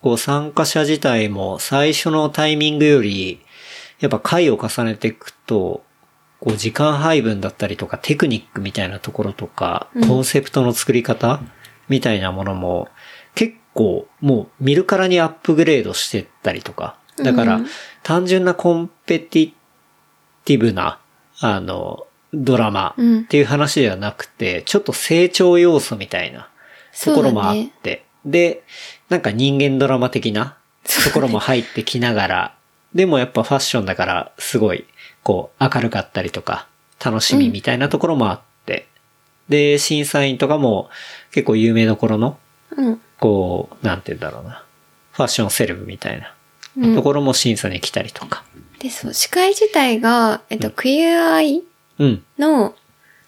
[SPEAKER 2] こう参加者自体も最初のタイミングより、やっぱ回を重ねていくと、こう時間配分だったりとかテクニックみたいなところとか、コンセプトの作り方みたいなものも、結構もう見るからにアップグレードしてったりとか、だから単純なコンペティティブな、あの、ドラマっていう話ではなくて、ちょっと成長要素みたいなところもあって、で、なんか人間ドラマ的なところも入ってきながら、でもやっぱファッションだからすごい、こう、明るかったりとか、楽しみみたいなところもあって、で、審査員とかも結構有名どころの、
[SPEAKER 3] うん。
[SPEAKER 2] こう、なんて言うんだろうな、ファッションセレブみたいな
[SPEAKER 3] うん
[SPEAKER 2] ところも審査に来たりとか、
[SPEAKER 3] で、そう、司会自体が、えっと、クイアアイ
[SPEAKER 2] うん、
[SPEAKER 3] の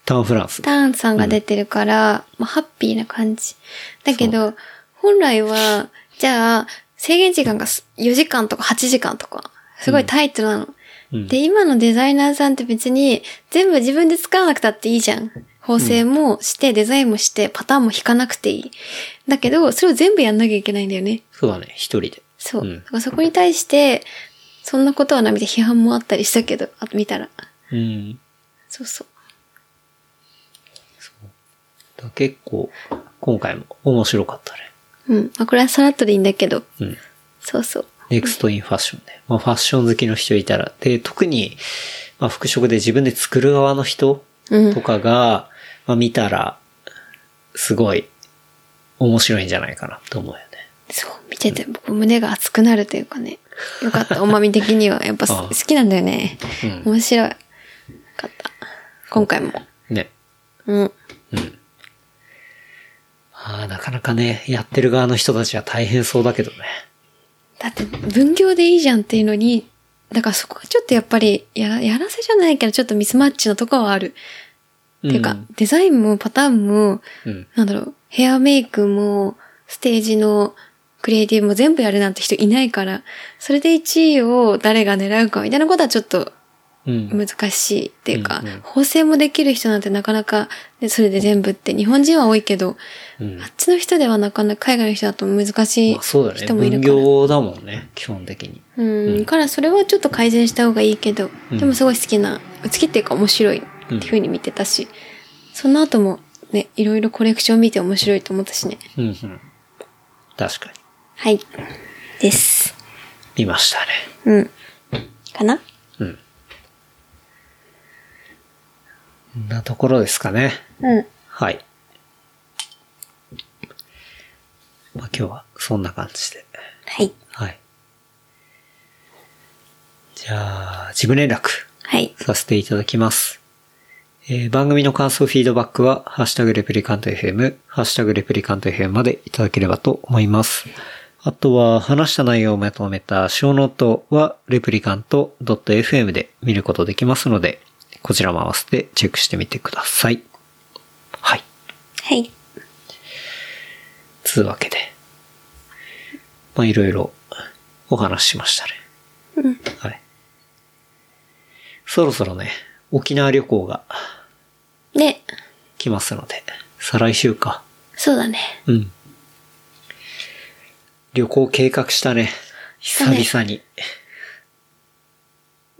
[SPEAKER 2] タウンフランス。
[SPEAKER 3] ターンさんが出てるから、まあ、ハッピーな感じ。だけど、本来は、じゃあ、制限時間がす4時間とか8時間とか、すごいタイトなの。
[SPEAKER 2] うん
[SPEAKER 3] で、今のデザイナーさんって別に、全部自分で作らなくたっていいじゃん。縫製もして、デザインもして、パターンも引かなくていい。だけど、それを全部やんなきゃいけないんだよね。
[SPEAKER 2] そうだね、一人で。
[SPEAKER 3] そう。
[SPEAKER 2] うん
[SPEAKER 3] だからそこに対して、そんなことはなみたいな批判もあったりしたけど、あ見たら。
[SPEAKER 2] うん。
[SPEAKER 3] そうそう。
[SPEAKER 2] だ結構、今回も面白かったね。
[SPEAKER 3] うん。まあ、これはさらっとでいいんだけど。
[SPEAKER 2] うん。
[SPEAKER 3] そうそう。
[SPEAKER 2] ネクストインファッションね。まあファッション好きの人いたら。で、特に、まあ服飾で自分で作る側の人
[SPEAKER 3] うん
[SPEAKER 2] とかが、まあ見たら、すごい面白いんじゃないかなと思うよね。
[SPEAKER 3] そう、見てて、僕胸が熱くなるというかね。よかった、おまみ的には。やっぱ
[SPEAKER 2] ああ
[SPEAKER 3] 好きなんだよね。
[SPEAKER 2] う
[SPEAKER 3] 面白い。よかった。今回も。
[SPEAKER 2] ね。
[SPEAKER 3] うん。
[SPEAKER 2] まあなかなかね、やってる側の人たちは大変そうだけどね。
[SPEAKER 3] だって、分業でいいじゃんっていうのに、だからそこがちょっとやっぱり、やら、やらせじゃないけど、ちょっとミスマッチのとこはある。っていうか、デザインもパターンも、
[SPEAKER 2] うん。
[SPEAKER 3] なんだろう、ヘアメイクも、ステージのクリエイティブも全部やるなんて人いないから、それで1位を誰が狙うかみたいなことはちょっと
[SPEAKER 2] うん。
[SPEAKER 3] 難しいっていうか、
[SPEAKER 2] うんうん
[SPEAKER 3] 縫製もできる人なんてなかなか、ね、それで全部って日本人は多いけど、
[SPEAKER 2] うん
[SPEAKER 3] あっちの人ではなかなか海外の人だと難しい
[SPEAKER 2] まあそうだね。
[SPEAKER 3] 人もいる
[SPEAKER 2] 分
[SPEAKER 3] から。
[SPEAKER 2] 業だもんね、基本的に。
[SPEAKER 3] うん、
[SPEAKER 2] うん
[SPEAKER 3] からそれはちょっと改善した方がいいけど、
[SPEAKER 2] うん
[SPEAKER 3] でもすごい好きな、好きっていうか面白いっていう風に見てたし、その後もね、いろいろコレクション見て面白いと思ったしね。
[SPEAKER 2] うんうん。確かに。
[SPEAKER 3] はい。です。
[SPEAKER 2] 見ましたね。
[SPEAKER 3] うん。かな
[SPEAKER 2] うん。こんなところですかね。
[SPEAKER 3] うん。
[SPEAKER 2] はい。まあ今日はそんな感じで。
[SPEAKER 3] はい。
[SPEAKER 2] はい。じゃあ、自分連絡。
[SPEAKER 3] はい。
[SPEAKER 2] させていただきます。えー番組の感想、フィードバックは、ハッシュタグレプリカント FM、ハッシュタグレプリカント FM までいただければと思います。あとは、話した内容をまとめた小ノートは、レプリカント .fm で見ることできますので、こちらも合わせてチェックしてみてください。はい。
[SPEAKER 3] はい。
[SPEAKER 2] つうわけで。まあ、いろいろお話ししましたね。はい。そろそろね、沖縄旅行が
[SPEAKER 3] で、
[SPEAKER 2] 来ますので、再来週か。
[SPEAKER 3] そうだね。
[SPEAKER 2] うん。旅行計画したね。
[SPEAKER 3] した
[SPEAKER 2] 久々
[SPEAKER 3] ね
[SPEAKER 2] に。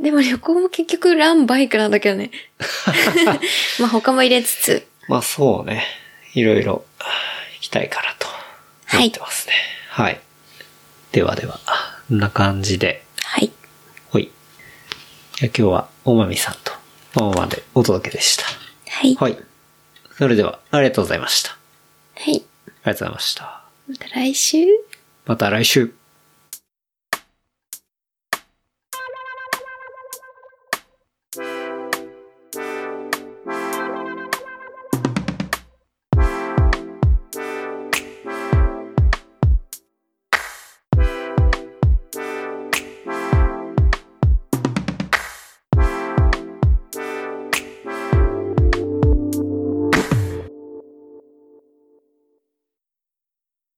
[SPEAKER 3] でも旅行も結局ランバイクなんだけどね。 まあ他も入れつつ。
[SPEAKER 2] まあそうね。いろいろ行きたいかなと
[SPEAKER 3] はい
[SPEAKER 2] 思ってますね。はい。ではでは、こんな感じで。
[SPEAKER 3] はい。
[SPEAKER 2] ほい。じゃあ今日は、おまみさんと、ママまでお届けでした。
[SPEAKER 3] はい。
[SPEAKER 2] はい。それでは、ありがとうございました。あ
[SPEAKER 3] はい。
[SPEAKER 2] りがとうございました。
[SPEAKER 3] また来週
[SPEAKER 2] また来週。